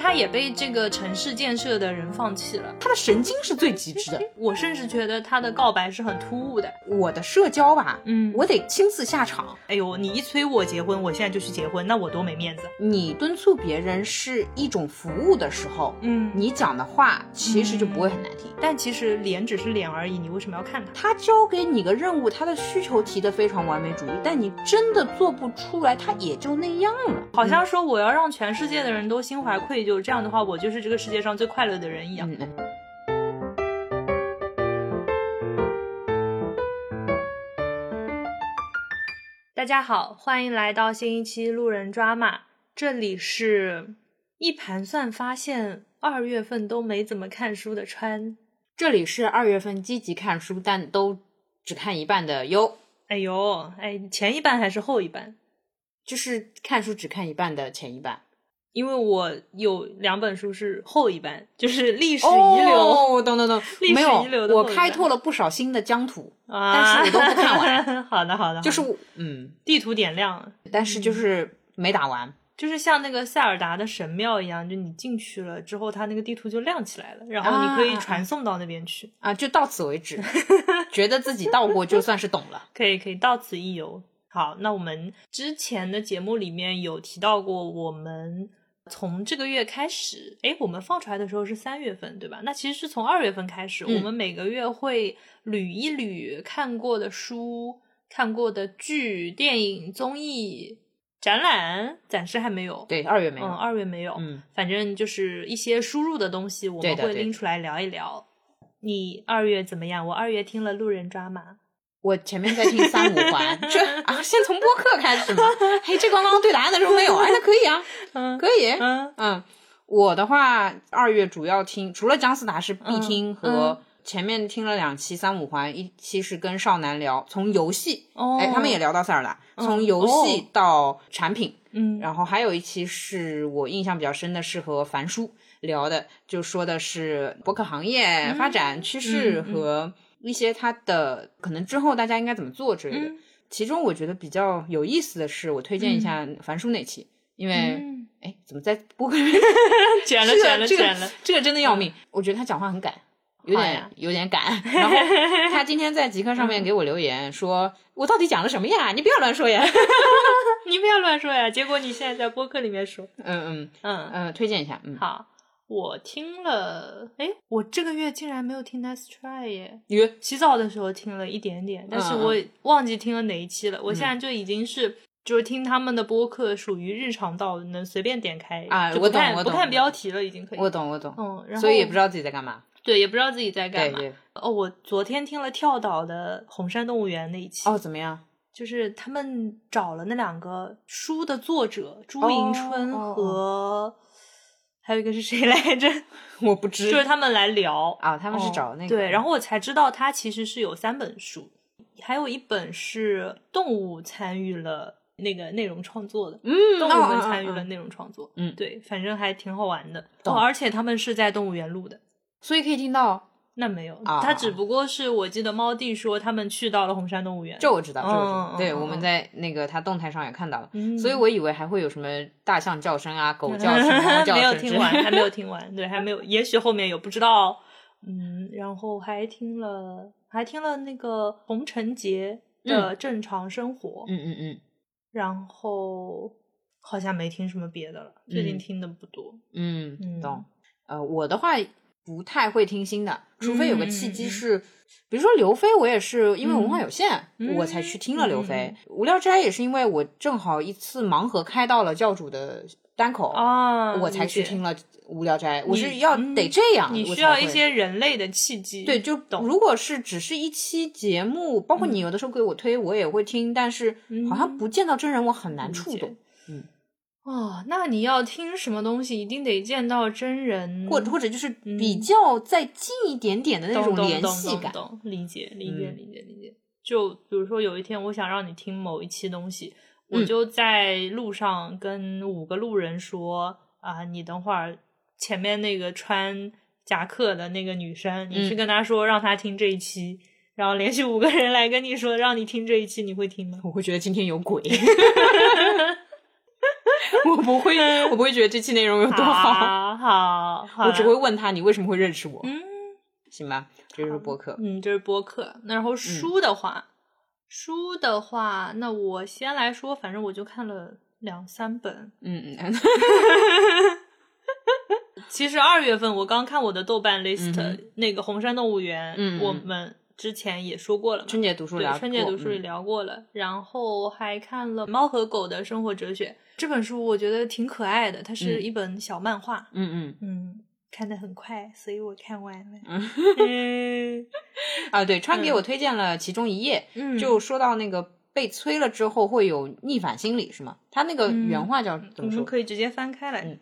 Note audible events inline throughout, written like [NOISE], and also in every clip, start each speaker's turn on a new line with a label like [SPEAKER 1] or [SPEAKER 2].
[SPEAKER 1] 它也被这个城市建设的人放弃了。
[SPEAKER 2] 他的神经是最极致的。
[SPEAKER 1] 我甚至觉得他的告白是很突兀的。
[SPEAKER 2] 我的社交吧，
[SPEAKER 1] 嗯
[SPEAKER 2] 我得亲自下场。
[SPEAKER 1] 哎呦，你一催我结婚，我现在就去结婚，那我多没面子。
[SPEAKER 2] 你敦促别人是一种服务的时候，
[SPEAKER 1] 嗯
[SPEAKER 2] 你讲的话其实就不会很难听。
[SPEAKER 1] 但其实脸只是脸而已，你为什么要看他？
[SPEAKER 2] 他交给你个任务，他的需求提得非常完美主义，但你真的做不出来，他也就那样了。
[SPEAKER 1] 好像说我要让全世界的人都心怀愧疚，这样的话我就是这个世界上最快乐的人一样。
[SPEAKER 2] 嗯，嗯
[SPEAKER 1] 大家好，欢迎来到新一期路人抓马，这里是一盘算发现二月份都没怎么看书的川。
[SPEAKER 2] 这里是二月份积极看书，但都只看一半的哟，
[SPEAKER 1] 哎呦，哎，前一半还是后一半？
[SPEAKER 2] 就是看书只看一半的前一半。
[SPEAKER 1] 因为我有两本书是后一半，就是历史遗留、
[SPEAKER 2] 哦，懂懂懂
[SPEAKER 1] 历，史
[SPEAKER 2] 没
[SPEAKER 1] 遗留
[SPEAKER 2] 有，
[SPEAKER 1] 的
[SPEAKER 2] 我
[SPEAKER 1] 后一
[SPEAKER 2] 开
[SPEAKER 1] 半
[SPEAKER 2] 拓了不少新的疆土，
[SPEAKER 1] 啊，
[SPEAKER 2] 但是我都不看
[SPEAKER 1] [LAUGHS]
[SPEAKER 2] 完。
[SPEAKER 1] 好的，好的，
[SPEAKER 2] 就是
[SPEAKER 1] 好的
[SPEAKER 2] 我嗯，
[SPEAKER 1] 地图点亮，
[SPEAKER 2] 但是
[SPEAKER 1] 嗯
[SPEAKER 2] 就是没打完。
[SPEAKER 1] 就是像那个塞尔达的神庙一样，就你进去了之后，它那个地图就亮起来了，然后你可以
[SPEAKER 2] 啊
[SPEAKER 1] 传送到那边去，
[SPEAKER 2] 啊，就到此
[SPEAKER 1] [LAUGHS]
[SPEAKER 2] 为止，觉得自己到过就算是懂了。
[SPEAKER 1] 可以可以到此一游。好，那我们之前的节目里面有提到过，我们从这个月开始，诶，我们放出来的时候是三月份，对吧？那其实是从二月份开始，
[SPEAKER 2] 嗯
[SPEAKER 1] 我们每个月会捋一捋看过的书、看过的剧、电影、综艺、展览，暂时还没有。
[SPEAKER 2] 对，二月没有。
[SPEAKER 1] 嗯，二月没有。
[SPEAKER 2] 嗯，
[SPEAKER 1] 反正就是一些输入的东西，我
[SPEAKER 2] 对
[SPEAKER 1] 们
[SPEAKER 2] 的
[SPEAKER 1] 会
[SPEAKER 2] 对
[SPEAKER 1] 拎
[SPEAKER 2] 的
[SPEAKER 1] 出来聊一聊。你二月怎么样？我二月听了路人抓马，
[SPEAKER 2] 我前面在听三五环，这啊，先从播客开始嘛。嘿，这刚刚对答案的时候没有，哎，那可以啊，
[SPEAKER 1] 嗯
[SPEAKER 2] 可以。
[SPEAKER 1] 嗯
[SPEAKER 2] 嗯，我的话，二月主要听，除了姜思达是
[SPEAKER 1] 嗯
[SPEAKER 2] 必听和前面听了两期三五环，一期是跟少男聊，从游戏，
[SPEAKER 1] 哦，
[SPEAKER 2] 哎，他们也聊到塞尔达，从游
[SPEAKER 1] 哦
[SPEAKER 2] 戏到产品，
[SPEAKER 1] 嗯
[SPEAKER 2] 然后还有一期是我印象比较深的，是和樊叔聊的，就说的是博客行业发展趋势
[SPEAKER 1] 嗯嗯
[SPEAKER 2] 和一些它的可能之后大家应该怎么做之类的。
[SPEAKER 1] 嗯
[SPEAKER 2] 其中我觉得比较有意思的是，我推荐一下樊叔那期，因为
[SPEAKER 1] 嗯，
[SPEAKER 2] 哎、怎么在播客里面
[SPEAKER 1] 卷了
[SPEAKER 2] 这
[SPEAKER 1] 卷了
[SPEAKER 2] 个啊这个
[SPEAKER 1] 卷了，
[SPEAKER 2] [LAUGHS] 这个真的要命。我觉得他讲话很赶，有
[SPEAKER 1] 嗯好
[SPEAKER 2] 点
[SPEAKER 1] 呀嗯
[SPEAKER 2] 有点赶。然后他今天在极客上面给我留言说：“我到底讲了什么呀？你不要乱说呀。 [LAUGHS]
[SPEAKER 1] 你不要乱说呀！结果你现在在播客里面说，”
[SPEAKER 2] 嗯嗯
[SPEAKER 1] 嗯，
[SPEAKER 2] 嗯，推荐一下。嗯，
[SPEAKER 1] 好，我听了，哎，我这个月竟然没有听 Nice Try 耶。
[SPEAKER 2] 约
[SPEAKER 1] 洗澡的时候听了一点点，但是
[SPEAKER 2] 嗯嗯嗯
[SPEAKER 1] 我忘记听了哪一期了。我现在就已经是就是听他们的播客，属于日常到能随便点开
[SPEAKER 2] 啊
[SPEAKER 1] 就
[SPEAKER 2] 我
[SPEAKER 1] 不
[SPEAKER 2] 懂
[SPEAKER 1] 看
[SPEAKER 2] 我
[SPEAKER 1] 不
[SPEAKER 2] 懂
[SPEAKER 1] 看标题了，已经可以。
[SPEAKER 2] 我懂我懂。
[SPEAKER 1] 嗯，然后
[SPEAKER 2] 所以也不知
[SPEAKER 1] 道
[SPEAKER 2] 道自己在干嘛。
[SPEAKER 1] 对，也不知道自己在干
[SPEAKER 2] 对
[SPEAKER 1] 嘛。
[SPEAKER 2] 对。
[SPEAKER 1] 哦，我昨天听了跳岛的《红山动物园》那一期，
[SPEAKER 2] 哦，怎么样？
[SPEAKER 1] 就是他们找了那两个书的作者朱迎春
[SPEAKER 2] 哦哦哦
[SPEAKER 1] 和、还有一个是谁来着？
[SPEAKER 2] [LAUGHS]
[SPEAKER 1] [LAUGHS]
[SPEAKER 2] 我不知
[SPEAKER 1] 就是他们来聊
[SPEAKER 2] 啊，他们是
[SPEAKER 1] 哦
[SPEAKER 2] 找那个嗯
[SPEAKER 1] 对，然后我才知道他其实是有三本书，还有一本是动物参与了那个内容创作的，
[SPEAKER 2] 嗯，
[SPEAKER 1] 动
[SPEAKER 2] 那
[SPEAKER 1] 物
[SPEAKER 2] 我
[SPEAKER 1] 们
[SPEAKER 2] 嗯
[SPEAKER 1] 参与
[SPEAKER 2] 嗯
[SPEAKER 1] 了
[SPEAKER 2] 嗯
[SPEAKER 1] 内容创作。
[SPEAKER 2] 嗯
[SPEAKER 1] 对，反正还挺好玩的。哦，
[SPEAKER 2] 懂
[SPEAKER 1] 而且他们是在动物园录的。
[SPEAKER 2] 所以可以听到，
[SPEAKER 1] 那没有，
[SPEAKER 2] 啊
[SPEAKER 1] 他只不过是我记得猫弟说他们去到了红山动物园。
[SPEAKER 2] 这我知道，这我知
[SPEAKER 1] 嗯嗯
[SPEAKER 2] 道。对，
[SPEAKER 1] 嗯
[SPEAKER 2] 我们
[SPEAKER 1] 嗯
[SPEAKER 2] 在那个他动态上也看到了，
[SPEAKER 1] 嗯
[SPEAKER 2] 所以我以为还会有什么大象叫声啊、
[SPEAKER 1] [LAUGHS]
[SPEAKER 2] 狗叫声、猫叫声之类的，
[SPEAKER 1] 没有听
[SPEAKER 2] [LAUGHS]
[SPEAKER 1] 完，还没有听完，对，还没有，也许后面有不知道哦。嗯，然后还听了，还听了那个洪承杰的《正常生活》
[SPEAKER 2] 嗯嗯嗯
[SPEAKER 1] 然后好像没听什么别的了，最近
[SPEAKER 2] 嗯
[SPEAKER 1] 听的不多。
[SPEAKER 2] 嗯
[SPEAKER 1] 嗯
[SPEAKER 2] 嗯，懂。呃，我的话不太会听新的，除非有个契
[SPEAKER 1] 嗯嗯
[SPEAKER 2] 机
[SPEAKER 1] 嗯
[SPEAKER 2] 是，比如说刘飞，我也是因为文化有限，
[SPEAKER 1] 嗯
[SPEAKER 2] 我才去听了刘
[SPEAKER 1] 嗯
[SPEAKER 2] 飞。无聊斋也是因为我正好一次盲盒开到了教主的单口，
[SPEAKER 1] 啊，
[SPEAKER 2] 我才
[SPEAKER 1] 理
[SPEAKER 2] 去
[SPEAKER 1] 解
[SPEAKER 2] 听。了《无聊斋》，我是
[SPEAKER 1] 你
[SPEAKER 2] 要
[SPEAKER 1] 嗯
[SPEAKER 2] 得这样，
[SPEAKER 1] 你
[SPEAKER 2] 我
[SPEAKER 1] 需
[SPEAKER 2] 才
[SPEAKER 1] 要一
[SPEAKER 2] 会
[SPEAKER 1] 些人类的契机。
[SPEAKER 2] 对，就
[SPEAKER 1] 懂嗯
[SPEAKER 2] 如果是只是一期节目，包括你有的时候给我推，我也会听，但是好像不见到真人，我很难
[SPEAKER 1] 理
[SPEAKER 2] 触
[SPEAKER 1] 解
[SPEAKER 2] 动，嗯，
[SPEAKER 1] 哦，那你要听什么东西，一定得见到真人，
[SPEAKER 2] 或或者就是比
[SPEAKER 1] 嗯
[SPEAKER 2] 较再近一点点的那种
[SPEAKER 1] 懂
[SPEAKER 2] 联系感，
[SPEAKER 1] 懂懂懂理解理解
[SPEAKER 2] 嗯
[SPEAKER 1] 理解理解。就比如说有一天我想让你听某一期东西，我
[SPEAKER 2] 嗯
[SPEAKER 1] 就在路上跟五个路人说啊，你等会儿前面那个穿夹克的那个女生，你去
[SPEAKER 2] 嗯
[SPEAKER 1] 跟她说让她听这一期，然后连续五个人来跟你 [LAUGHS] 说让你听这一期，你会听吗？
[SPEAKER 2] 我会觉得今天有鬼。我不会，我不会觉得这期内容有 [LAUGHS] 多好，
[SPEAKER 1] 好啊好，好
[SPEAKER 2] 我只会问他你为什么会认识我，
[SPEAKER 1] 嗯
[SPEAKER 2] 行吧？这就是播客。
[SPEAKER 1] 嗯，这是播客。那然
[SPEAKER 2] 嗯
[SPEAKER 1] 后书的话，书的话，那我先来说，反正我就看了两三本。
[SPEAKER 2] 嗯嗯，
[SPEAKER 1] 其实二月份我刚看我的豆瓣 list，、
[SPEAKER 2] 嗯
[SPEAKER 1] 那个《红山动物园》
[SPEAKER 2] 嗯嗯
[SPEAKER 1] 我们之前也说过了嘛，
[SPEAKER 2] 春节读书聊
[SPEAKER 1] 对，春节
[SPEAKER 2] 过
[SPEAKER 1] 读书
[SPEAKER 2] 嗯
[SPEAKER 1] 里聊过了，然后还看了《猫和狗的生活哲学》这本书，我觉得挺可爱的，它是
[SPEAKER 2] 嗯
[SPEAKER 1] 一本小漫画，
[SPEAKER 2] 嗯
[SPEAKER 1] 嗯，看的很快，所以我看完
[SPEAKER 2] [LAUGHS]
[SPEAKER 1] 了。
[SPEAKER 2] 嗯
[SPEAKER 1] 嗯
[SPEAKER 2] 嗯啊，对，川给
[SPEAKER 1] 嗯
[SPEAKER 2] 我推荐了其中一页，
[SPEAKER 1] 嗯，
[SPEAKER 2] 就说到那个被催了之后会有逆反心理是吗？他那个原
[SPEAKER 1] 嗯
[SPEAKER 2] 话叫怎
[SPEAKER 1] 我
[SPEAKER 2] 么
[SPEAKER 1] 们
[SPEAKER 2] 说？
[SPEAKER 1] 可以直接翻开来。
[SPEAKER 2] 嗯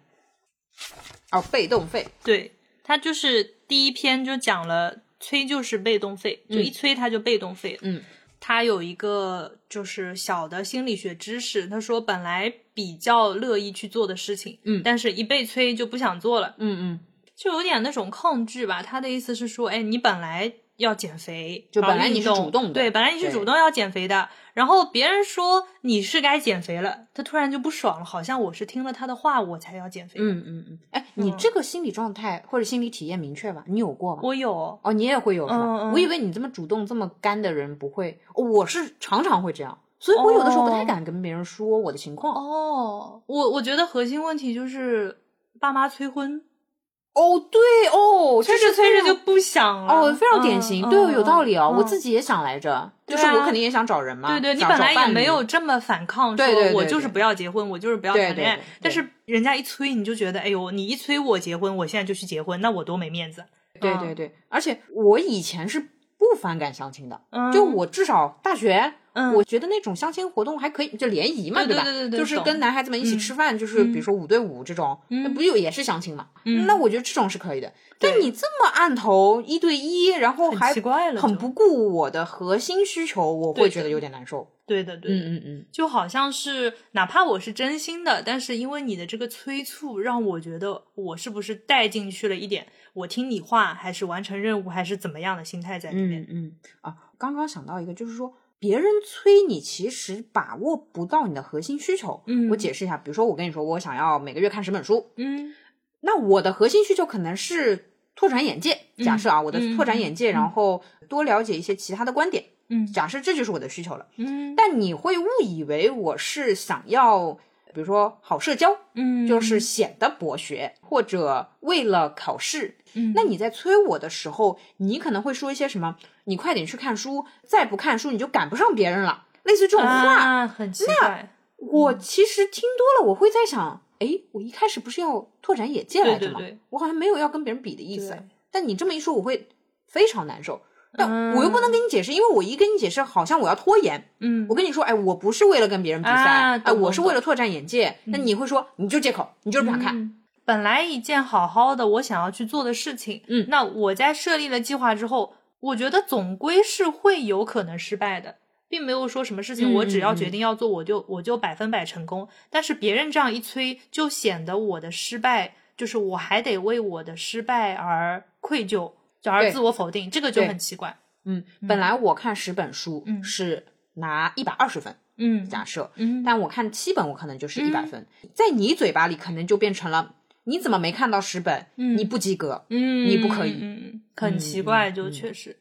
[SPEAKER 2] 哦，被动费。
[SPEAKER 1] 对，它就是第一篇就讲了催就是被动费，就
[SPEAKER 2] 嗯
[SPEAKER 1] 一催它就被动费。
[SPEAKER 2] 嗯，
[SPEAKER 1] 它有一个就是小的心理学知识，他说本来比较乐意去做的事情，
[SPEAKER 2] 嗯
[SPEAKER 1] 但是一被催就不想做了。
[SPEAKER 2] 嗯嗯，
[SPEAKER 1] 就有点那种抗拒吧。他的意思是说，哎，你本来要减肥，
[SPEAKER 2] 就
[SPEAKER 1] 然后
[SPEAKER 2] 本来你是
[SPEAKER 1] 运动
[SPEAKER 2] 主动的
[SPEAKER 1] 对，本来你是
[SPEAKER 2] 对
[SPEAKER 1] 主动要减肥的，然后别人说你是该减肥了，他突然就不爽了，好像我是听了他的话我才要减肥。，
[SPEAKER 2] 嗯嗯嗯。哎，你这个心理状态或者心理体验明确吧？你有过吗？
[SPEAKER 1] 我有，
[SPEAKER 2] 哦，你也会有是吧？
[SPEAKER 1] 嗯嗯
[SPEAKER 2] 我以为你这么主动、这么干的人不会，哦我是常常会这样，所以我有的时候不太
[SPEAKER 1] 哦
[SPEAKER 2] 敢跟别人说我的情况。
[SPEAKER 1] 哦，我我觉得核心问题就是爸妈催婚，
[SPEAKER 2] 哦，对哦，
[SPEAKER 1] 催
[SPEAKER 2] 这
[SPEAKER 1] 着
[SPEAKER 2] 是
[SPEAKER 1] 催
[SPEAKER 2] 非
[SPEAKER 1] 着
[SPEAKER 2] 常
[SPEAKER 1] 就不想了。
[SPEAKER 2] 哦，非常典
[SPEAKER 1] 嗯
[SPEAKER 2] 型，
[SPEAKER 1] 嗯
[SPEAKER 2] 对哦，有道理哦，
[SPEAKER 1] 嗯
[SPEAKER 2] 我自己也想来着，就
[SPEAKER 1] 对
[SPEAKER 2] 是我
[SPEAKER 1] 啊
[SPEAKER 2] 肯定也想找人嘛，
[SPEAKER 1] 对对，你
[SPEAKER 2] 想
[SPEAKER 1] 本
[SPEAKER 2] 找
[SPEAKER 1] 来也
[SPEAKER 2] 伴
[SPEAKER 1] 没
[SPEAKER 2] 侣
[SPEAKER 1] 有这么反抗，
[SPEAKER 2] 对对对
[SPEAKER 1] 说我
[SPEAKER 2] 对
[SPEAKER 1] 就是不要结婚，我就是不要
[SPEAKER 2] 对
[SPEAKER 1] 谈
[SPEAKER 2] 对
[SPEAKER 1] 恋爱
[SPEAKER 2] 对。
[SPEAKER 1] 但是人家一催，你就觉得，哎呦，你一催我结婚，我现在就去结婚，那我多没面子。
[SPEAKER 2] 对
[SPEAKER 1] 嗯
[SPEAKER 2] 对对，而且我以前是不反感相亲的，
[SPEAKER 1] 嗯，
[SPEAKER 2] 就我至少大学，
[SPEAKER 1] 嗯
[SPEAKER 2] 我觉得那种相亲活动还可以，就联谊嘛，
[SPEAKER 1] 对对
[SPEAKER 2] 吧？
[SPEAKER 1] 对对对
[SPEAKER 2] 就是
[SPEAKER 1] 懂
[SPEAKER 2] 跟男孩子们一起
[SPEAKER 1] 嗯
[SPEAKER 2] 吃饭，就是比如说五对五这种，那不有也是相亲嘛？
[SPEAKER 1] 嗯
[SPEAKER 2] 那我觉得这种是可以的。
[SPEAKER 1] 对
[SPEAKER 2] 但你这么按头一对一，然后还
[SPEAKER 1] 很奇怪了就，
[SPEAKER 2] 很不顾我的核心需求，我
[SPEAKER 1] 对
[SPEAKER 2] 会
[SPEAKER 1] 的
[SPEAKER 2] 觉得有点难受。
[SPEAKER 1] 对的，对的。
[SPEAKER 2] 嗯嗯嗯，
[SPEAKER 1] 就好像是，哪怕我是真心的，但是因为你的这个催促，让我觉得我是不是带进去了一点，我听你话，还是完成任务，还是怎么样的心态在里面
[SPEAKER 2] 嗯。嗯啊，刚刚想到一个，就是说别人催你，其实把握不到你的核心需求。
[SPEAKER 1] 嗯
[SPEAKER 2] 我解释一下，比如说我跟你说，我想要每个月看十本书，
[SPEAKER 1] 嗯
[SPEAKER 2] 那我的核心需求可能是拓展眼界。假设啊，我的拓展眼界，
[SPEAKER 1] 嗯
[SPEAKER 2] 然后多了解一些其他的观点。
[SPEAKER 1] 嗯
[SPEAKER 2] 假设这就是我的需求了，
[SPEAKER 1] 嗯
[SPEAKER 2] 但你会误以为我是想要，比如说好社交，
[SPEAKER 1] 嗯，
[SPEAKER 2] 就是显得博学，或者为了考试。
[SPEAKER 1] 嗯，
[SPEAKER 2] 那你在催我的时候，你可能会说一些什么？你快点去看书，再不看书你就赶不上别人了，类似这种话。
[SPEAKER 1] 啊，很奇怪，
[SPEAKER 2] 我
[SPEAKER 1] 嗯
[SPEAKER 2] 其实听多了，我会在想，哎，我一开始不是要拓展眼界来着吗？
[SPEAKER 1] 对对对
[SPEAKER 2] 我好像没有要跟别人比的意思
[SPEAKER 1] 对。
[SPEAKER 2] 但你这么一说，我会非常难受。但我又不
[SPEAKER 1] 嗯
[SPEAKER 2] 能跟你解释，因为我一跟你解释，好像我要拖延。
[SPEAKER 1] 嗯
[SPEAKER 2] 我，跟你说，哎，我不是为了跟别人比赛，
[SPEAKER 1] 啊
[SPEAKER 2] 哎，
[SPEAKER 1] 懂
[SPEAKER 2] 我
[SPEAKER 1] 懂
[SPEAKER 2] 是为了拓展眼界。那、你会说，你就借口，你就是不想看。
[SPEAKER 1] 嗯本来一件好好的我想要去做的事情，
[SPEAKER 2] 嗯
[SPEAKER 1] 那我在设立了计划之后，我觉得总归是会有可能失败的，并没有说什么事情
[SPEAKER 2] 嗯
[SPEAKER 1] 我只要
[SPEAKER 2] 嗯
[SPEAKER 1] 决定要做，我就我就百分百成功。但是别人这样一催，就显得我的失败，就是我还得为我的失败而愧疚，就而
[SPEAKER 2] 对
[SPEAKER 1] 自我否定，这个就
[SPEAKER 2] 对
[SPEAKER 1] 很奇怪。
[SPEAKER 2] 嗯，本来我看十本书、
[SPEAKER 1] 嗯
[SPEAKER 2] 是拿一百二十分，
[SPEAKER 1] 嗯
[SPEAKER 2] 假设，
[SPEAKER 1] 嗯，
[SPEAKER 2] 但我看七本，我可能就是一
[SPEAKER 1] 嗯
[SPEAKER 2] 百分、在你嘴巴里可能就变成了，你怎么没看到十本？
[SPEAKER 1] 嗯
[SPEAKER 2] 你不及格。
[SPEAKER 1] 嗯，
[SPEAKER 2] 你不可以
[SPEAKER 1] 嗯，嗯很奇
[SPEAKER 2] 嗯
[SPEAKER 1] 怪，
[SPEAKER 2] 嗯
[SPEAKER 1] 就
[SPEAKER 2] 嗯
[SPEAKER 1] 确实，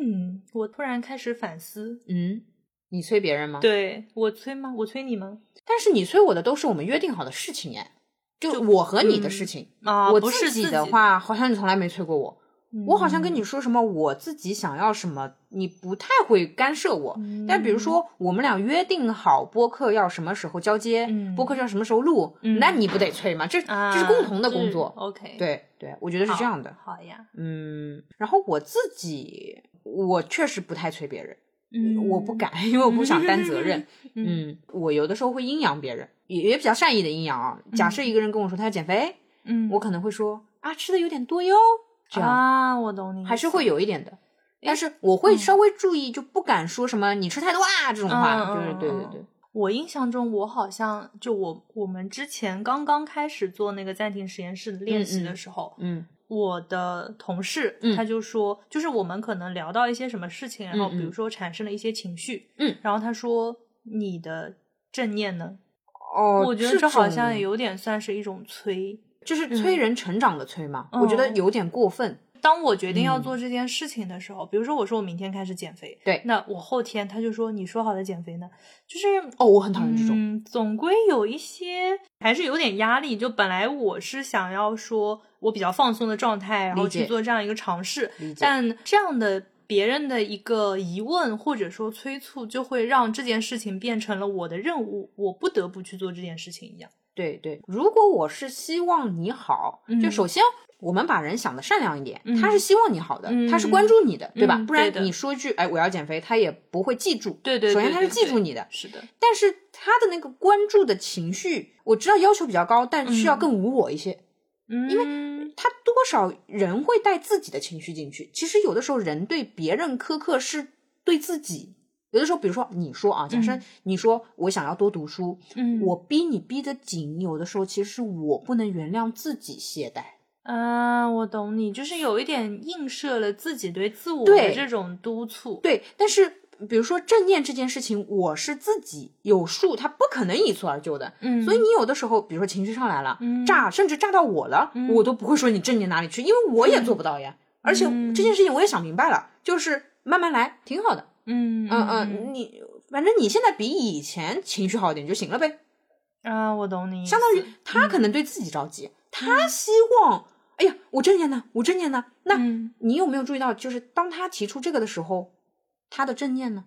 [SPEAKER 1] 嗯，我突然开始反思，
[SPEAKER 2] 嗯，你催别人吗？。
[SPEAKER 1] 对我催吗？我催你吗？
[SPEAKER 2] 但是你催我的都是我们约定好的事情，哎，就我和你的
[SPEAKER 1] 嗯
[SPEAKER 2] 事情。
[SPEAKER 1] 啊，
[SPEAKER 2] 我
[SPEAKER 1] 不是
[SPEAKER 2] 己
[SPEAKER 1] 自嗯
[SPEAKER 2] 的，话，好像你从来没催过我。我好像跟
[SPEAKER 1] 你
[SPEAKER 2] 你说什么，我自己想要什么，你不太会干涉我。
[SPEAKER 1] 嗯
[SPEAKER 2] 但比如说，我们俩约定好播客要什么时候交接，
[SPEAKER 1] 嗯
[SPEAKER 2] 播客要什么时候录，
[SPEAKER 1] 嗯
[SPEAKER 2] 那你不得催吗？这、
[SPEAKER 1] 啊，
[SPEAKER 2] 这是共同的
[SPEAKER 1] 这
[SPEAKER 2] 工
[SPEAKER 1] 是
[SPEAKER 2] 作。
[SPEAKER 1] OK，，
[SPEAKER 2] 对对，我觉得是这样的。
[SPEAKER 1] 好呀，
[SPEAKER 2] 嗯，然后我自己，我确实不太催别人，
[SPEAKER 1] 嗯，
[SPEAKER 2] 我不，敢， [LAUGHS] 因为我不想担责任。
[SPEAKER 1] 嗯
[SPEAKER 2] 嗯，我有的时候会阴阳别人，也也比较善意的阴阳啊。假设一个人跟我说他要减肥，
[SPEAKER 1] 嗯，
[SPEAKER 2] 我可能会说啊，吃的有点多哟，这样、
[SPEAKER 1] 啊，我懂你意思，
[SPEAKER 2] 还是会有一点的。但是我
[SPEAKER 1] 嗯
[SPEAKER 2] 会稍微注意，就不敢说什么“你吃太多啊”这种话，
[SPEAKER 1] 嗯
[SPEAKER 2] 就
[SPEAKER 1] 嗯
[SPEAKER 2] 是
[SPEAKER 1] 嗯
[SPEAKER 2] 对
[SPEAKER 1] 嗯
[SPEAKER 2] 对对，
[SPEAKER 1] 我印象中，我好像就我我们之前刚刚开始做那个暂停实验室的练习
[SPEAKER 2] 嗯
[SPEAKER 1] 的
[SPEAKER 2] 嗯
[SPEAKER 1] 时候，
[SPEAKER 2] 嗯
[SPEAKER 1] 我的同事，
[SPEAKER 2] 嗯
[SPEAKER 1] 他就说，就是我们可能聊到一些什么事情，然后比
[SPEAKER 2] 嗯
[SPEAKER 1] 如说产生了一些情绪，
[SPEAKER 2] 嗯，
[SPEAKER 1] 然后他说你的正念呢？
[SPEAKER 2] 哦，
[SPEAKER 1] 我觉得这好像有嗯点算是一种催。
[SPEAKER 2] 就是催人成长的催嘛，我觉得
[SPEAKER 1] 嗯
[SPEAKER 2] 有点过分。
[SPEAKER 1] 当我决定要做这件事情的时候，比如说我说我明天开始减肥，
[SPEAKER 2] 对
[SPEAKER 1] 那我后天他就说你说好的减肥呢？就是
[SPEAKER 2] 哦，我很讨厌这种。
[SPEAKER 1] 嗯，总归有一些还是有点压力。就本来我是想要说我比较放松的状态，然后
[SPEAKER 2] 理解
[SPEAKER 1] 去做这样一个尝试，
[SPEAKER 2] 理解
[SPEAKER 1] 但这样的别人的一个疑问或者说催促，就会让这件事情变成了我的任务，我不得不去做这件事情一样。
[SPEAKER 2] 对对，如果我是希望你好，就
[SPEAKER 1] 嗯
[SPEAKER 2] 首先我们把人想的善良一点，
[SPEAKER 1] 嗯
[SPEAKER 2] 他是希望你好的，他是关
[SPEAKER 1] 嗯
[SPEAKER 2] 注你的，对吧？
[SPEAKER 1] 嗯
[SPEAKER 2] 不
[SPEAKER 1] 对的
[SPEAKER 2] 然你说一句哎我要减肥，他也不会记住。
[SPEAKER 1] 对对
[SPEAKER 2] 首
[SPEAKER 1] 对
[SPEAKER 2] 先他是
[SPEAKER 1] 对
[SPEAKER 2] 记
[SPEAKER 1] 对
[SPEAKER 2] 住你的，
[SPEAKER 1] 是的，
[SPEAKER 2] 但是他的那个关注的情绪，我知道要求比较高，但需要
[SPEAKER 1] 嗯
[SPEAKER 2] 更无我一些。
[SPEAKER 1] 嗯，因为
[SPEAKER 2] 他多少人会带自己的情绪进去。其实有的时候人对别人苛刻是对自己。有的时候，比如说你说啊，假设
[SPEAKER 1] 嗯
[SPEAKER 2] 你说我想要多读书，
[SPEAKER 1] 嗯，
[SPEAKER 2] 我逼你逼得紧，有的时候其实是我不能原谅自己懈怠。
[SPEAKER 1] 嗯，我懂你，就是有一点映射了自己对自我
[SPEAKER 2] 对
[SPEAKER 1] 的这种督促。
[SPEAKER 2] 对，但是比如说正念这件事情，我是自己有数，它不可能一蹴而就的。
[SPEAKER 1] 嗯
[SPEAKER 2] 所以你有的时候，比如说情绪上来了，
[SPEAKER 1] 嗯
[SPEAKER 2] 炸甚至炸到我了，
[SPEAKER 1] 嗯
[SPEAKER 2] 我都不会说你正念哪里去，因为我也做不到呀。而且
[SPEAKER 1] 嗯
[SPEAKER 2] 这件事情我也想明白了，就是慢慢来，挺好的。
[SPEAKER 1] 嗯
[SPEAKER 2] 嗯嗯，你反正你现在比以前情绪好一点就行了呗。
[SPEAKER 1] 啊，我懂你意思，
[SPEAKER 2] 相当于他
[SPEAKER 1] 嗯
[SPEAKER 2] 可能对自己着急，他希望，哎呀，我正念呢，我正念呢。那
[SPEAKER 1] 嗯
[SPEAKER 2] 你有没有注意到，就是当他提出这个的时候，他的正念呢？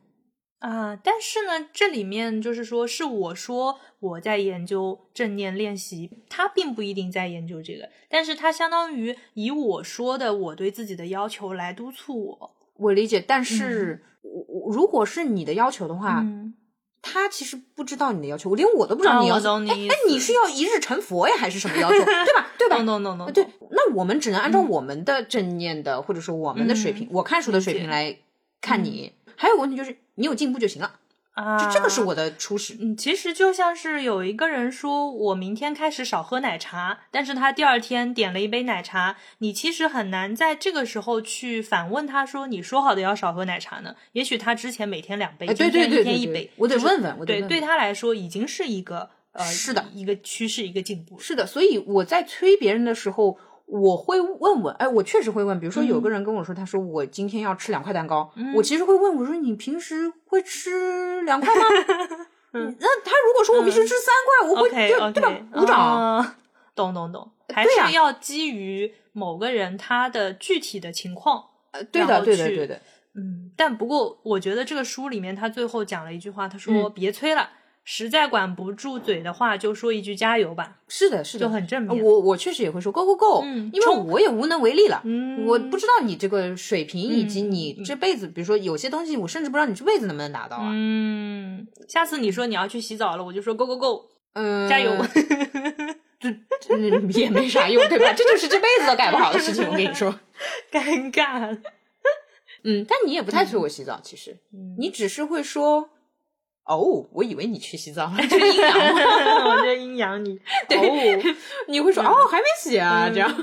[SPEAKER 1] 啊，但是呢，这里面就是说是我说我在研究正念练习，他并不一定在研究这个，但是他相当于以我说的我对自己的要求来督促我。
[SPEAKER 2] 我理解，但是我、我如果是你的要求的话，
[SPEAKER 1] 嗯，
[SPEAKER 2] 他其实不知道你的要求，我连我都不知
[SPEAKER 1] 啊
[SPEAKER 2] 道你要
[SPEAKER 1] 我
[SPEAKER 2] 求。
[SPEAKER 1] 懂你意
[SPEAKER 2] 哎、你
[SPEAKER 1] 思
[SPEAKER 2] 是要一日成佛呀，还是什么要求？对吧？对吧？
[SPEAKER 1] 懂懂懂懂，
[SPEAKER 2] 对
[SPEAKER 1] 懂，
[SPEAKER 2] 那我们只能按照我们的正念的，或者说我们的水平，
[SPEAKER 1] 嗯
[SPEAKER 2] 我看书的水
[SPEAKER 1] 理
[SPEAKER 2] 平
[SPEAKER 1] 解嗯
[SPEAKER 2] 来看你。还有个问题就是，你有进步就行了，
[SPEAKER 1] 啊，
[SPEAKER 2] 就这个是我的初始。
[SPEAKER 1] 嗯，其实就像是有一个人说，我明天开始少喝奶茶，但是他第二天点了一杯奶茶，你其实很难在这个时候去反问他说，你说好的要少喝奶茶呢？也许他之前每天两杯，
[SPEAKER 2] 哎，对
[SPEAKER 1] 今
[SPEAKER 2] 对
[SPEAKER 1] 天
[SPEAKER 2] 对
[SPEAKER 1] 一天
[SPEAKER 2] 对
[SPEAKER 1] 一
[SPEAKER 2] 对
[SPEAKER 1] 杯，，
[SPEAKER 2] 我得
[SPEAKER 1] 就是
[SPEAKER 2] 问问，我得
[SPEAKER 1] 对，
[SPEAKER 2] 问
[SPEAKER 1] 对
[SPEAKER 2] 问
[SPEAKER 1] 他来说已经是一个呃，
[SPEAKER 2] 是的
[SPEAKER 1] 一个趋势，一个进步了。
[SPEAKER 2] 是的，所以我在催别人的时候，我会问问，哎，我确实会问，比如说
[SPEAKER 1] 嗯
[SPEAKER 2] 有个人跟我说，他说我今天要吃两块蛋糕，我其实会问我说你平时会吃
[SPEAKER 1] [LAUGHS]
[SPEAKER 2] 两块吗？那他如果说我平时吃三块，我会
[SPEAKER 1] 嗯 OK
[SPEAKER 2] 对
[SPEAKER 1] OK，哦啊
[SPEAKER 2] 对吧？鼓掌。
[SPEAKER 1] 懂懂懂，还
[SPEAKER 2] 对呀
[SPEAKER 1] 是要基于某个人他的具体的情况。
[SPEAKER 2] 呃对
[SPEAKER 1] 然
[SPEAKER 2] 的，
[SPEAKER 1] 后
[SPEAKER 2] 对的，
[SPEAKER 1] 去
[SPEAKER 2] 对的。
[SPEAKER 1] 嗯，但不过我觉得这个书里面他最后讲了一句话，他说：“
[SPEAKER 2] 嗯
[SPEAKER 1] 别催了，实在管不住嘴的话，就说一句加油吧。
[SPEAKER 2] 是的，”是的，呃
[SPEAKER 1] 就很正面。
[SPEAKER 2] 我我确实也会说 go go go，、
[SPEAKER 1] 嗯
[SPEAKER 2] 因为
[SPEAKER 1] 冲
[SPEAKER 2] 我也无能为力了。
[SPEAKER 1] 嗯，
[SPEAKER 2] 我不知道你这个水平，以及
[SPEAKER 1] 嗯
[SPEAKER 2] 你
[SPEAKER 1] 嗯
[SPEAKER 2] 这辈子，比如说有些东西，我甚至不知道你这辈子能不能达到啊。
[SPEAKER 1] 嗯，下次你说你要去洗澡了，我就说 “go go go”，
[SPEAKER 2] 嗯，
[SPEAKER 1] 加油。
[SPEAKER 2] [LAUGHS] 嗯，也没啥用，对吧？这就是这辈子都改不好的事情，我跟你
[SPEAKER 1] [LAUGHS]
[SPEAKER 2] 说。
[SPEAKER 1] [LAUGHS] 尴尬了。
[SPEAKER 2] 嗯，但你也不太催我洗澡，其实
[SPEAKER 1] 嗯
[SPEAKER 2] 你只是会说，哦，我以为你去洗澡了，这是阴
[SPEAKER 1] [LAUGHS]
[SPEAKER 2] 阳
[SPEAKER 1] 哦 [LAUGHS]
[SPEAKER 2] 吗
[SPEAKER 1] 我就阴阳你。
[SPEAKER 2] 对， [LAUGHS] 你
[SPEAKER 1] 嗯
[SPEAKER 2] 会说，哦，还没洗啊，这样，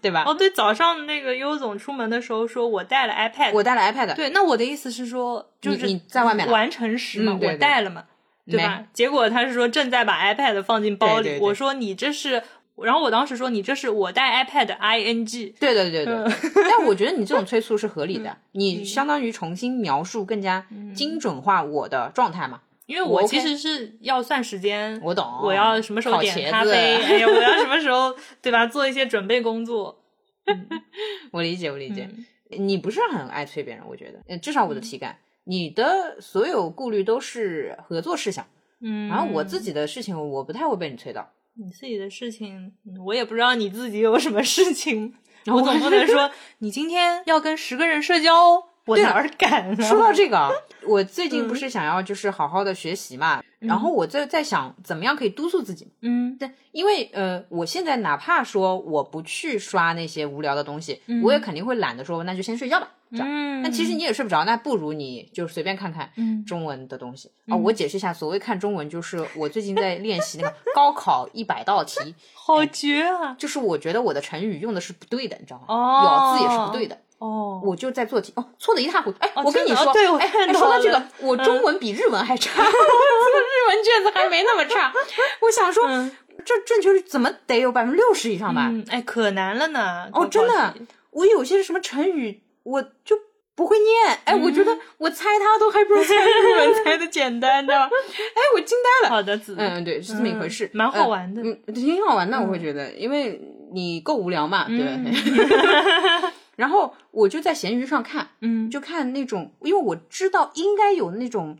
[SPEAKER 2] 对吧？
[SPEAKER 1] 哦，对，早上那个优总出门的时候说，我带了 iPad。
[SPEAKER 2] 我带了 iPad，
[SPEAKER 1] 对，那我的意思是说，就
[SPEAKER 2] 你
[SPEAKER 1] 是
[SPEAKER 2] 你在外面了
[SPEAKER 1] 完成时嘛，
[SPEAKER 2] 嗯对
[SPEAKER 1] 我
[SPEAKER 2] 对
[SPEAKER 1] 带了嘛，对吧？结果他是说正在把 iPad 放进包里，
[SPEAKER 2] 对对对
[SPEAKER 1] 我说你这是，然后我当时说你这是我带 iPad ing，
[SPEAKER 2] 对对对对
[SPEAKER 1] 嗯
[SPEAKER 2] 对，但我觉得你这种催促是合理的，你相当于重新描述，更加
[SPEAKER 1] 嗯
[SPEAKER 2] 精准化我的状态嘛。
[SPEAKER 1] 因为
[SPEAKER 2] 我
[SPEAKER 1] 我
[SPEAKER 2] OK
[SPEAKER 1] 其实是要算时间，
[SPEAKER 2] 我懂，
[SPEAKER 1] 我要什么时候
[SPEAKER 2] 烤
[SPEAKER 1] 点
[SPEAKER 2] 茄
[SPEAKER 1] 咖
[SPEAKER 2] 子 [LAUGHS]
[SPEAKER 1] 啡，哎呀，我要什么时候对吧？做一些准备工作，
[SPEAKER 2] 我理解，我理解。
[SPEAKER 1] 嗯
[SPEAKER 2] 你不是很爱催别人，我觉得，呃至少我的体感，你的所有顾虑都是合作事项。
[SPEAKER 1] 嗯，
[SPEAKER 2] 然后我自己的事情，我不太会被你催到。
[SPEAKER 1] 你自己的事情，嗯我也不知道你自己有什么事情，
[SPEAKER 2] [LAUGHS]
[SPEAKER 1] 我总不能说你今天要跟十个人社交哦，我
[SPEAKER 2] 对
[SPEAKER 1] 哪儿敢啊？
[SPEAKER 2] 说到这
[SPEAKER 1] [LAUGHS]
[SPEAKER 2] 个啊，我最近不
[SPEAKER 1] 嗯
[SPEAKER 2] 是想要就是好好的学习嘛，然后我就在想怎么样可以督促自己。
[SPEAKER 1] 嗯
[SPEAKER 2] 对，因为呃，我现在哪怕说我不去刷那些无聊的东西，我也肯定会懒得说，那就先睡觉吧。这样，
[SPEAKER 1] 嗯，
[SPEAKER 2] 但其实你也睡不着，那不如你就随便看看
[SPEAKER 1] 嗯
[SPEAKER 2] 中文的东西啊、我解释一下，所谓看中文，就是我最近在练习那个高考一百道题，
[SPEAKER 1] [LAUGHS] 好
[SPEAKER 2] 哎
[SPEAKER 1] 绝啊！
[SPEAKER 2] 就是我觉得我的成语用的是不对的，你知道吗？
[SPEAKER 1] 哦
[SPEAKER 2] 咬字也是不对的。
[SPEAKER 1] 哦，
[SPEAKER 2] 我就在做题，哦，错的一塌糊涂。哎，
[SPEAKER 1] 哦
[SPEAKER 2] 我跟你
[SPEAKER 1] 真的哦
[SPEAKER 2] 说，
[SPEAKER 1] 对我
[SPEAKER 2] 哎，
[SPEAKER 1] 看
[SPEAKER 2] 哎
[SPEAKER 1] 到
[SPEAKER 2] 说到这
[SPEAKER 1] 了 [LAUGHS]
[SPEAKER 2] 个，我中文比日文还差，我英文卷子还没那么差。我想说，这正确率怎么得有百分之六十以上吧？
[SPEAKER 1] 嗯，哎，可难了呢。
[SPEAKER 2] 哦，
[SPEAKER 1] 高
[SPEAKER 2] 真
[SPEAKER 1] 考
[SPEAKER 2] 的
[SPEAKER 1] 题，
[SPEAKER 2] 我有些什么成语我就不会念，哎，
[SPEAKER 1] 嗯
[SPEAKER 2] 我觉得我猜它都还不如猜 [LAUGHS] 英文猜的简单，你知道
[SPEAKER 1] [LAUGHS]
[SPEAKER 2] 吧？哎，我惊呆了。
[SPEAKER 1] 好的，子，
[SPEAKER 2] 嗯，对，是这么一回事，
[SPEAKER 1] 蛮
[SPEAKER 2] 呃
[SPEAKER 1] 好玩的。
[SPEAKER 2] 嗯，挺好玩的，我会觉得，因为你够无聊嘛，对
[SPEAKER 1] 嗯
[SPEAKER 2] 吧。
[SPEAKER 1] [LAUGHS]
[SPEAKER 2] [LAUGHS] 然后我就在闲鱼上看，
[SPEAKER 1] 嗯
[SPEAKER 2] 就看那种，因为我知道应该有那种，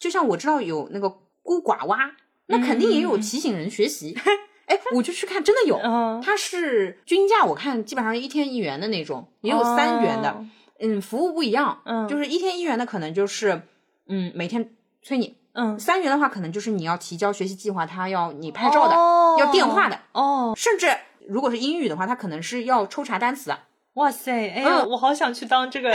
[SPEAKER 2] 就像我知道有那个孤寡蛙，那肯定也有提醒人学习。哎，我就去看，真的有，
[SPEAKER 1] 嗯，
[SPEAKER 2] 它是均价，我看基本上一天一元的那种， [LAUGHS] 也有三元的，
[SPEAKER 1] 哦
[SPEAKER 2] 嗯，服务不一样，
[SPEAKER 1] 嗯
[SPEAKER 2] 就是一天一元的可能就是，嗯，每天催你，
[SPEAKER 1] 嗯，
[SPEAKER 2] 三元的话可能就是你要提交学习计划，他要你拍照的，要电话
[SPEAKER 1] 的
[SPEAKER 2] 的，
[SPEAKER 1] 哦。
[SPEAKER 2] 甚至如果是英语的话，他可能是要抽查单词的。
[SPEAKER 1] 哇塞，哎呀，
[SPEAKER 2] 嗯
[SPEAKER 1] 我好想去当
[SPEAKER 2] [LAUGHS]
[SPEAKER 1] 这个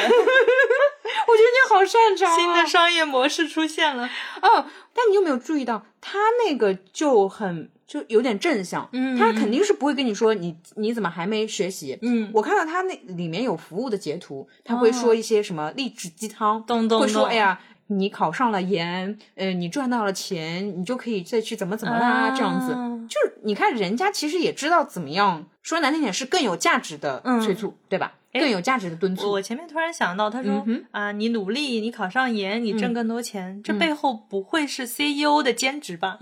[SPEAKER 2] 我觉得你好擅长、啊，
[SPEAKER 1] 新的商业模式出现
[SPEAKER 2] [LAUGHS]
[SPEAKER 1] 了。
[SPEAKER 2] 哦，但你有没有注意到，他那个就很就有点正向，
[SPEAKER 1] 嗯
[SPEAKER 2] 他肯定是不会跟你说你你怎么还没学习。
[SPEAKER 1] 嗯，
[SPEAKER 2] 我看到他那里面有服务的截图，他会说一些什么励志鸡汤，
[SPEAKER 1] 咚咚
[SPEAKER 2] 会说
[SPEAKER 1] 咚
[SPEAKER 2] 哎呀，你考上了研，呃，你赚到了钱，你就可以再去怎么怎么啦，这样子。
[SPEAKER 1] 子，
[SPEAKER 2] 就是你看，人家其实也知道怎么样，说难听点是更有价值的
[SPEAKER 1] 嗯
[SPEAKER 2] 催促，对吧？
[SPEAKER 1] 哎
[SPEAKER 2] 更有价值的敦
[SPEAKER 1] 我
[SPEAKER 2] 促。
[SPEAKER 1] 我前面突然想到，他说、
[SPEAKER 2] 嗯
[SPEAKER 1] 啊，你努力，你考上研，你挣更多钱，这背后不会是 CEO 的兼职
[SPEAKER 2] [LAUGHS]
[SPEAKER 1] 吧？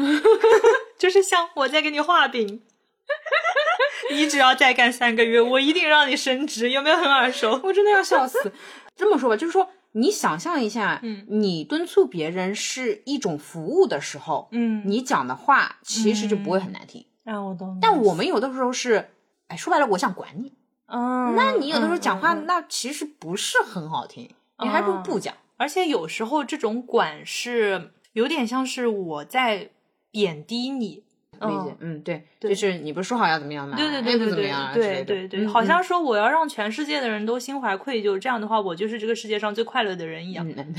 [SPEAKER 1] 就是像我在给你画饼， [LAUGHS] 你只要再干三个月，我一定让你升职，有没有很耳熟？
[SPEAKER 2] 我真的要笑死。这么说吧，就是说，你想象一下，
[SPEAKER 1] 嗯
[SPEAKER 2] 你敦促别人是一种服务的时候，
[SPEAKER 1] [LAUGHS] 嗯，
[SPEAKER 2] 你讲的话其实就不会很难听。
[SPEAKER 1] 啊，我懂你。
[SPEAKER 2] 但我们有的时候是，哎，说白了，我想管你。
[SPEAKER 1] 嗯，
[SPEAKER 2] 那你有的时候讲话，
[SPEAKER 1] 嗯嗯嗯
[SPEAKER 2] 那其实不是很好听，你还不如不讲。
[SPEAKER 1] 而且有时候这种管是有点像是我在贬低你，
[SPEAKER 2] 理
[SPEAKER 1] 嗯
[SPEAKER 2] 解，嗯，对，
[SPEAKER 1] 对
[SPEAKER 2] 就是你不是说好要怎么样吗？
[SPEAKER 1] 对对
[SPEAKER 2] 哎
[SPEAKER 1] 对
[SPEAKER 2] 不
[SPEAKER 1] 对
[SPEAKER 2] 怎么
[SPEAKER 1] 对
[SPEAKER 2] 样啊之
[SPEAKER 1] 对
[SPEAKER 2] 类的？
[SPEAKER 1] 对对，
[SPEAKER 2] 嗯
[SPEAKER 1] 好
[SPEAKER 2] 嗯
[SPEAKER 1] 像说我要让全世界的人都心怀愧疚，这样的话我就是这个世界上最快乐的人一样，
[SPEAKER 2] 嗯，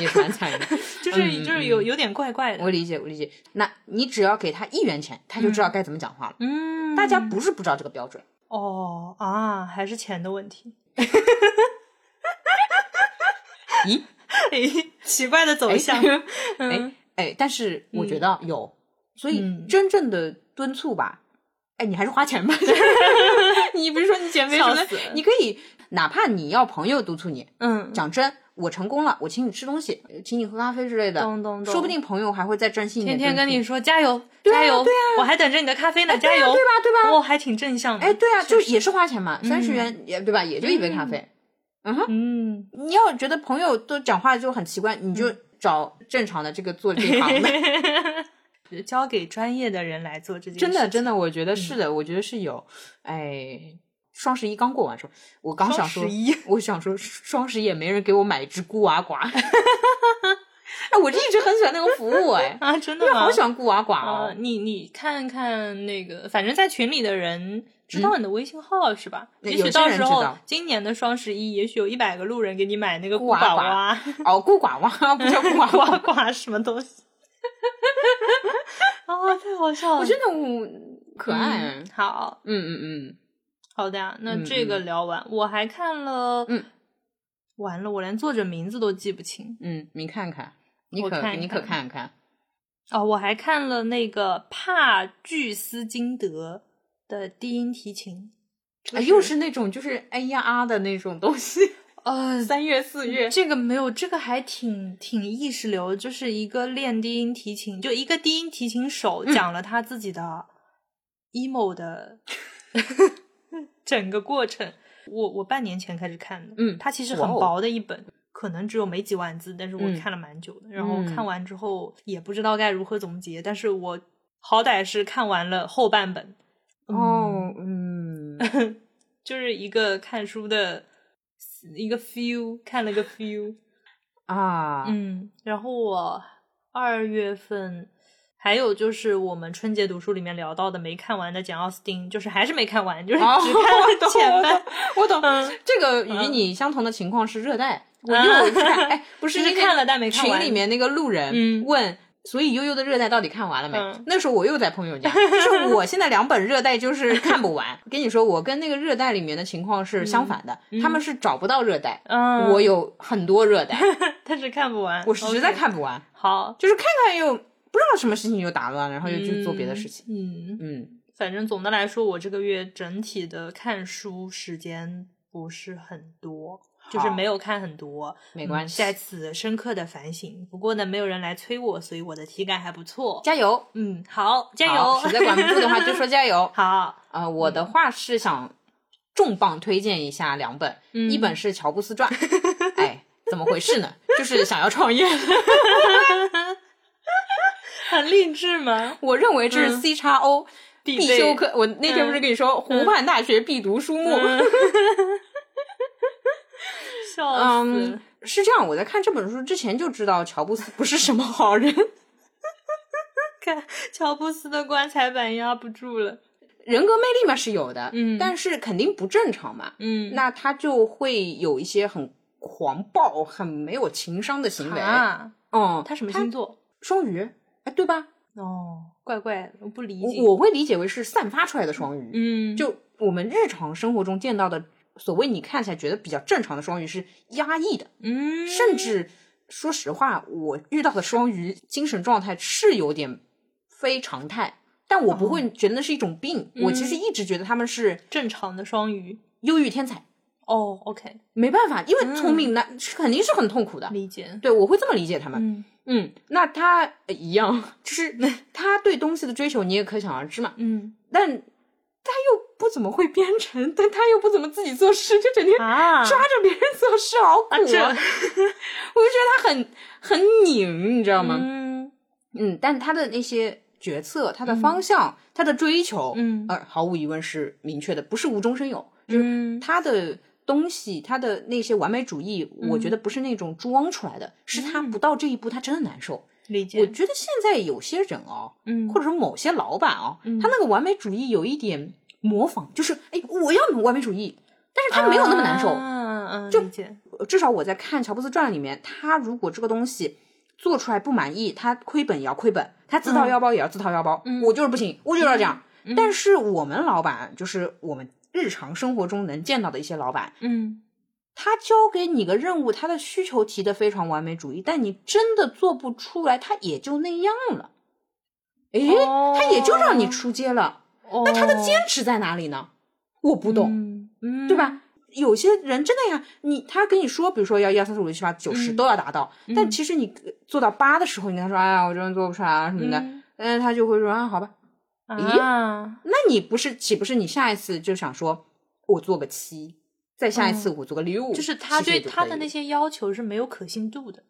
[SPEAKER 2] 也蛮惨的。
[SPEAKER 1] 就是就是有有点怪怪
[SPEAKER 2] 嗯我
[SPEAKER 1] 的。
[SPEAKER 2] 理解，我理解。那你只要给他一元钱，他就知道该怎么讲话了。
[SPEAKER 1] 嗯，
[SPEAKER 2] 大家不是不知道这个标准，
[SPEAKER 1] 哦啊，还是钱的问题。
[SPEAKER 2] [LAUGHS] 咦，
[SPEAKER 1] 哎奇怪的走
[SPEAKER 2] 哎 [LAUGHS]
[SPEAKER 1] 向，
[SPEAKER 2] 哎哎，但是我觉得有，所以
[SPEAKER 1] 嗯
[SPEAKER 2] 真正的敦促吧，哎，你还是花钱
[SPEAKER 1] [LAUGHS]
[SPEAKER 2] 吧。 [LAUGHS] 你比如说你减肥什么
[SPEAKER 1] 笑
[SPEAKER 2] 的
[SPEAKER 1] 死，
[SPEAKER 2] 你可以哪怕你要朋友督促你，
[SPEAKER 1] 嗯，
[SPEAKER 2] 讲真，我成功了，我请你吃东西，请你喝咖啡之类的，
[SPEAKER 1] 咚咚咚
[SPEAKER 2] 说不定朋友还会再真心一点
[SPEAKER 1] 天天
[SPEAKER 2] 敦
[SPEAKER 1] 跟
[SPEAKER 2] 促
[SPEAKER 1] 你说加油
[SPEAKER 2] 啊
[SPEAKER 1] 加油
[SPEAKER 2] 对，
[SPEAKER 1] 我还等着你的咖啡呢，加
[SPEAKER 2] 对啊
[SPEAKER 1] 油
[SPEAKER 2] 对，吧？对吧？
[SPEAKER 1] 我还挺正向的。
[SPEAKER 2] 哎，对啊，就也是花钱嘛，三十元也对吧？也就一杯咖啡。
[SPEAKER 1] 嗯，
[SPEAKER 2] 你要觉得朋友都讲话就很奇怪，你就找正常的这个做这一行 [LAUGHS] 的。
[SPEAKER 1] 交给专业的人来做这件事，
[SPEAKER 2] 真的，真的，我觉得是的，我觉得是有。哎，双十一刚过完时候，我刚想说
[SPEAKER 1] 双十一， [LAUGHS]
[SPEAKER 2] 我想说双十一也没人给我买一只孤娃寡。 [LAUGHS] 哎，我一直很喜欢那个服务， [LAUGHS] 哎，
[SPEAKER 1] 啊，真的
[SPEAKER 2] 因为
[SPEAKER 1] 吗？
[SPEAKER 2] 好喜欢孤娃寡
[SPEAKER 1] 啊
[SPEAKER 2] 哦，。
[SPEAKER 1] 你你看看那个，反正在群里的人知道你的微信号、是吧？
[SPEAKER 2] 那
[SPEAKER 1] 也
[SPEAKER 2] 嗯有
[SPEAKER 1] 许
[SPEAKER 2] 些
[SPEAKER 1] 到
[SPEAKER 2] 人
[SPEAKER 1] 时
[SPEAKER 2] 知
[SPEAKER 1] 候
[SPEAKER 2] 道
[SPEAKER 1] 今年的双十一，也许有一百个路人给你买那个啊
[SPEAKER 2] 瓜
[SPEAKER 1] 寡
[SPEAKER 2] 瓜 [LAUGHS]
[SPEAKER 1] 娃、
[SPEAKER 2] 哦，孤寡娃不 [LAUGHS] 叫孤娃
[SPEAKER 1] 瓜
[SPEAKER 2] 寡。
[SPEAKER 1] 瓜什么东西。 [LAUGHS] 啊，太好笑了！
[SPEAKER 2] 我觉得我可爱。
[SPEAKER 1] 嗯好
[SPEAKER 2] 嗯嗯
[SPEAKER 1] 好的呀，啊那
[SPEAKER 2] 嗯
[SPEAKER 1] 这个聊完，我还看了，
[SPEAKER 2] 嗯，
[SPEAKER 1] 完了，我连作者名字都记不清
[SPEAKER 2] 嗯嗯，你看看，你
[SPEAKER 1] 我
[SPEAKER 2] 可
[SPEAKER 1] 看一
[SPEAKER 2] 你可
[SPEAKER 1] 看
[SPEAKER 2] 看看，
[SPEAKER 1] 哦。我还看了那个帕巨斯金德的低音提琴，这
[SPEAKER 2] 啊，
[SPEAKER 1] 个
[SPEAKER 2] 又是那种就是哎呀啊的那种东西。
[SPEAKER 1] 呃，
[SPEAKER 2] 三月四月，
[SPEAKER 1] 这个没有，这个还挺挺意识流，就是一个练低音提琴，就一个低音提琴手
[SPEAKER 2] 嗯
[SPEAKER 1] 讲了他自己的 emo
[SPEAKER 2] [LAUGHS]
[SPEAKER 1] 的整个过程。我我半年前开始看的，
[SPEAKER 2] 嗯
[SPEAKER 1] 它其实很
[SPEAKER 2] 哇哦
[SPEAKER 1] 薄的一本，可能只有没几万字，但是我
[SPEAKER 2] 嗯
[SPEAKER 1] 看了蛮久的。然后
[SPEAKER 2] 嗯
[SPEAKER 1] 看完之后也不知道该如何总结，但是我好歹是看完了后半本。嗯，
[SPEAKER 2] 哦，嗯， [LAUGHS]
[SPEAKER 1] 就是一个看书的一个 feel，看了个 feel。
[SPEAKER 2] 啊，
[SPEAKER 1] 嗯，然后我二月份还有就是我们春节读书里面聊到的没看完的简奥斯汀，就是还是没看完， [LAUGHS] 就是只
[SPEAKER 2] 哦
[SPEAKER 1] 看了前半。
[SPEAKER 2] 我懂，我懂
[SPEAKER 1] 嗯。
[SPEAKER 2] 这个与你相同的情况是热带，我又去看，哎，
[SPEAKER 1] [LAUGHS]
[SPEAKER 2] 不是
[SPEAKER 1] 就是
[SPEAKER 2] 因为
[SPEAKER 1] 看了但没看
[SPEAKER 2] 群
[SPEAKER 1] 完
[SPEAKER 2] 里面那个路人
[SPEAKER 1] 嗯
[SPEAKER 2] 问。所以悠悠的热带到底看完了没？
[SPEAKER 1] 嗯
[SPEAKER 2] 那时候我又在朋友家，就是我现在两本热带就是看不完。跟你说，我跟那个热带里面的情况是相反的，他们是找不到热带，
[SPEAKER 1] 嗯，
[SPEAKER 2] 我有很多热带，
[SPEAKER 1] 但是看不完，
[SPEAKER 2] 我实在
[SPEAKER 1] OK
[SPEAKER 2] 看不完，
[SPEAKER 1] 好。
[SPEAKER 2] 就是看看又不知道什么事情就打乱了，然后又去做别的事情。
[SPEAKER 1] 嗯，嗯
[SPEAKER 2] 嗯，
[SPEAKER 1] 反正总的来说，我这个月整体的看书时间不是很多，就是
[SPEAKER 2] 好
[SPEAKER 1] 没有看很多。
[SPEAKER 2] 没关
[SPEAKER 1] 嗯
[SPEAKER 2] 系，
[SPEAKER 1] 在此深刻的反省。不过呢，没有人来催我，所以我的体感还不错。
[SPEAKER 2] 加油，
[SPEAKER 1] 嗯，好，加
[SPEAKER 2] 好
[SPEAKER 1] 油！。
[SPEAKER 2] 实在管不住的话就说加油
[SPEAKER 1] [LAUGHS] 嗯好，
[SPEAKER 2] 啊、我的话是想重磅推荐一下两本，
[SPEAKER 1] 嗯
[SPEAKER 2] 一本是《乔布
[SPEAKER 1] [LAUGHS]
[SPEAKER 2] 斯传》，哎，怎么回事呢？就是想要创业，
[SPEAKER 1] 很励志吗？
[SPEAKER 2] 我认为这是
[SPEAKER 1] 嗯
[SPEAKER 2] C 叉 O
[SPEAKER 1] 必
[SPEAKER 2] 必
[SPEAKER 1] 备嗯
[SPEAKER 2] 修课。我那天不是跟你说，湖畔大学必读书目。
[SPEAKER 1] 笑哦死！
[SPEAKER 2] 嗯，是这样，我在看这本书之前就知道乔布斯不是什么
[SPEAKER 1] [LAUGHS]
[SPEAKER 2] 好人。
[SPEAKER 1] 看乔布斯的棺材板压不住了。
[SPEAKER 2] 人格魅力嘛是有的，
[SPEAKER 1] 嗯
[SPEAKER 2] 但是肯定不正常嘛，
[SPEAKER 1] 嗯，
[SPEAKER 2] 那他就会有一些很狂暴、很没有情商的行为。
[SPEAKER 1] 啊，
[SPEAKER 2] 嗯，
[SPEAKER 1] 他什么星座？
[SPEAKER 2] 双鱼，哎，对吧？
[SPEAKER 1] 哦，怪怪的，我不理解。
[SPEAKER 2] 我我会理解为是散发出来的双鱼，
[SPEAKER 1] 嗯，
[SPEAKER 2] 就我们日常生活中见到的，所谓你看起来觉得比较正常的双鱼是压抑的，
[SPEAKER 1] 嗯，
[SPEAKER 2] 甚至说实话，我遇到的双鱼精神状态是有点非常态，但我不会觉得那是一种病，我其实一直觉得他们是
[SPEAKER 1] 正常的双鱼。
[SPEAKER 2] 忧郁天才，
[SPEAKER 1] 哦，OK，
[SPEAKER 2] 没办法，因为聪明那、是肯定是很痛苦的。
[SPEAKER 1] 理解。
[SPEAKER 2] 对，我会这么理解他们。
[SPEAKER 1] 嗯
[SPEAKER 2] 嗯，那他、呃一样，就是他对东西的追求，你也可想而知嘛。
[SPEAKER 1] 嗯
[SPEAKER 2] 但他又不怎么会编程，但他又不怎么自己做事，就整天
[SPEAKER 1] 啊，
[SPEAKER 2] 抓着别人做事，好苦、
[SPEAKER 1] 啊这
[SPEAKER 2] 啊我就觉得他很很拧，你知道吗？
[SPEAKER 1] 嗯
[SPEAKER 2] 嗯但他的那些决策、他的方向、他的追求，
[SPEAKER 1] 嗯
[SPEAKER 2] 呃，毫无疑问是明确的，不是无中生有。
[SPEAKER 1] 嗯
[SPEAKER 2] 他的东西，他的那些完美主义，我
[SPEAKER 1] 嗯
[SPEAKER 2] 觉得不是那种装出来的，是他不到这一步，他真的难受。
[SPEAKER 1] 理
[SPEAKER 2] 我
[SPEAKER 1] 解。
[SPEAKER 2] 觉得现在有些人哦，
[SPEAKER 1] 嗯
[SPEAKER 2] 或者说某些老板哦，
[SPEAKER 1] 嗯
[SPEAKER 2] 他那个完美主义有一点模仿，就是哎，我要完美主义，但是他没有那么难受。
[SPEAKER 1] 嗯嗯，就理解。
[SPEAKER 2] 呃至少我在看《乔布斯传》里面，他如果这个东西做出来不满意，他亏本也要亏本，他自掏
[SPEAKER 1] 嗯
[SPEAKER 2] 腰包也要自掏腰包。我就是不行，我就是要这样。但是我们老板，就是我们日常生活中能见到的一些老板，
[SPEAKER 1] 嗯
[SPEAKER 2] 他交给你个任务，他的需求提得非常完美主义，但你真的做不出来，他也就那样了。诶，
[SPEAKER 1] 哦
[SPEAKER 2] 他也就让你出街了，
[SPEAKER 1] 哦，
[SPEAKER 2] 那他的坚持在哪里呢？我不懂。
[SPEAKER 1] 嗯，嗯
[SPEAKER 2] 对？吧？有些人真的呀，你他跟你说，比如说要幺三四五六七八九十
[SPEAKER 1] 嗯
[SPEAKER 2] 都要达到，但其实你呃做到八的时候，你跟他说，哎呀，我真的做不出来啊什么的，
[SPEAKER 1] 嗯
[SPEAKER 2] 但是他就会说，啊，好吧，
[SPEAKER 1] 啊，
[SPEAKER 2] 那你不是岂不是你下一次就想说，我做个七，再下一次我做个六、
[SPEAKER 1] 嗯就是他
[SPEAKER 2] 其实
[SPEAKER 1] 对
[SPEAKER 2] 也就
[SPEAKER 1] 他
[SPEAKER 2] 可
[SPEAKER 1] 的
[SPEAKER 2] 以
[SPEAKER 1] 那
[SPEAKER 2] 了，
[SPEAKER 1] 些要求是没有可信度的，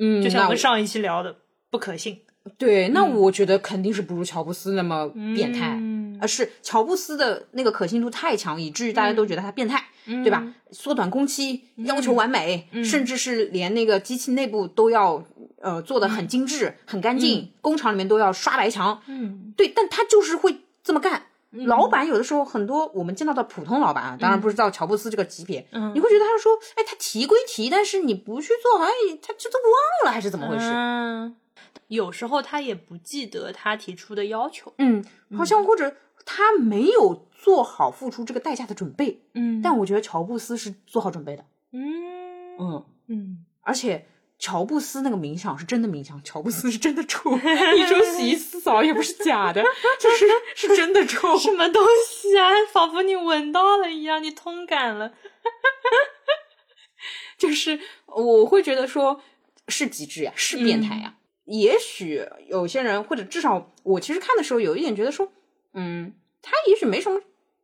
[SPEAKER 2] 嗯，
[SPEAKER 1] 就像我
[SPEAKER 2] 那
[SPEAKER 1] 们上嗯一期聊的，不可信，
[SPEAKER 2] 对，那我觉得肯定是不如乔布斯那么变态，
[SPEAKER 1] 嗯
[SPEAKER 2] 而是乔布斯的那个可信度太强，以至于大家
[SPEAKER 1] 嗯
[SPEAKER 2] 都觉得他变态，对吧？缩短工期，要求完美，
[SPEAKER 1] 嗯
[SPEAKER 2] 甚至是连那个机器内部都要呃做的很精致、很干净，工厂里面都要刷白墙。
[SPEAKER 1] 嗯
[SPEAKER 2] 对，但他就是会这么干。老板有的时候很多我们见到的普通老板啊，当然不知道乔布斯这个级别，
[SPEAKER 1] 嗯
[SPEAKER 2] 你会觉得他说，哎，他提归提，但是你不去做，好像也他这都忘了还是怎么回事？
[SPEAKER 1] 嗯，有时候他也不记得他提出的要求，
[SPEAKER 2] 嗯，好像或者他没有做好付出这个代价的准备。
[SPEAKER 1] 嗯
[SPEAKER 2] 但我觉得乔布斯是做好准备的。
[SPEAKER 1] 嗯
[SPEAKER 2] 嗯，
[SPEAKER 1] 嗯，
[SPEAKER 2] 而且乔布斯那个冥想是真的冥想，乔布斯是真的 [LAUGHS] 臭，一周洗一次澡也不是假 [LAUGHS] 的，就是是真的臭。
[SPEAKER 1] 什么东西啊？ [LAUGHS] 仿佛你闻到了一样，你通感了，
[SPEAKER 2] 就是我会觉得说，是极致呀，是变态呀。嗯也许有些人，或者至少我其实看的时候有一点觉得说，嗯，他也许没什么。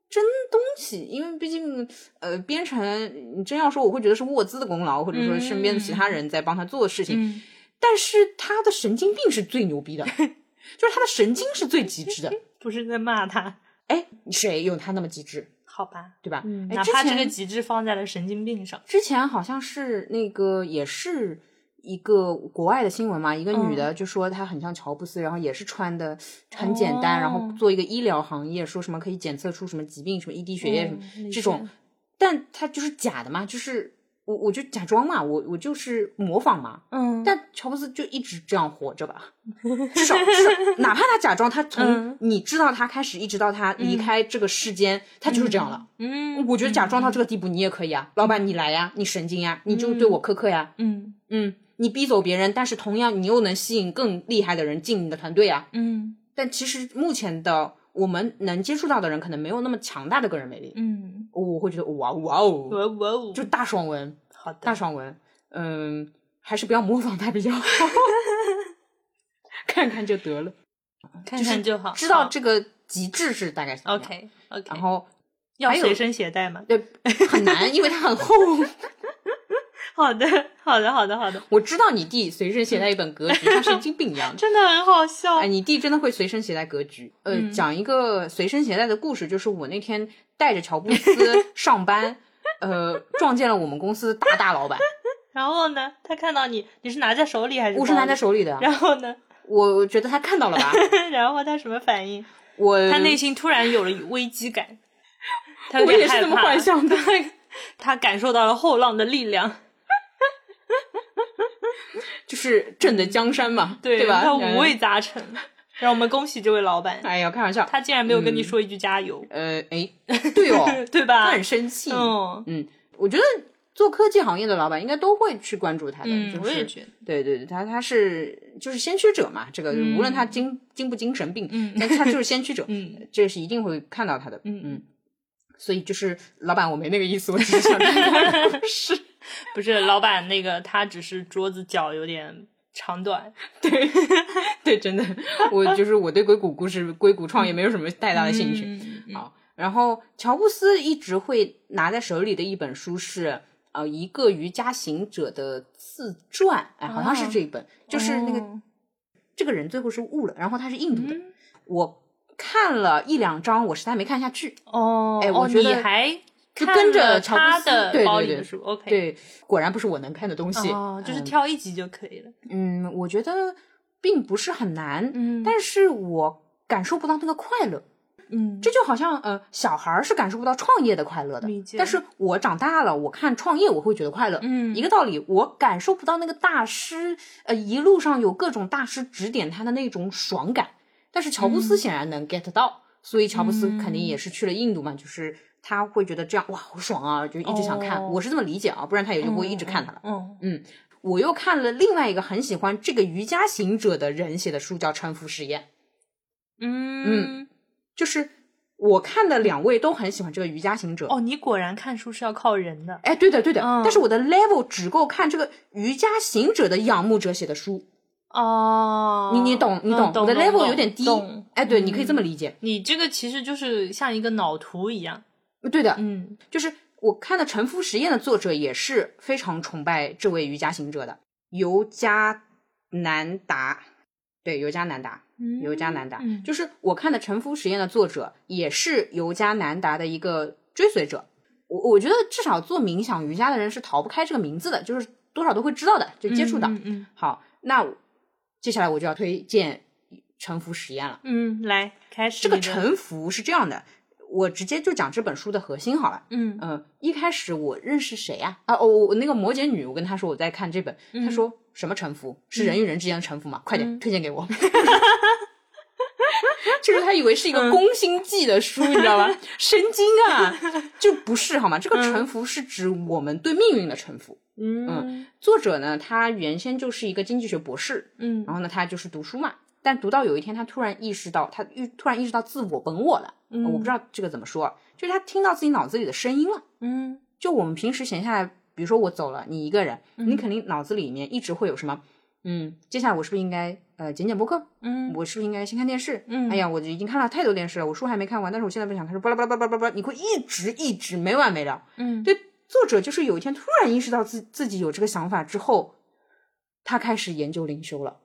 [SPEAKER 2] 真东西，因为毕竟，呃，编程，你真要说，我会觉得是沃兹的功劳，或者说身边的其他人在帮他做事情。
[SPEAKER 1] 嗯
[SPEAKER 2] 但是他的神经病是最牛逼的，就是他的神经是最极致的。
[SPEAKER 1] [LAUGHS] 不是在骂他，
[SPEAKER 2] 哎，谁有他那么极致，
[SPEAKER 1] 好吧？
[SPEAKER 2] 对吧？
[SPEAKER 1] 嗯，
[SPEAKER 2] 哎
[SPEAKER 1] 哪
[SPEAKER 2] 之
[SPEAKER 1] 怕这
[SPEAKER 2] 前
[SPEAKER 1] 个极致放在了神经病上，
[SPEAKER 2] 之前好像是那个也是一个国外的新闻嘛，一个
[SPEAKER 1] 嗯
[SPEAKER 2] 女的就说她很像乔布斯，然后也是穿的很简单，然后
[SPEAKER 1] 哦
[SPEAKER 2] 做一个医疗行业，说什么可以检测出什么疾病，什么一 E 滴血液什么、
[SPEAKER 1] 嗯理
[SPEAKER 2] 这种
[SPEAKER 1] 解，
[SPEAKER 2] 但她就是假的嘛，就是我我就假装嘛，我我就是模仿嘛，
[SPEAKER 1] 嗯
[SPEAKER 2] 但乔布斯就一直这样活着
[SPEAKER 1] [LAUGHS]
[SPEAKER 2] 吧，至少至少，哪怕他假装他从
[SPEAKER 1] 嗯
[SPEAKER 2] 你知道他开始，一直到他离开这个世间，他就是这样了。
[SPEAKER 1] 嗯，
[SPEAKER 2] 我觉得啊假装到这个地步，你也可以啊，老板你来呀，你神经呀，你就对我苛刻呀，
[SPEAKER 1] 嗯
[SPEAKER 2] 嗯，你逼走别人，但是同样你又能吸引更厉害的人进你的团队啊。
[SPEAKER 1] 嗯
[SPEAKER 2] 但其实目前的我们能接触到的人，可能没有那么强大的个人魅力。
[SPEAKER 1] 嗯，
[SPEAKER 2] 我会觉得哇哇哦，
[SPEAKER 1] 我我
[SPEAKER 2] 就大爽文，
[SPEAKER 1] 好的
[SPEAKER 2] 大，爽文，嗯，还是不要模仿他比较好， [LAUGHS] 看看就得了，
[SPEAKER 1] 嗯看看就好，
[SPEAKER 2] 知道
[SPEAKER 1] 好
[SPEAKER 2] 这个极致是大概是怎么样
[SPEAKER 1] OK OK，
[SPEAKER 2] 然后
[SPEAKER 1] 要
[SPEAKER 2] 还有
[SPEAKER 1] 随身携带吗？
[SPEAKER 2] 呃很难，因为它很厚。
[SPEAKER 1] 好的， [LAUGHS] 好的，好的，好的，
[SPEAKER 2] 我知道你弟随身携带一本格局，像神经病一
[SPEAKER 1] [LAUGHS]
[SPEAKER 2] 样。
[SPEAKER 1] 真的很好笑
[SPEAKER 2] 哎，。你弟真的会随身携带格局。呃，
[SPEAKER 1] 嗯
[SPEAKER 2] 讲一个随身携带的故事，就是我那天带着乔布
[SPEAKER 1] [LAUGHS]
[SPEAKER 2] 斯上班，呃，撞见了我们公司大大
[SPEAKER 1] [LAUGHS]
[SPEAKER 2] 老板，
[SPEAKER 1] 然后呢，他看到你，你是拿在手里还是？
[SPEAKER 2] 我是拿在。手里的。
[SPEAKER 1] 然后呢？ [LAUGHS]
[SPEAKER 2] 我觉得他看到了吧，
[SPEAKER 1] 然后他什么反应？嗯 [LAUGHS]
[SPEAKER 2] 我
[SPEAKER 1] 他内心突然有了危机 [LAUGHS] 感，他有
[SPEAKER 2] [LAUGHS] 我
[SPEAKER 1] 点
[SPEAKER 2] 也是
[SPEAKER 1] 害
[SPEAKER 2] 这么
[SPEAKER 1] 怕
[SPEAKER 2] 幻想的。
[SPEAKER 1] [LAUGHS] 他感受到了后浪的力量， [LAUGHS]
[SPEAKER 2] 就是朕的江山
[SPEAKER 1] [LAUGHS]
[SPEAKER 2] 嘛，对吧？
[SPEAKER 1] 他
[SPEAKER 2] 嗯
[SPEAKER 1] 五味。杂 [LAUGHS] 陈。让我们恭喜这位老板，
[SPEAKER 2] 哎呀，开玩笑。
[SPEAKER 1] 他竟然没有跟你说一句加油，
[SPEAKER 2] 呃，哎，对
[SPEAKER 1] [LAUGHS]
[SPEAKER 2] 哦，
[SPEAKER 1] 对吧
[SPEAKER 2] 他？很生气。
[SPEAKER 1] 嗯
[SPEAKER 2] 嗯，我觉得做科技行业的老板应该都会去关注他的。
[SPEAKER 1] 嗯，
[SPEAKER 2] 就是、
[SPEAKER 1] 我也觉得，
[SPEAKER 2] 对对对，他他是就是先驱者嘛，这个、
[SPEAKER 1] 嗯
[SPEAKER 2] 无论他精精不精神病，
[SPEAKER 1] 嗯
[SPEAKER 2] [LAUGHS] 但他就是先驱者，
[SPEAKER 1] 嗯
[SPEAKER 2] 这是一定会看到他的。
[SPEAKER 1] 嗯
[SPEAKER 2] 嗯，所以就是老板，我没那个意思，我只是想看看的故事。 [LAUGHS]
[SPEAKER 1] 不是老板那个，他只是桌子脚有点长短，
[SPEAKER 2] 对对，真的，我就是我对硅谷故事、硅谷创业没有什么太大的兴趣。
[SPEAKER 1] 嗯嗯
[SPEAKER 2] 好，然后乔布斯一直会拿在手里的一本书是呃一个瑜伽行者的自传，哎，好像是这一本，就是那个、
[SPEAKER 1] 哦
[SPEAKER 2] 这个人最后是悟了，然后他是印度的，
[SPEAKER 1] 嗯
[SPEAKER 2] 我看了一两章，我实在没看下去。
[SPEAKER 1] 哦，
[SPEAKER 2] 哎我
[SPEAKER 1] 哦
[SPEAKER 2] 觉得
[SPEAKER 1] 你还
[SPEAKER 2] 就
[SPEAKER 1] 看
[SPEAKER 2] 跟着
[SPEAKER 1] 了
[SPEAKER 2] 乔布
[SPEAKER 1] 他
[SPEAKER 2] 斯
[SPEAKER 1] 的
[SPEAKER 2] 对
[SPEAKER 1] 包
[SPEAKER 2] 对
[SPEAKER 1] 里的
[SPEAKER 2] 对
[SPEAKER 1] 书，OK，
[SPEAKER 2] 对，果然不是我能看的东西。
[SPEAKER 1] 哎哦，就是
[SPEAKER 2] 嗯
[SPEAKER 1] 挑一集就可以了，
[SPEAKER 2] 嗯，我觉得并不是很难，
[SPEAKER 1] 嗯
[SPEAKER 2] 但是我感受不到那个快乐。
[SPEAKER 1] 嗯，
[SPEAKER 2] 这就好像呃，小孩儿是感受不到创业的快乐的
[SPEAKER 1] 理解，
[SPEAKER 2] 但是我长大了，我看创业我会觉得快乐，
[SPEAKER 1] 嗯
[SPEAKER 2] 一个道理，我感受不到那个大师呃一路上有各种大师指点他的那种爽感，但是乔布
[SPEAKER 1] 嗯
[SPEAKER 2] 斯显然能 get 到，所以乔布斯肯定也是去了印度嘛，就是他会觉得这样哇好爽啊，就一直想看，
[SPEAKER 1] 哦
[SPEAKER 2] 我是这么理解啊，不然他也就不会一直看他了。
[SPEAKER 1] 嗯，
[SPEAKER 2] 我又看了另外一个很喜欢这个瑜伽行者的人写的书，叫《沉浮实验》。
[SPEAKER 1] 嗯嗯，
[SPEAKER 2] 就是我看的两位都很喜欢这个瑜伽行者。
[SPEAKER 1] 哦，你果然看书是要靠人的，
[SPEAKER 2] 哎，对的对的，
[SPEAKER 1] 嗯
[SPEAKER 2] 但是我的 level 只够看这个瑜伽行者的仰慕者写的书，
[SPEAKER 1] 哦，
[SPEAKER 2] 你你懂你
[SPEAKER 1] 嗯
[SPEAKER 2] 懂，
[SPEAKER 1] 懂
[SPEAKER 2] 我的
[SPEAKER 1] 懂
[SPEAKER 2] level
[SPEAKER 1] 懂
[SPEAKER 2] 有点低
[SPEAKER 1] 懂。嗯
[SPEAKER 2] 哎，对，你可以这么理解。
[SPEAKER 1] 你这个其实就是像一个脑图一样，
[SPEAKER 2] 对的，
[SPEAKER 1] 嗯
[SPEAKER 2] 就是我看的《沉浮实验》的作者也是非常崇拜这位瑜伽行者的尤加南达，对，尤加南达，
[SPEAKER 1] 嗯
[SPEAKER 2] 尤加南达，
[SPEAKER 1] 嗯
[SPEAKER 2] 就是我看的《沉浮实验》的作者也是尤加南达的一个追随者。我我觉得至少做冥想瑜伽的人是逃不开这个名字的，就是多少都会知道的，就接触到。
[SPEAKER 1] 嗯嗯
[SPEAKER 2] 好，那我接下来我就要推荐《沉浮实验》了。
[SPEAKER 1] 嗯，嗯来开始
[SPEAKER 2] 这个
[SPEAKER 1] 你的，
[SPEAKER 2] 沉浮是这样的，我直接就讲这本书的核心好了。
[SPEAKER 1] 嗯
[SPEAKER 2] 嗯，一开始我认识谁呀、啊？哦，我我那个摩羯女，我跟她说我在看这本，
[SPEAKER 1] 嗯
[SPEAKER 2] 她说什么臣服？是人与人之间的臣服吗？快点推荐给我。 [LAUGHS] 就是她以为是一
[SPEAKER 1] 嗯
[SPEAKER 2] 个宫心计的书，你知
[SPEAKER 1] [LAUGHS]
[SPEAKER 2] 道吧？神经啊，就不是好吗？这个臣服是指我们对命运的臣服。
[SPEAKER 1] 嗯
[SPEAKER 2] 作者呢，他原先就是一个经济学博士，
[SPEAKER 1] 嗯
[SPEAKER 2] 然后呢，他就是读书嘛。但读到有一天，他突然意识到，他遇突然意识到自我本我了。呃
[SPEAKER 1] 嗯
[SPEAKER 2] 我不知道这个怎么说，就是他听到自己脑子里的声音了。
[SPEAKER 1] 嗯
[SPEAKER 2] 就我们平时闲下来，比如说我走了，你一个人，
[SPEAKER 1] 嗯
[SPEAKER 2] 你肯定脑子里面一直会有什么，嗯，接下来我是不是应该呃剪剪播客？
[SPEAKER 1] 嗯
[SPEAKER 2] 我是不是应该先看电视？
[SPEAKER 1] 嗯
[SPEAKER 2] 哎呀，我已经看了太多电视了，我书还没看完，但是我现在不想看书，巴拉巴拉巴拉巴拉巴拉，你会一直一直没完没了。
[SPEAKER 1] 嗯，
[SPEAKER 2] 对，作者就是有一天突然意识到自自己有这个想法之后，他开始研究灵修了，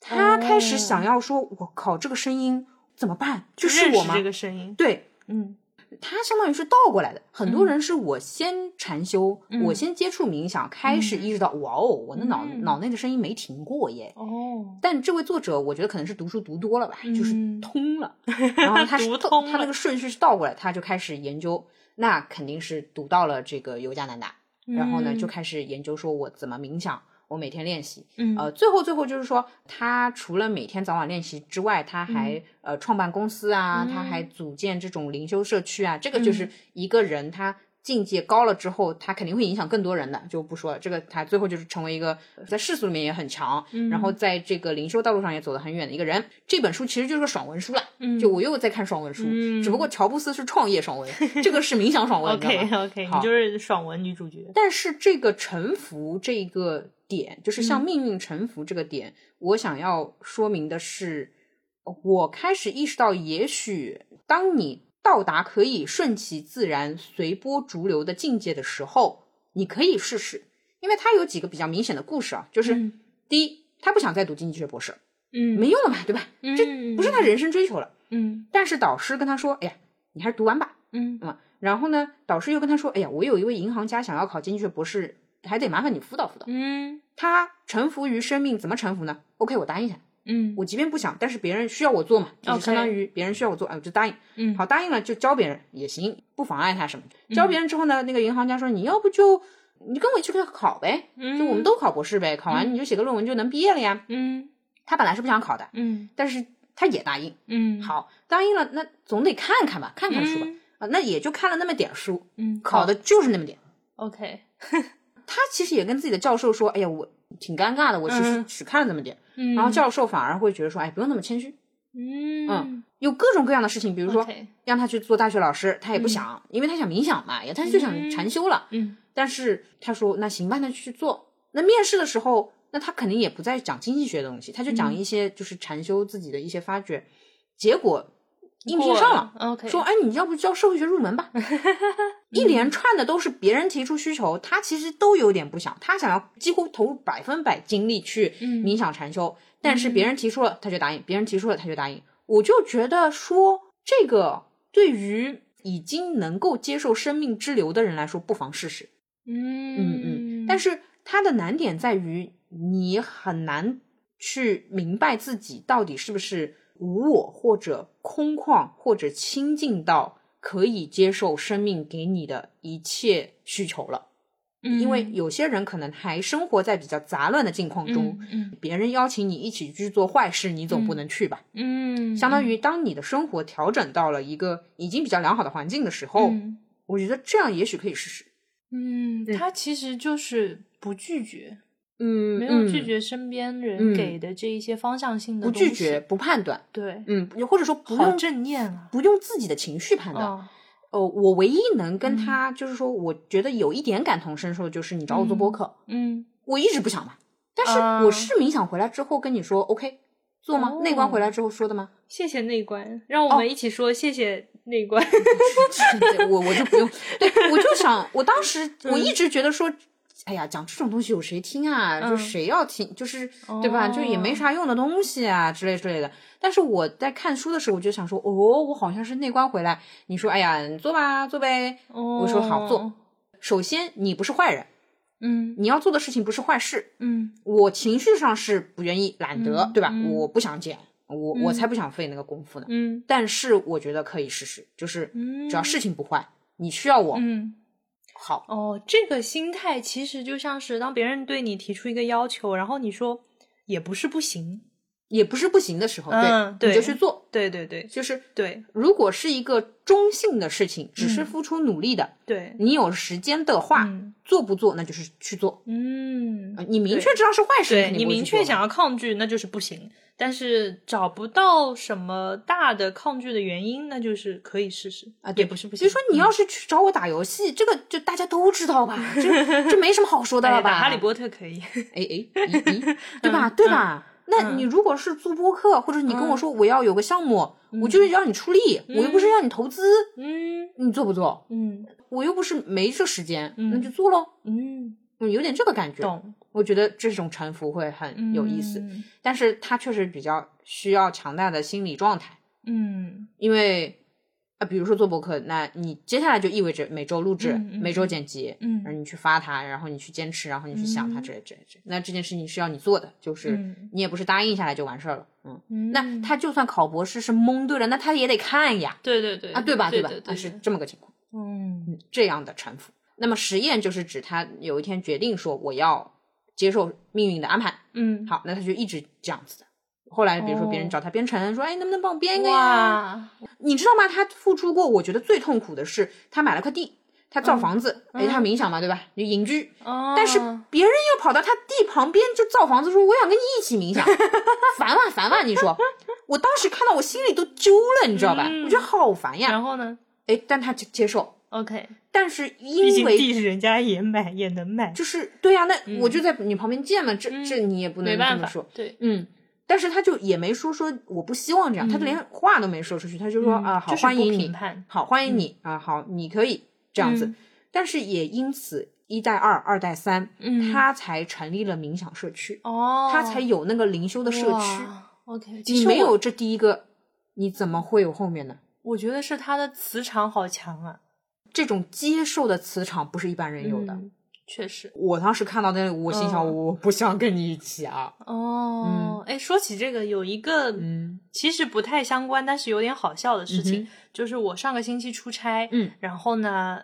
[SPEAKER 2] 他开
[SPEAKER 1] 哦
[SPEAKER 2] 始想要说，我靠，这个声音怎么办？就是
[SPEAKER 1] 认
[SPEAKER 2] 我
[SPEAKER 1] 识
[SPEAKER 2] 吗
[SPEAKER 1] 这？个声音，
[SPEAKER 2] 对，
[SPEAKER 1] 嗯
[SPEAKER 2] 它相当于是倒过来的。很多人是我先禅修，我先接触冥想，开始意识到，哇哦，我的脑、
[SPEAKER 1] 嗯
[SPEAKER 2] 脑内的声音没停过耶。
[SPEAKER 1] 哦，
[SPEAKER 2] 但这位作者，我觉得可能是读书读多了吧，
[SPEAKER 1] 嗯
[SPEAKER 2] 就是
[SPEAKER 1] [LAUGHS]
[SPEAKER 2] 通了。然后他是
[SPEAKER 1] 读
[SPEAKER 2] 倒
[SPEAKER 1] 通了
[SPEAKER 2] 他那个顺序是倒过来，他就开始研究，那肯定是读到了这个尤加南达，然后呢
[SPEAKER 1] 嗯
[SPEAKER 2] 就开始研究说我怎么冥想，我每天练习。
[SPEAKER 1] 嗯
[SPEAKER 2] 呃，最后最后就是说，他除了每天早晚练习之外，他还、
[SPEAKER 1] 嗯
[SPEAKER 2] 呃
[SPEAKER 1] 嗯
[SPEAKER 2] 创办公司啊，他还组建这种灵修社区啊，这个就是一个人他境界高了之后，它肯定会影响更多人的，就不说了。这个他最后就是成为一个
[SPEAKER 1] 呃
[SPEAKER 2] 在世俗里面也很强，
[SPEAKER 1] 嗯
[SPEAKER 2] 然后在这个零售道路上也走得很远的一个人。这本书其实就是个爽文书了，
[SPEAKER 1] 嗯
[SPEAKER 2] 就我又在看爽文书，只不过乔布斯是创业爽文，这个是冥想爽文，你知道吗
[SPEAKER 1] OK OK，
[SPEAKER 2] 好
[SPEAKER 1] 你就是爽文女主角。
[SPEAKER 2] 但是这个臣服这个点，就是向命运臣服这个点，我想要说明的是，我开始意识到，也许当你到达可以顺其自然、随波逐流的境界的时候，你可以试试，因为它有几个比较明显的故事啊，就是、
[SPEAKER 1] 嗯
[SPEAKER 2] 第一，他不想再读经济学博士，
[SPEAKER 1] 嗯，
[SPEAKER 2] 没用了嘛，对吧？
[SPEAKER 1] 这
[SPEAKER 2] 不是他人生追求了，
[SPEAKER 1] 嗯
[SPEAKER 2] 但是导师跟他说，哎呀，你还是读完吧，
[SPEAKER 1] 嗯
[SPEAKER 2] 嗯，然后呢，导师又跟他说：“哎呀，我有一位银行家想要考经济学博士，还得麻烦你辅导辅导。
[SPEAKER 1] 嗯
[SPEAKER 2] 他臣服于生命，怎么臣服呢？OK，我答应一下，
[SPEAKER 1] 嗯
[SPEAKER 2] 我即便不想，但是别人需要我做嘛，就是相当于别人需要我做，哎，我就答应。
[SPEAKER 1] 嗯
[SPEAKER 2] 好，答应了就教别人也行，不妨碍他什么。教别人之后呢，那个银行家说：你要不就你跟我一起去考呗，
[SPEAKER 1] 嗯，
[SPEAKER 2] 就我们都考博士呗，考完你就写个论文就能毕业了呀。
[SPEAKER 1] 嗯
[SPEAKER 2] 他本来是不想考的，
[SPEAKER 1] 嗯
[SPEAKER 2] 但是他也答应。
[SPEAKER 1] 嗯
[SPEAKER 2] 好，答应了，那总得看看吧，看看书吧。
[SPEAKER 1] 嗯
[SPEAKER 2] 啊，那也就看了那么点儿书，
[SPEAKER 1] 嗯
[SPEAKER 2] 考的就是那么点。
[SPEAKER 1] OK
[SPEAKER 2] 他其实也跟自己的教授说：“哎呀，我挺尴尬的，我其实
[SPEAKER 1] 嗯
[SPEAKER 2] 只看了这么点。
[SPEAKER 1] 嗯，
[SPEAKER 2] 然后教授反而会觉得说：“哎，不用那么谦虚。
[SPEAKER 1] 嗯嗯
[SPEAKER 2] 有各种各样的事情，比如说
[SPEAKER 1] OK
[SPEAKER 2] 让他去做大学老师，他也不想，因为他想冥想嘛，也他就想
[SPEAKER 1] 嗯
[SPEAKER 2] 禅修了。
[SPEAKER 1] 嗯
[SPEAKER 2] 但是他说：“那行吧，那就去做。”那面试的时候，那他肯定也不再讲经济学的东西，他就
[SPEAKER 1] 嗯
[SPEAKER 2] 讲一些就是禅修自己的一些发掘。结果应聘
[SPEAKER 1] 过
[SPEAKER 2] 上了，
[SPEAKER 1] OK
[SPEAKER 2] 说：“哎，你要不教社会学入
[SPEAKER 1] [LAUGHS]
[SPEAKER 2] 门吧？”一连串的都是别人提出需求，他其实都有点不想，他想要几乎投入百分百精力去
[SPEAKER 1] 嗯
[SPEAKER 2] 冥想禅修，但是别人提出了他就答应，别人提出了他就答应。我就觉得说，这个对于已经能够接受生命之流的人来说，不妨试试。
[SPEAKER 1] 嗯嗯
[SPEAKER 2] 但
[SPEAKER 1] 是
[SPEAKER 2] 是它的难点在于，你很难去明白自己到底是不是无我，或者空旷，或者亲近到可以接受生命给你的一切需求了。
[SPEAKER 1] 嗯
[SPEAKER 2] 因为有些人可能还生活在比较杂乱的境况中，
[SPEAKER 1] 嗯
[SPEAKER 2] 别人邀请你一起去做坏事，你总不能去吧？
[SPEAKER 1] 嗯，
[SPEAKER 2] 相当于当你的生活调整到了一个已经比较良好的环境的时候，我觉得这样也许可以试试。
[SPEAKER 1] 嗯，他其实就是不拒绝，
[SPEAKER 2] 嗯，
[SPEAKER 1] 没有拒绝身边人给的这一些方向性的
[SPEAKER 2] 不拒绝，，不判断，
[SPEAKER 1] 对，
[SPEAKER 2] 嗯，或者说不
[SPEAKER 1] 好
[SPEAKER 2] 用
[SPEAKER 1] 正念啊，
[SPEAKER 2] 不用自己的情绪判断。
[SPEAKER 1] 啊，
[SPEAKER 2] 呃，我唯一能
[SPEAKER 1] 嗯
[SPEAKER 2] 跟他就是说，我觉得有一点感同身受，的就是你找我做播客，
[SPEAKER 1] 嗯
[SPEAKER 2] 我一直不想嘛，但
[SPEAKER 1] 啊
[SPEAKER 2] 是我是冥想回来之后跟你说，OK，做吗？
[SPEAKER 1] 哦
[SPEAKER 2] 内观回来之后说的吗？
[SPEAKER 1] 谢谢内观，让
[SPEAKER 2] 哦
[SPEAKER 1] 我们一起说谢谢内观。 [LAUGHS]
[SPEAKER 2] 对 [LAUGHS] 我我就不用，对我就想，我当时
[SPEAKER 1] 嗯
[SPEAKER 2] 我一直觉得说。哎呀，讲这种东西有谁听啊？就
[SPEAKER 1] 嗯
[SPEAKER 2] 谁要听？就是对吧？就也没
[SPEAKER 1] 哦
[SPEAKER 2] 啥用的东西啊，之类之类的。但是我在看书的时候，我就想说，哦，我好像是内观回来。你说，哎呀，你做吧，做呗。
[SPEAKER 1] 我
[SPEAKER 2] 说好做，首先，你不是坏人，
[SPEAKER 1] 哦嗯
[SPEAKER 2] 你要做的事情不是坏事。
[SPEAKER 1] 嗯
[SPEAKER 2] 我情绪上是不愿意、懒得，
[SPEAKER 1] 嗯
[SPEAKER 2] 对吧？
[SPEAKER 1] 嗯
[SPEAKER 2] 我不想减，我、我才不想费那个功夫呢。
[SPEAKER 1] 嗯
[SPEAKER 2] 但是我觉得可以试试，就是
[SPEAKER 1] 嗯，
[SPEAKER 2] 只要事情不坏，你需要我、
[SPEAKER 1] 嗯。
[SPEAKER 2] 好，
[SPEAKER 1] 哦，这个心态其实就像是当别人对你提出一个要求，然后你说也不是不行，
[SPEAKER 2] 也不是不行的时候，
[SPEAKER 1] 嗯
[SPEAKER 2] 对，
[SPEAKER 1] 对
[SPEAKER 2] 你就去做。
[SPEAKER 1] 对对对
[SPEAKER 2] 就是
[SPEAKER 1] 对
[SPEAKER 2] 如果是一个中性的事情，只是
[SPEAKER 1] 嗯
[SPEAKER 2] 付出努力的，
[SPEAKER 1] 对，
[SPEAKER 2] 你有时间的话，
[SPEAKER 1] 嗯
[SPEAKER 2] 做不做那就是去做。
[SPEAKER 1] 嗯
[SPEAKER 2] 呃，你明
[SPEAKER 1] 对
[SPEAKER 2] 确知道是坏事，
[SPEAKER 1] 对
[SPEAKER 2] 肯
[SPEAKER 1] 你
[SPEAKER 2] 定不会
[SPEAKER 1] 明
[SPEAKER 2] 去做
[SPEAKER 1] 确
[SPEAKER 2] 嘛
[SPEAKER 1] 想要抗拒，那就是不行，但是找不到什么大的抗拒的原因，那就是可以试试
[SPEAKER 2] 啊，
[SPEAKER 1] 也
[SPEAKER 2] 对，
[SPEAKER 1] 不是不
[SPEAKER 2] 所
[SPEAKER 1] 行。
[SPEAKER 2] 以说你要是去找我打游戏，这个就大家都知道吧，
[SPEAKER 1] [LAUGHS]
[SPEAKER 2] 这这没什么好说的
[SPEAKER 1] 哎
[SPEAKER 2] 了
[SPEAKER 1] 打
[SPEAKER 2] 吧？
[SPEAKER 1] 哈利波嗯特可以， [LAUGHS]
[SPEAKER 2] 哎哎，咦咦对吧？对吧？那
[SPEAKER 1] 嗯
[SPEAKER 2] 你如果是做播客，或者你跟我说我要有个项目，我就是要你出力，我又不是要你投资，
[SPEAKER 1] 嗯
[SPEAKER 2] 你做不做？
[SPEAKER 1] 嗯
[SPEAKER 2] 我又不是没这时间，
[SPEAKER 1] 嗯
[SPEAKER 2] 那就做喽。
[SPEAKER 1] 嗯，
[SPEAKER 2] 嗯，有点这个感觉，
[SPEAKER 1] 懂，
[SPEAKER 2] 我觉得这种臣服会很有意思，
[SPEAKER 1] 嗯
[SPEAKER 2] 但是它确实比较需要强大的心理状态。
[SPEAKER 1] 嗯
[SPEAKER 2] 因为啊，比如说做博客，那你接下来就意味着每周录制、
[SPEAKER 1] 嗯嗯
[SPEAKER 2] 每周剪辑，
[SPEAKER 1] 嗯
[SPEAKER 2] 然后你去发它，然后你去坚持，然后你去想它之类之类之类。那这件事情是要你做的，就是
[SPEAKER 1] 嗯
[SPEAKER 2] 你也不是答应下来就完事儿了，嗯。
[SPEAKER 1] 嗯，
[SPEAKER 2] 那他就算考博士是蒙对了，那他也得看呀，
[SPEAKER 1] 对对对
[SPEAKER 2] 啊，对
[SPEAKER 1] 嗯
[SPEAKER 2] 吧？
[SPEAKER 1] 对
[SPEAKER 2] 吧
[SPEAKER 1] 的？
[SPEAKER 2] 啊，
[SPEAKER 1] 对
[SPEAKER 2] 是
[SPEAKER 1] 的
[SPEAKER 2] 这么个情况，
[SPEAKER 1] 嗯
[SPEAKER 2] 嗯这样的臣服。那么实验就是指他有一天决定说我要接受命运的安排，
[SPEAKER 1] 嗯，
[SPEAKER 2] 好，那他就一直这样子的。后来比如说别人
[SPEAKER 1] 哦
[SPEAKER 2] 找他编程，说哎能不能帮我编一个呀？
[SPEAKER 1] 哇，
[SPEAKER 2] 你知道吗？他付出过，我觉得最痛苦的是他买了块地，他
[SPEAKER 1] 嗯
[SPEAKER 2] 造房子，哎、他冥想嘛，对吧？就隐居。
[SPEAKER 1] 哦，
[SPEAKER 2] 但是别人又跑到他地旁边就造房子，说我想跟你一起
[SPEAKER 1] [LAUGHS]
[SPEAKER 2] 冥想，烦哇烦啊哇！你说，我当时看到我心里都揪了，你知道吧？
[SPEAKER 1] 嗯
[SPEAKER 2] 我觉得好烦呀。
[SPEAKER 1] 然后呢
[SPEAKER 2] 哎，但他就接受，
[SPEAKER 1] ？OK，
[SPEAKER 2] 但是
[SPEAKER 1] 毕竟
[SPEAKER 2] 因为
[SPEAKER 1] 地是人家也买也能买，
[SPEAKER 2] 就是对呀、那我就在你旁边见嘛，这这你也不
[SPEAKER 1] 嗯
[SPEAKER 2] 能
[SPEAKER 1] 没
[SPEAKER 2] 这
[SPEAKER 1] 办
[SPEAKER 2] 么
[SPEAKER 1] 法
[SPEAKER 2] 说。，
[SPEAKER 1] 对，
[SPEAKER 2] 嗯，但是他就也没说说我不希望这样，他就连话都没说出去，他就说
[SPEAKER 1] 嗯
[SPEAKER 2] 啊，好
[SPEAKER 1] 就是
[SPEAKER 2] 欢
[SPEAKER 1] 不
[SPEAKER 2] 迎
[SPEAKER 1] 评
[SPEAKER 2] 你，
[SPEAKER 1] 判
[SPEAKER 2] 好欢迎你啊，好你可以这样子
[SPEAKER 1] 嗯。
[SPEAKER 2] 但是也因此，一代二、二代三，
[SPEAKER 1] 嗯
[SPEAKER 2] 他才成立了冥想社区，
[SPEAKER 1] 哦，
[SPEAKER 2] 他才有那个灵修的社区。
[SPEAKER 1] 哇 OK，其
[SPEAKER 2] 你
[SPEAKER 1] 实
[SPEAKER 2] 没
[SPEAKER 1] 我
[SPEAKER 2] 有这第一个，你怎么会有后面呢？
[SPEAKER 1] 我觉得是他的磁场好强啊，
[SPEAKER 2] 这种接受的磁场不是一般人有的。
[SPEAKER 1] 嗯确实。
[SPEAKER 2] 我当时看到那里，我心想，
[SPEAKER 1] 嗯
[SPEAKER 2] 我不想跟你一起啊。
[SPEAKER 1] 哦，哎、说起这个，有一个
[SPEAKER 2] 嗯
[SPEAKER 1] 其实不太相关，但是有点好笑的事情，
[SPEAKER 2] 嗯
[SPEAKER 1] 就是我上个星期出差，
[SPEAKER 2] 嗯
[SPEAKER 1] 然后呢，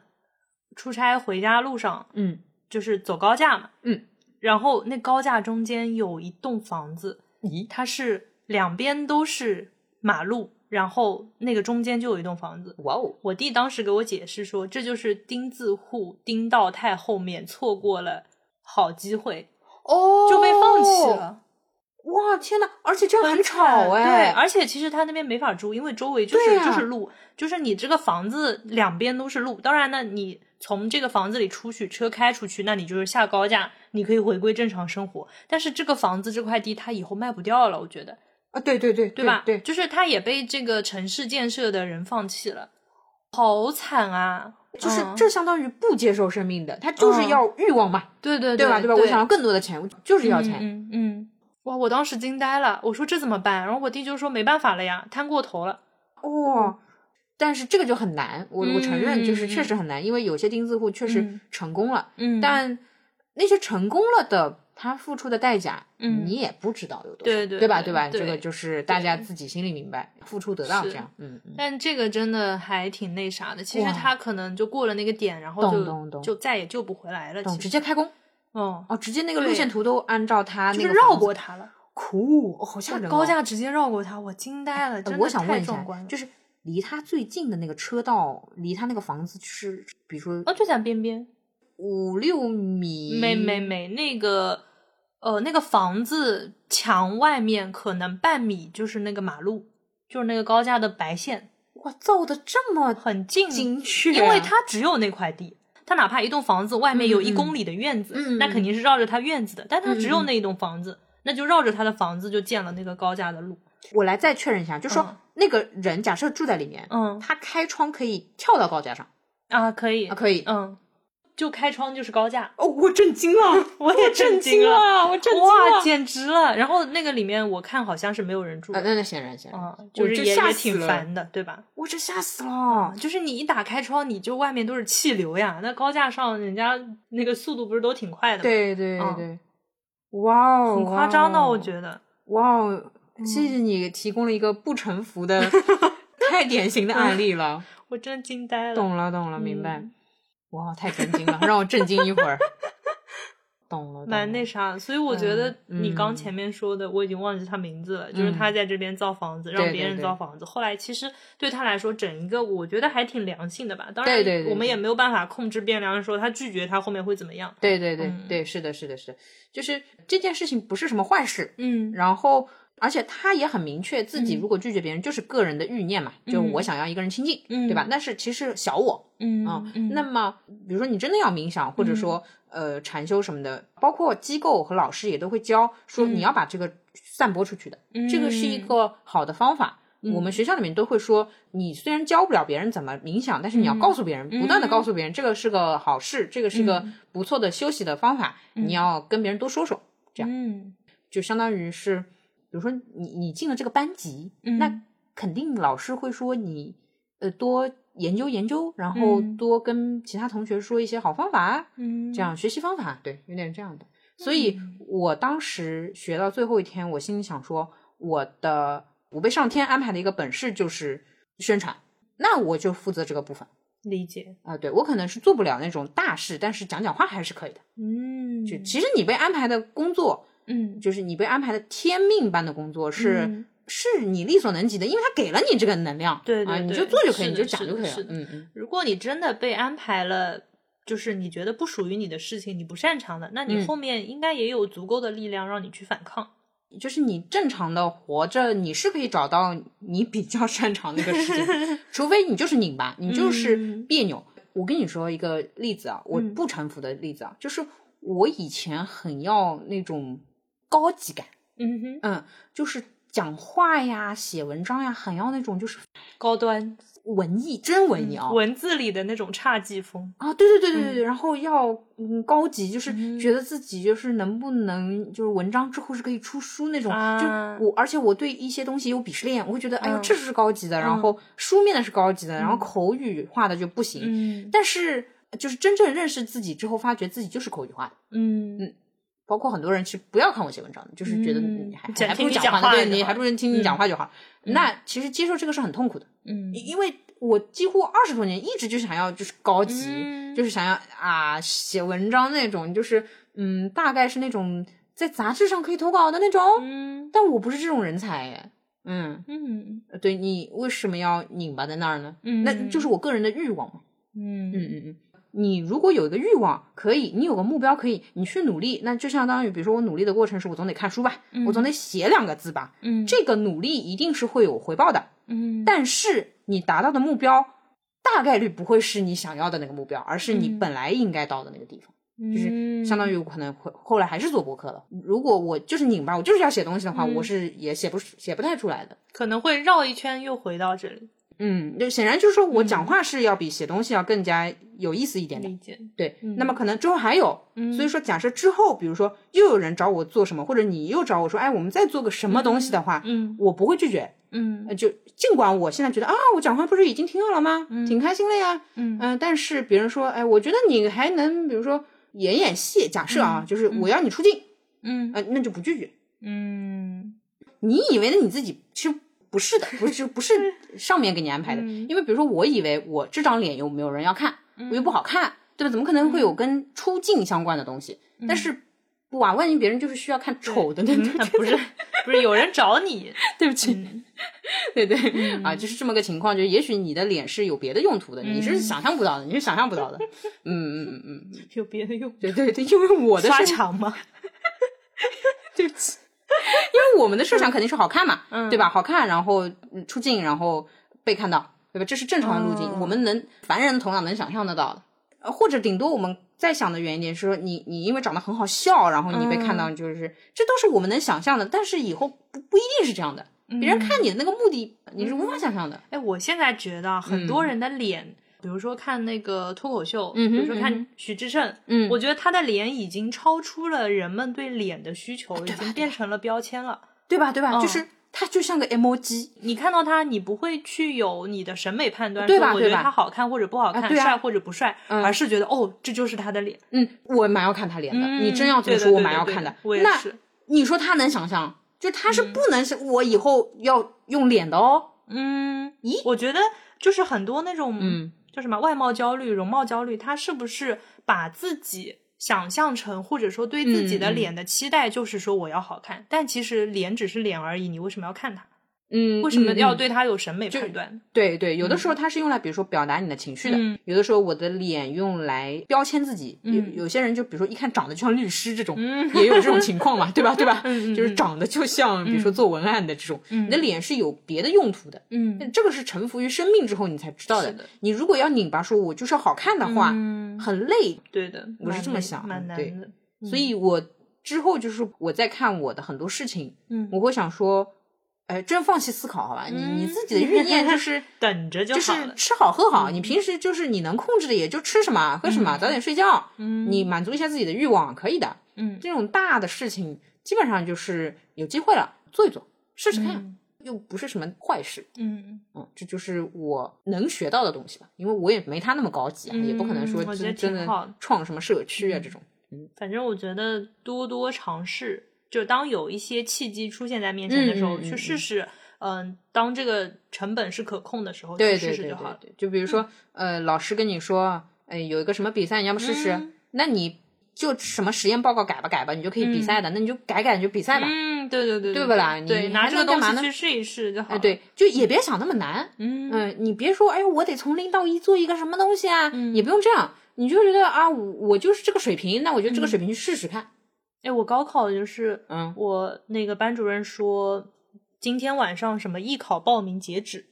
[SPEAKER 1] 出差回家路上
[SPEAKER 2] 嗯
[SPEAKER 1] 就是走高架嘛，
[SPEAKER 2] 嗯，
[SPEAKER 1] 然后那高架中间有一栋房子，
[SPEAKER 2] 嗯咦
[SPEAKER 1] 它是两边都是马路，然后那个中间就有一栋房子。
[SPEAKER 2] 哇哦，
[SPEAKER 1] 我弟当时给我解释说，这就是丁字户丁到太后面错过了好机会，
[SPEAKER 2] 哦
[SPEAKER 1] 就被放弃了。
[SPEAKER 2] 哇，天呐！而且这 [LAUGHS] 样很吵
[SPEAKER 1] 啊对，
[SPEAKER 2] 哎、
[SPEAKER 1] 而且其实他那边没法住，因为周围就是、
[SPEAKER 2] 对呀
[SPEAKER 1] 就是路，就是你这个房子两边都是路。当然呢，你从这个房子里出去，车开出去，那你就是下高架，你可以回归正常生活。但是这个房子这块地，它以后卖不掉了，我觉得，
[SPEAKER 2] 啊，对对对，对
[SPEAKER 1] 吧？
[SPEAKER 2] 对，
[SPEAKER 1] 就是它也被这个城市建设的人放弃了，好惨啊！
[SPEAKER 2] 就是
[SPEAKER 1] 嗯
[SPEAKER 2] 这相当于不接受生命的，他就是要欲望嘛，
[SPEAKER 1] 对对
[SPEAKER 2] 对吧？
[SPEAKER 1] 对
[SPEAKER 2] 吧？我想要更多的钱，我就是要钱。
[SPEAKER 1] 嗯嗯嗯，哇！我当时惊呆了，我说这怎么办？然后我弟就说没办法了呀，摊过头了。
[SPEAKER 2] 哦，但是这个就很难，我我承认，就是
[SPEAKER 1] 嗯嗯
[SPEAKER 2] 确实很难，因为有些钉子户确实
[SPEAKER 1] 嗯
[SPEAKER 2] 成功了，
[SPEAKER 1] 嗯，
[SPEAKER 2] 但那些成功了的。他付出的代价，
[SPEAKER 1] 嗯
[SPEAKER 2] 你也不知道有多少，
[SPEAKER 1] 对对
[SPEAKER 2] 对吧？
[SPEAKER 1] 对
[SPEAKER 2] 吧？
[SPEAKER 1] 对
[SPEAKER 2] 这个就是大家自己心里明白，付出得到
[SPEAKER 1] 是
[SPEAKER 2] 这样，嗯嗯，
[SPEAKER 1] 但这个真的还挺那啥的，其实
[SPEAKER 2] 哇
[SPEAKER 1] 他可能就过了那个点，然后
[SPEAKER 2] 懂
[SPEAKER 1] 就
[SPEAKER 2] 懂懂
[SPEAKER 1] 就再也救不回来了。
[SPEAKER 2] 懂
[SPEAKER 1] 其
[SPEAKER 2] 直
[SPEAKER 1] 实，
[SPEAKER 2] 接开工
[SPEAKER 1] 嗯，
[SPEAKER 2] 哦，直接那个路
[SPEAKER 1] 对
[SPEAKER 2] 线图都按照他那
[SPEAKER 1] 就是
[SPEAKER 2] 个
[SPEAKER 1] 绕
[SPEAKER 2] 房子
[SPEAKER 1] 过他了，
[SPEAKER 2] 酷，哦好吓人、哦！
[SPEAKER 1] 高架直接绕过他，我惊呆了，
[SPEAKER 2] 呃
[SPEAKER 1] 真
[SPEAKER 2] 我
[SPEAKER 1] 的
[SPEAKER 2] 想问
[SPEAKER 1] 太
[SPEAKER 2] 一
[SPEAKER 1] 壮
[SPEAKER 2] 下
[SPEAKER 1] 观，了。
[SPEAKER 2] 就是离他最近的那个车道，离他那个房子是，比如说
[SPEAKER 1] 啊，就在边边，
[SPEAKER 2] 五六米，
[SPEAKER 1] 没没，没，那个呃，那个房子墙外面可能半米就是那个马路，就是那个高架的白线，
[SPEAKER 2] 哇，造的这么
[SPEAKER 1] 很近，
[SPEAKER 2] 精确啊、
[SPEAKER 1] 嗯因为它只有那块地。它哪怕一栋房子外面有一
[SPEAKER 2] 嗯嗯
[SPEAKER 1] 公里的院子，
[SPEAKER 2] 嗯嗯
[SPEAKER 1] 那肯定是绕着它院子的，但它只有
[SPEAKER 2] 嗯嗯
[SPEAKER 1] 那一栋房子，那就绕着它的房子就建了那个高架的路。
[SPEAKER 2] 我来再确认一下，就说、
[SPEAKER 1] 嗯
[SPEAKER 2] 那个人假设住在里面，
[SPEAKER 1] 嗯
[SPEAKER 2] 他开窗可以跳到高架上
[SPEAKER 1] 啊，可以，
[SPEAKER 2] 啊，可以。
[SPEAKER 1] 嗯，就开窗就是高架，
[SPEAKER 2] 哦， [LAUGHS] 我震惊了，
[SPEAKER 1] [LAUGHS] 我也震
[SPEAKER 2] 震
[SPEAKER 1] 惊了
[SPEAKER 2] 了，我震惊
[SPEAKER 1] 哇，
[SPEAKER 2] 了。
[SPEAKER 1] 简直了！然后那个里面我看好像是没有人住
[SPEAKER 2] 啊，
[SPEAKER 1] 的，
[SPEAKER 2] 那那显然显然，
[SPEAKER 1] 嗯，就是
[SPEAKER 2] 这
[SPEAKER 1] 也
[SPEAKER 2] 吓
[SPEAKER 1] 也
[SPEAKER 2] 死
[SPEAKER 1] 挺
[SPEAKER 2] 了
[SPEAKER 1] 烦的，对吧？
[SPEAKER 2] 我这吓死了。
[SPEAKER 1] 就是你一打开窗，你就外面都是气流呀，那高架上人家那个速度不是都挺快的吗？，
[SPEAKER 2] 对对
[SPEAKER 1] 嗯
[SPEAKER 2] 对，哇哦，
[SPEAKER 1] 很夸张的，我
[SPEAKER 2] 得。
[SPEAKER 1] 觉得。
[SPEAKER 2] 哇哦，
[SPEAKER 1] 嗯
[SPEAKER 2] 谢谢你提供了一个不臣
[SPEAKER 1] [LAUGHS]
[SPEAKER 2] 服的太典型的案例了。
[SPEAKER 1] 我真惊呆了，
[SPEAKER 2] 懂了，懂了，明白
[SPEAKER 1] 嗯。
[SPEAKER 2] 哇，太震惊了，让我震惊一会
[SPEAKER 1] [LAUGHS]
[SPEAKER 2] 儿。懂了，懂
[SPEAKER 1] 蛮那
[SPEAKER 2] 了
[SPEAKER 1] 啥，所以我觉得你
[SPEAKER 2] 嗯
[SPEAKER 1] 刚前面说的，我已经忘记他名字了，就是
[SPEAKER 2] 嗯
[SPEAKER 1] 他在这边造房子，
[SPEAKER 2] 对
[SPEAKER 1] 让
[SPEAKER 2] 对
[SPEAKER 1] 别人
[SPEAKER 2] 对
[SPEAKER 1] 造房子。后来其实对他来说，整一个我觉得还挺良性的吧。当然，
[SPEAKER 2] 对对
[SPEAKER 1] 我
[SPEAKER 2] 对
[SPEAKER 1] 们
[SPEAKER 2] 对
[SPEAKER 1] 也没有办法控制变量，说他拒绝他后面会怎么样。
[SPEAKER 2] 对对对
[SPEAKER 1] 嗯
[SPEAKER 2] 对，是的，是的，是的，就是这件事情不是什么坏事。
[SPEAKER 1] 嗯
[SPEAKER 2] 然后，而且他也很明确，自己
[SPEAKER 1] 嗯
[SPEAKER 2] 如果拒绝别人，就是个人的欲念嘛，就是
[SPEAKER 1] 嗯
[SPEAKER 2] 我想要一个人亲近，
[SPEAKER 1] 嗯
[SPEAKER 2] 对吧？但是其实小我，
[SPEAKER 1] 嗯
[SPEAKER 2] 啊、
[SPEAKER 1] 嗯
[SPEAKER 2] 那么比如说你真的要冥想，或者说、呃禅修什么的，包括机构和老师也都会教说
[SPEAKER 1] 嗯
[SPEAKER 2] 你要把这个散播出去的，这个是一
[SPEAKER 1] 嗯
[SPEAKER 2] 个好的方法。我们
[SPEAKER 1] 嗯
[SPEAKER 2] 学校里面都会说，你虽然教不了别人怎么冥想，但是你要
[SPEAKER 1] 嗯
[SPEAKER 2] 告诉别人，不断的告诉别人，这个是个好事，这个是个
[SPEAKER 1] 嗯
[SPEAKER 2] 不错的休息的方法，你要跟别人多说说，这样
[SPEAKER 1] 嗯
[SPEAKER 2] 就相当于是，比如说你你进了这个班级，那
[SPEAKER 1] 嗯
[SPEAKER 2] 肯定老师会说你呃多研究研究，然后
[SPEAKER 1] 嗯
[SPEAKER 2] 多跟其他同学说一些好方法，
[SPEAKER 1] 嗯
[SPEAKER 2] 这样学习方法，对，有点这样的。所以我当时学到最后一天，我心里想说，我的我被上天安排的一个本事就是宣传，那我就负责这个部分
[SPEAKER 1] 理解。
[SPEAKER 2] 啊、对我可能是做不了那种大事，但是讲讲话还是可以的。
[SPEAKER 1] 嗯
[SPEAKER 2] 就其实你被安排的工作，
[SPEAKER 1] 嗯
[SPEAKER 2] 就是你被安排的天命般的工作是
[SPEAKER 1] 嗯
[SPEAKER 2] 是你力所能及的，因为他给了你这个能量，
[SPEAKER 1] 对对
[SPEAKER 2] 啊，你
[SPEAKER 1] 对
[SPEAKER 2] 就做就可以，
[SPEAKER 1] 是
[SPEAKER 2] 你
[SPEAKER 1] 的
[SPEAKER 2] 就讲就可以
[SPEAKER 1] 是
[SPEAKER 2] 了
[SPEAKER 1] 的。
[SPEAKER 2] 嗯嗯，
[SPEAKER 1] 如果你真的被安排了，就是你觉得不属于你的事情，你不擅长的，那你
[SPEAKER 2] 嗯
[SPEAKER 1] 后面应该也有足够的力量让你去反抗。
[SPEAKER 2] 就是你正常的活着，你是可以找到你比较擅长的一个事
[SPEAKER 1] [LAUGHS]
[SPEAKER 2] 情，除非你就是拧巴，你就是
[SPEAKER 1] 嗯
[SPEAKER 2] 别扭。我跟你说一个例子啊，我
[SPEAKER 1] 嗯
[SPEAKER 2] 不臣服的例子啊，就是我以前很要那种高级感，
[SPEAKER 1] 嗯哼，
[SPEAKER 2] 嗯，就是讲话呀、写文章呀，很要那种就是
[SPEAKER 1] 高端
[SPEAKER 2] 文艺，真文艺啊、
[SPEAKER 1] 嗯文字里的那种侘寂风，
[SPEAKER 2] 啊，对对对对对，然后要嗯高级，就是
[SPEAKER 1] 嗯
[SPEAKER 2] 觉得自己就是能不能就是文章之后是可以出书那种，
[SPEAKER 1] 啊
[SPEAKER 2] 就我而且我对一些东西有鄙视链，我会觉得哎呦
[SPEAKER 1] 嗯
[SPEAKER 2] 这是高级的，
[SPEAKER 1] 嗯
[SPEAKER 2] 然后书面的是高级的，然后
[SPEAKER 1] 嗯
[SPEAKER 2] 口语化的就不行。
[SPEAKER 1] 嗯
[SPEAKER 2] 但是就是真正认识自己之后，发觉自己就是口语化的。
[SPEAKER 1] 嗯
[SPEAKER 2] 包括很多人是不要看我写文章的，就是觉得
[SPEAKER 1] 嗯
[SPEAKER 2] 你还
[SPEAKER 1] 讲
[SPEAKER 2] 还不
[SPEAKER 1] 听
[SPEAKER 2] 如
[SPEAKER 1] 你
[SPEAKER 2] 讲
[SPEAKER 1] 讲
[SPEAKER 2] 话呢，
[SPEAKER 1] 话
[SPEAKER 2] 对
[SPEAKER 1] 就
[SPEAKER 2] 你
[SPEAKER 1] 好
[SPEAKER 2] 还不如听你讲
[SPEAKER 1] 嗯
[SPEAKER 2] 话就好。那其实接受这个是很痛苦的，
[SPEAKER 1] 嗯
[SPEAKER 2] 因因为我几乎二十多年一直就想要就是高级，
[SPEAKER 1] 嗯
[SPEAKER 2] 就是想要啊写文章那种，就是嗯，大概是那种在杂志上可以投稿的那种。
[SPEAKER 1] 嗯
[SPEAKER 2] 但我不是这种人才耶，嗯，
[SPEAKER 1] 嗯
[SPEAKER 2] 对你为什么要拧巴在那儿呢？
[SPEAKER 1] 嗯，
[SPEAKER 2] 那就是我个人的欲望嘛。嗯
[SPEAKER 1] 嗯
[SPEAKER 2] 嗯嗯。你如果有一个欲望，可以，你有个目标，可以，你去努力。那就相当于，比如说我努力的过程是，我总得看书吧，我总得写两个字吧。
[SPEAKER 1] 嗯
[SPEAKER 2] 这个努力一定是会有回报的。
[SPEAKER 1] 嗯
[SPEAKER 2] 但是你达到的目标大概率不会是你想要的那个目标，而是你
[SPEAKER 1] 嗯
[SPEAKER 2] 本来应该到的那个地方，就是
[SPEAKER 1] 嗯
[SPEAKER 2] 相当于我可能会后来还是做博客了。如果我就是拧巴，我就是要写东西的话，
[SPEAKER 1] 嗯
[SPEAKER 2] 我是也写不写不太出来的。
[SPEAKER 1] 可能会绕一圈又回到这里，
[SPEAKER 2] 嗯，就显然就是说我讲话是要比写东西要更加有意思一点的。
[SPEAKER 1] 理解。
[SPEAKER 2] 对，
[SPEAKER 1] 嗯
[SPEAKER 2] 那么可能之后还有，
[SPEAKER 1] 嗯
[SPEAKER 2] 所以说假设之后，比如说又有人找我做什么，或者你又找我说，哎，我们再做个什么东西的话，
[SPEAKER 1] 嗯
[SPEAKER 2] 我不会拒绝。
[SPEAKER 1] 嗯
[SPEAKER 2] 呃就尽管我现在觉得啊，我讲话不是已经挺好了吗？挺开心的呀。
[SPEAKER 1] 嗯
[SPEAKER 2] 呃但是别人说，哎，我觉得你还能，比如说演演戏，假设啊，就是我要你出镜，
[SPEAKER 1] 嗯
[SPEAKER 2] 呃，那就不拒绝。
[SPEAKER 1] 嗯
[SPEAKER 2] 你以为的你自己，其实不是的，不是
[SPEAKER 1] [LAUGHS]
[SPEAKER 2] 不是上面给你安排的。
[SPEAKER 1] 嗯
[SPEAKER 2] 因为比如说，我以为我这张脸又没有人要看，我又不好看，对吧？怎么可能会有
[SPEAKER 1] 嗯
[SPEAKER 2] 跟出镜相关的东西？但是不啊，万一别人就是需要看丑的 [LAUGHS] 那种，
[SPEAKER 1] 嗯，不是不是，有人找你，
[SPEAKER 2] 对不起， [LAUGHS] 对对、
[SPEAKER 1] 嗯
[SPEAKER 2] 啊，就是这么个情况，就是也许你的脸是有别的用途的，你是
[SPEAKER 1] 嗯
[SPEAKER 2] 想象不到的，你是想象不到的。嗯嗯嗯嗯，
[SPEAKER 1] 有别的 [LAUGHS] 用。
[SPEAKER 2] 对对对，因为我的
[SPEAKER 1] 刷
[SPEAKER 2] 设，
[SPEAKER 1] 墙吗？
[SPEAKER 2] 对不起，因为我们的设想肯定是好看嘛，
[SPEAKER 1] 嗯
[SPEAKER 2] 对吧？好看，然后嗯出镜，然后被看到，对吧？这是正常的路径，
[SPEAKER 1] 哦
[SPEAKER 2] 我们能凡人的头脑能想象得到的。呃或者顶多我们再想的远一点，是说你你因为长得很好笑，然后你被看到，
[SPEAKER 1] 嗯
[SPEAKER 2] 就是、这都是我们能想象的。但是以后不不一定是这样的，
[SPEAKER 1] 嗯
[SPEAKER 2] 别人看你的那个目的，你是无法想象的。
[SPEAKER 1] 哎，我现在觉得啊很多人的脸，比如说看那个脱口秀，
[SPEAKER 2] 嗯嗯哼
[SPEAKER 1] 比如说
[SPEAKER 2] 嗯
[SPEAKER 1] 看许志胜，
[SPEAKER 2] 嗯
[SPEAKER 1] 我觉得他的脸已经超出了人们对脸的需
[SPEAKER 2] 啊
[SPEAKER 1] 求，已经变成了标签了。
[SPEAKER 2] 对吧？对吧？
[SPEAKER 1] 嗯
[SPEAKER 2] 就是它就像个 M G，
[SPEAKER 1] 你看到他，你不会去有你的审美判断，
[SPEAKER 2] 啊对吧
[SPEAKER 1] 说我觉
[SPEAKER 2] 对
[SPEAKER 1] 得
[SPEAKER 2] 吧
[SPEAKER 1] 他好看或者不好看，
[SPEAKER 2] 啊对啊
[SPEAKER 1] 帅或者不帅，
[SPEAKER 2] 嗯
[SPEAKER 1] 而是觉得哦，这就是他的脸。
[SPEAKER 2] 嗯，我蛮要看他脸的。
[SPEAKER 1] 嗯
[SPEAKER 2] 你真要这
[SPEAKER 1] 对
[SPEAKER 2] 么
[SPEAKER 1] 的
[SPEAKER 2] 说，我
[SPEAKER 1] 对的
[SPEAKER 2] 蛮要
[SPEAKER 1] 对的
[SPEAKER 2] 看的。
[SPEAKER 1] 我也
[SPEAKER 2] 那
[SPEAKER 1] 是
[SPEAKER 2] 你说他能想象？就他是不能想，我以后要用脸的哦。
[SPEAKER 1] 嗯，
[SPEAKER 2] 咦
[SPEAKER 1] 我觉得就是很多那种，
[SPEAKER 2] 嗯，
[SPEAKER 1] 叫什么外貌焦虑、容貌焦虑，他是不是把自己想象成，或者说对自己的
[SPEAKER 2] 嗯嗯
[SPEAKER 1] 脸的期待，就是说我要好看，但其实脸只是脸而已，你为什么要看它？
[SPEAKER 2] 嗯，
[SPEAKER 1] 为什么
[SPEAKER 2] 嗯
[SPEAKER 1] 要
[SPEAKER 2] 嗯
[SPEAKER 1] 对它有审美判断？
[SPEAKER 2] 对对，有的时候它是用来，比如说表达你的情绪的；
[SPEAKER 1] 嗯
[SPEAKER 2] 有的时候我的脸用来标签自己。
[SPEAKER 1] 嗯
[SPEAKER 2] 有有些人就比如说一看长得就像律师这种，
[SPEAKER 1] 嗯
[SPEAKER 2] 也有这种情
[SPEAKER 1] [LAUGHS]
[SPEAKER 2] 况嘛，对吧？对吧？
[SPEAKER 1] 嗯嗯
[SPEAKER 2] 就是长得就像比如说做文案的这种，
[SPEAKER 1] 嗯
[SPEAKER 2] 你的脸是有别的用途的。
[SPEAKER 1] 嗯
[SPEAKER 2] 这个是臣服于生命之后你才知道的。
[SPEAKER 1] 是的
[SPEAKER 2] 你如果要拧巴说“我就是要好看”的话，
[SPEAKER 1] 嗯，
[SPEAKER 2] 很累。
[SPEAKER 1] 对的，
[SPEAKER 2] 我是
[SPEAKER 1] 蛮
[SPEAKER 2] 这么
[SPEAKER 1] 难
[SPEAKER 2] 想
[SPEAKER 1] 蛮
[SPEAKER 2] 的对
[SPEAKER 1] 难的。
[SPEAKER 2] 所以我之后就是我在看我的很多事情，
[SPEAKER 1] 嗯
[SPEAKER 2] 我会想说，哎，真放弃思考好吧？你你
[SPEAKER 1] 嗯
[SPEAKER 2] 自己的欲念就是
[SPEAKER 1] 等着就
[SPEAKER 2] 就是
[SPEAKER 1] 好了。嗯
[SPEAKER 2] 吃好喝好，你平时就是你能控制的也就吃什么喝什么，早点睡觉，
[SPEAKER 1] 嗯
[SPEAKER 2] 你满足一下自己的欲望可以的。
[SPEAKER 1] 嗯
[SPEAKER 2] 这种大的事情基本上就是有机会了做一做，试试看，
[SPEAKER 1] 嗯
[SPEAKER 2] 又不是什么坏事。
[SPEAKER 1] 嗯，
[SPEAKER 2] 嗯，这就是我能学到的东西吧，因为我也没他那么高级啊，也不可能说
[SPEAKER 1] 嗯我觉得
[SPEAKER 2] 真真
[SPEAKER 1] 挺好的嗯
[SPEAKER 2] 的创什么社区啊这种。
[SPEAKER 1] 反正我觉得多多尝试，就当有一些契机出现在面前的时候，
[SPEAKER 2] 嗯嗯嗯
[SPEAKER 1] 去试试。嗯、当这个成本是可控的时候，
[SPEAKER 2] 对
[SPEAKER 1] 去
[SPEAKER 2] 对
[SPEAKER 1] 试
[SPEAKER 2] 对
[SPEAKER 1] 试
[SPEAKER 2] 对
[SPEAKER 1] 就好了。
[SPEAKER 2] 呃对，就比如说，呃，老师跟你说，哎，有一个什么比赛，你要不试试？
[SPEAKER 1] 嗯
[SPEAKER 2] 那你就什么实验报告改吧改吧，你就可以比赛的，那你就改改你就比赛吧，
[SPEAKER 1] 嗯，对对对，
[SPEAKER 2] 对
[SPEAKER 1] 对
[SPEAKER 2] 不啦你
[SPEAKER 1] 对，
[SPEAKER 2] 你
[SPEAKER 1] 拿
[SPEAKER 2] 还
[SPEAKER 1] 这
[SPEAKER 2] 能
[SPEAKER 1] 个
[SPEAKER 2] 干
[SPEAKER 1] 东西
[SPEAKER 2] 嘛呢
[SPEAKER 1] 去试一试就好。
[SPEAKER 2] 哎，，对，就也别想那么难，
[SPEAKER 1] 嗯
[SPEAKER 2] 嗯，你别说，哎呦，我得从零到一做一个什么东西啊，
[SPEAKER 1] 嗯
[SPEAKER 2] 也不用这样，你就觉得啊，我我就是这个水平，那我就
[SPEAKER 1] 嗯
[SPEAKER 2] 这个水平去试试看，
[SPEAKER 1] 哎，我高考就是，
[SPEAKER 2] 嗯
[SPEAKER 1] 我那个班主任说今天晚上什么艺考报名截止，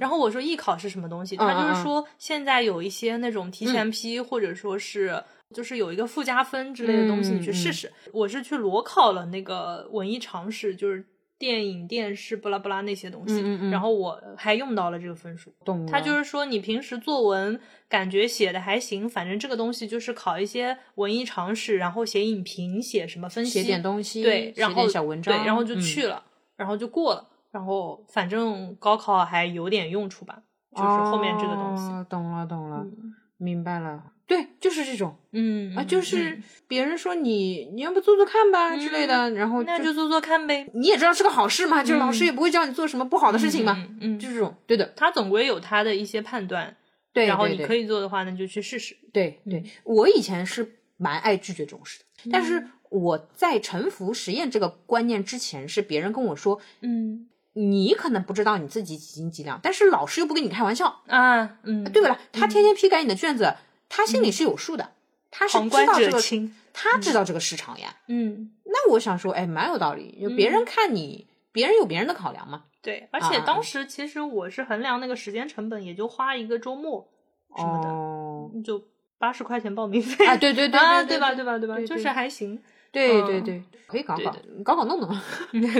[SPEAKER 1] 然后我说艺考是什么东西，
[SPEAKER 2] 嗯
[SPEAKER 1] 他就
[SPEAKER 2] 嗯
[SPEAKER 1] 是
[SPEAKER 2] 嗯
[SPEAKER 1] 说现在有一些那种提前批，或者说是。就是有一个附加分之类的东西，你
[SPEAKER 2] 嗯
[SPEAKER 1] 去试
[SPEAKER 2] 嗯
[SPEAKER 1] 试。我是去裸考了那个文艺常识，就是电影、电视、不拉不拉那些东西。
[SPEAKER 2] 嗯嗯嗯
[SPEAKER 1] 然后我还用到了这个分数。
[SPEAKER 2] 懂了
[SPEAKER 1] 他就是说，你平时作文感觉写的还行，反正这个东西就是考一些文艺常识，然后写影评，写什么分析，
[SPEAKER 2] 写点东西，
[SPEAKER 1] 对，然
[SPEAKER 2] 写
[SPEAKER 1] 后
[SPEAKER 2] 点小文章，
[SPEAKER 1] 对，然后就
[SPEAKER 2] 嗯
[SPEAKER 1] 去了，然后就过了，然后反正高考还有点用处吧，就是后面这个东西，
[SPEAKER 2] 哦懂了懂了，
[SPEAKER 1] 嗯
[SPEAKER 2] 明白了。对，就是这种
[SPEAKER 1] 嗯
[SPEAKER 2] 啊，就是别人说你，你要不做做看吧之类的，然后
[SPEAKER 1] 嗯那就做做看呗，
[SPEAKER 2] 你也知道是个好事嘛，就是老师也不会叫你做什么不好的事情嘛，
[SPEAKER 1] 嗯，嗯，嗯
[SPEAKER 2] 就是这种。对的，
[SPEAKER 1] 他总归有他的一些判断，
[SPEAKER 2] 对。
[SPEAKER 1] 然后
[SPEAKER 2] 对
[SPEAKER 1] 你
[SPEAKER 2] 对
[SPEAKER 1] 可以做的话，那就去试试，
[SPEAKER 2] 对
[SPEAKER 1] 嗯
[SPEAKER 2] 对，我以前是蛮爱拒绝这种事的，但是我在臣服实验这个观念之前，是别人跟我说。
[SPEAKER 1] 嗯
[SPEAKER 2] 你可能不知道你自己几斤几两，但是老师又不跟你开玩笑，
[SPEAKER 1] 啊，嗯，
[SPEAKER 2] 对，不啦？他天天批改你的卷子，他心里是有数的，他是
[SPEAKER 1] 旁
[SPEAKER 2] 知
[SPEAKER 1] 观
[SPEAKER 2] 道这
[SPEAKER 1] 者
[SPEAKER 2] 个
[SPEAKER 1] 清，
[SPEAKER 2] 他知道这个市场呀。
[SPEAKER 1] 嗯。
[SPEAKER 2] 那我想说，哎，蛮有道理，就别人看你，别人有别人的考量嘛。
[SPEAKER 1] 对，而且
[SPEAKER 2] 啊
[SPEAKER 1] 当时其实我是衡量那个时间成本，也就花一个周末什么的，
[SPEAKER 2] 哦，
[SPEAKER 1] 就八十块钱报名费
[SPEAKER 2] 啊，对对对
[SPEAKER 1] 啊，
[SPEAKER 2] 对
[SPEAKER 1] 吧？对吧？对吧？
[SPEAKER 2] 对
[SPEAKER 1] 就
[SPEAKER 2] 对
[SPEAKER 1] 是还行， [LAUGHS]
[SPEAKER 2] 对
[SPEAKER 1] 嗯
[SPEAKER 2] 对对，可以搞
[SPEAKER 1] 对
[SPEAKER 2] 搞搞搞弄弄， [LAUGHS]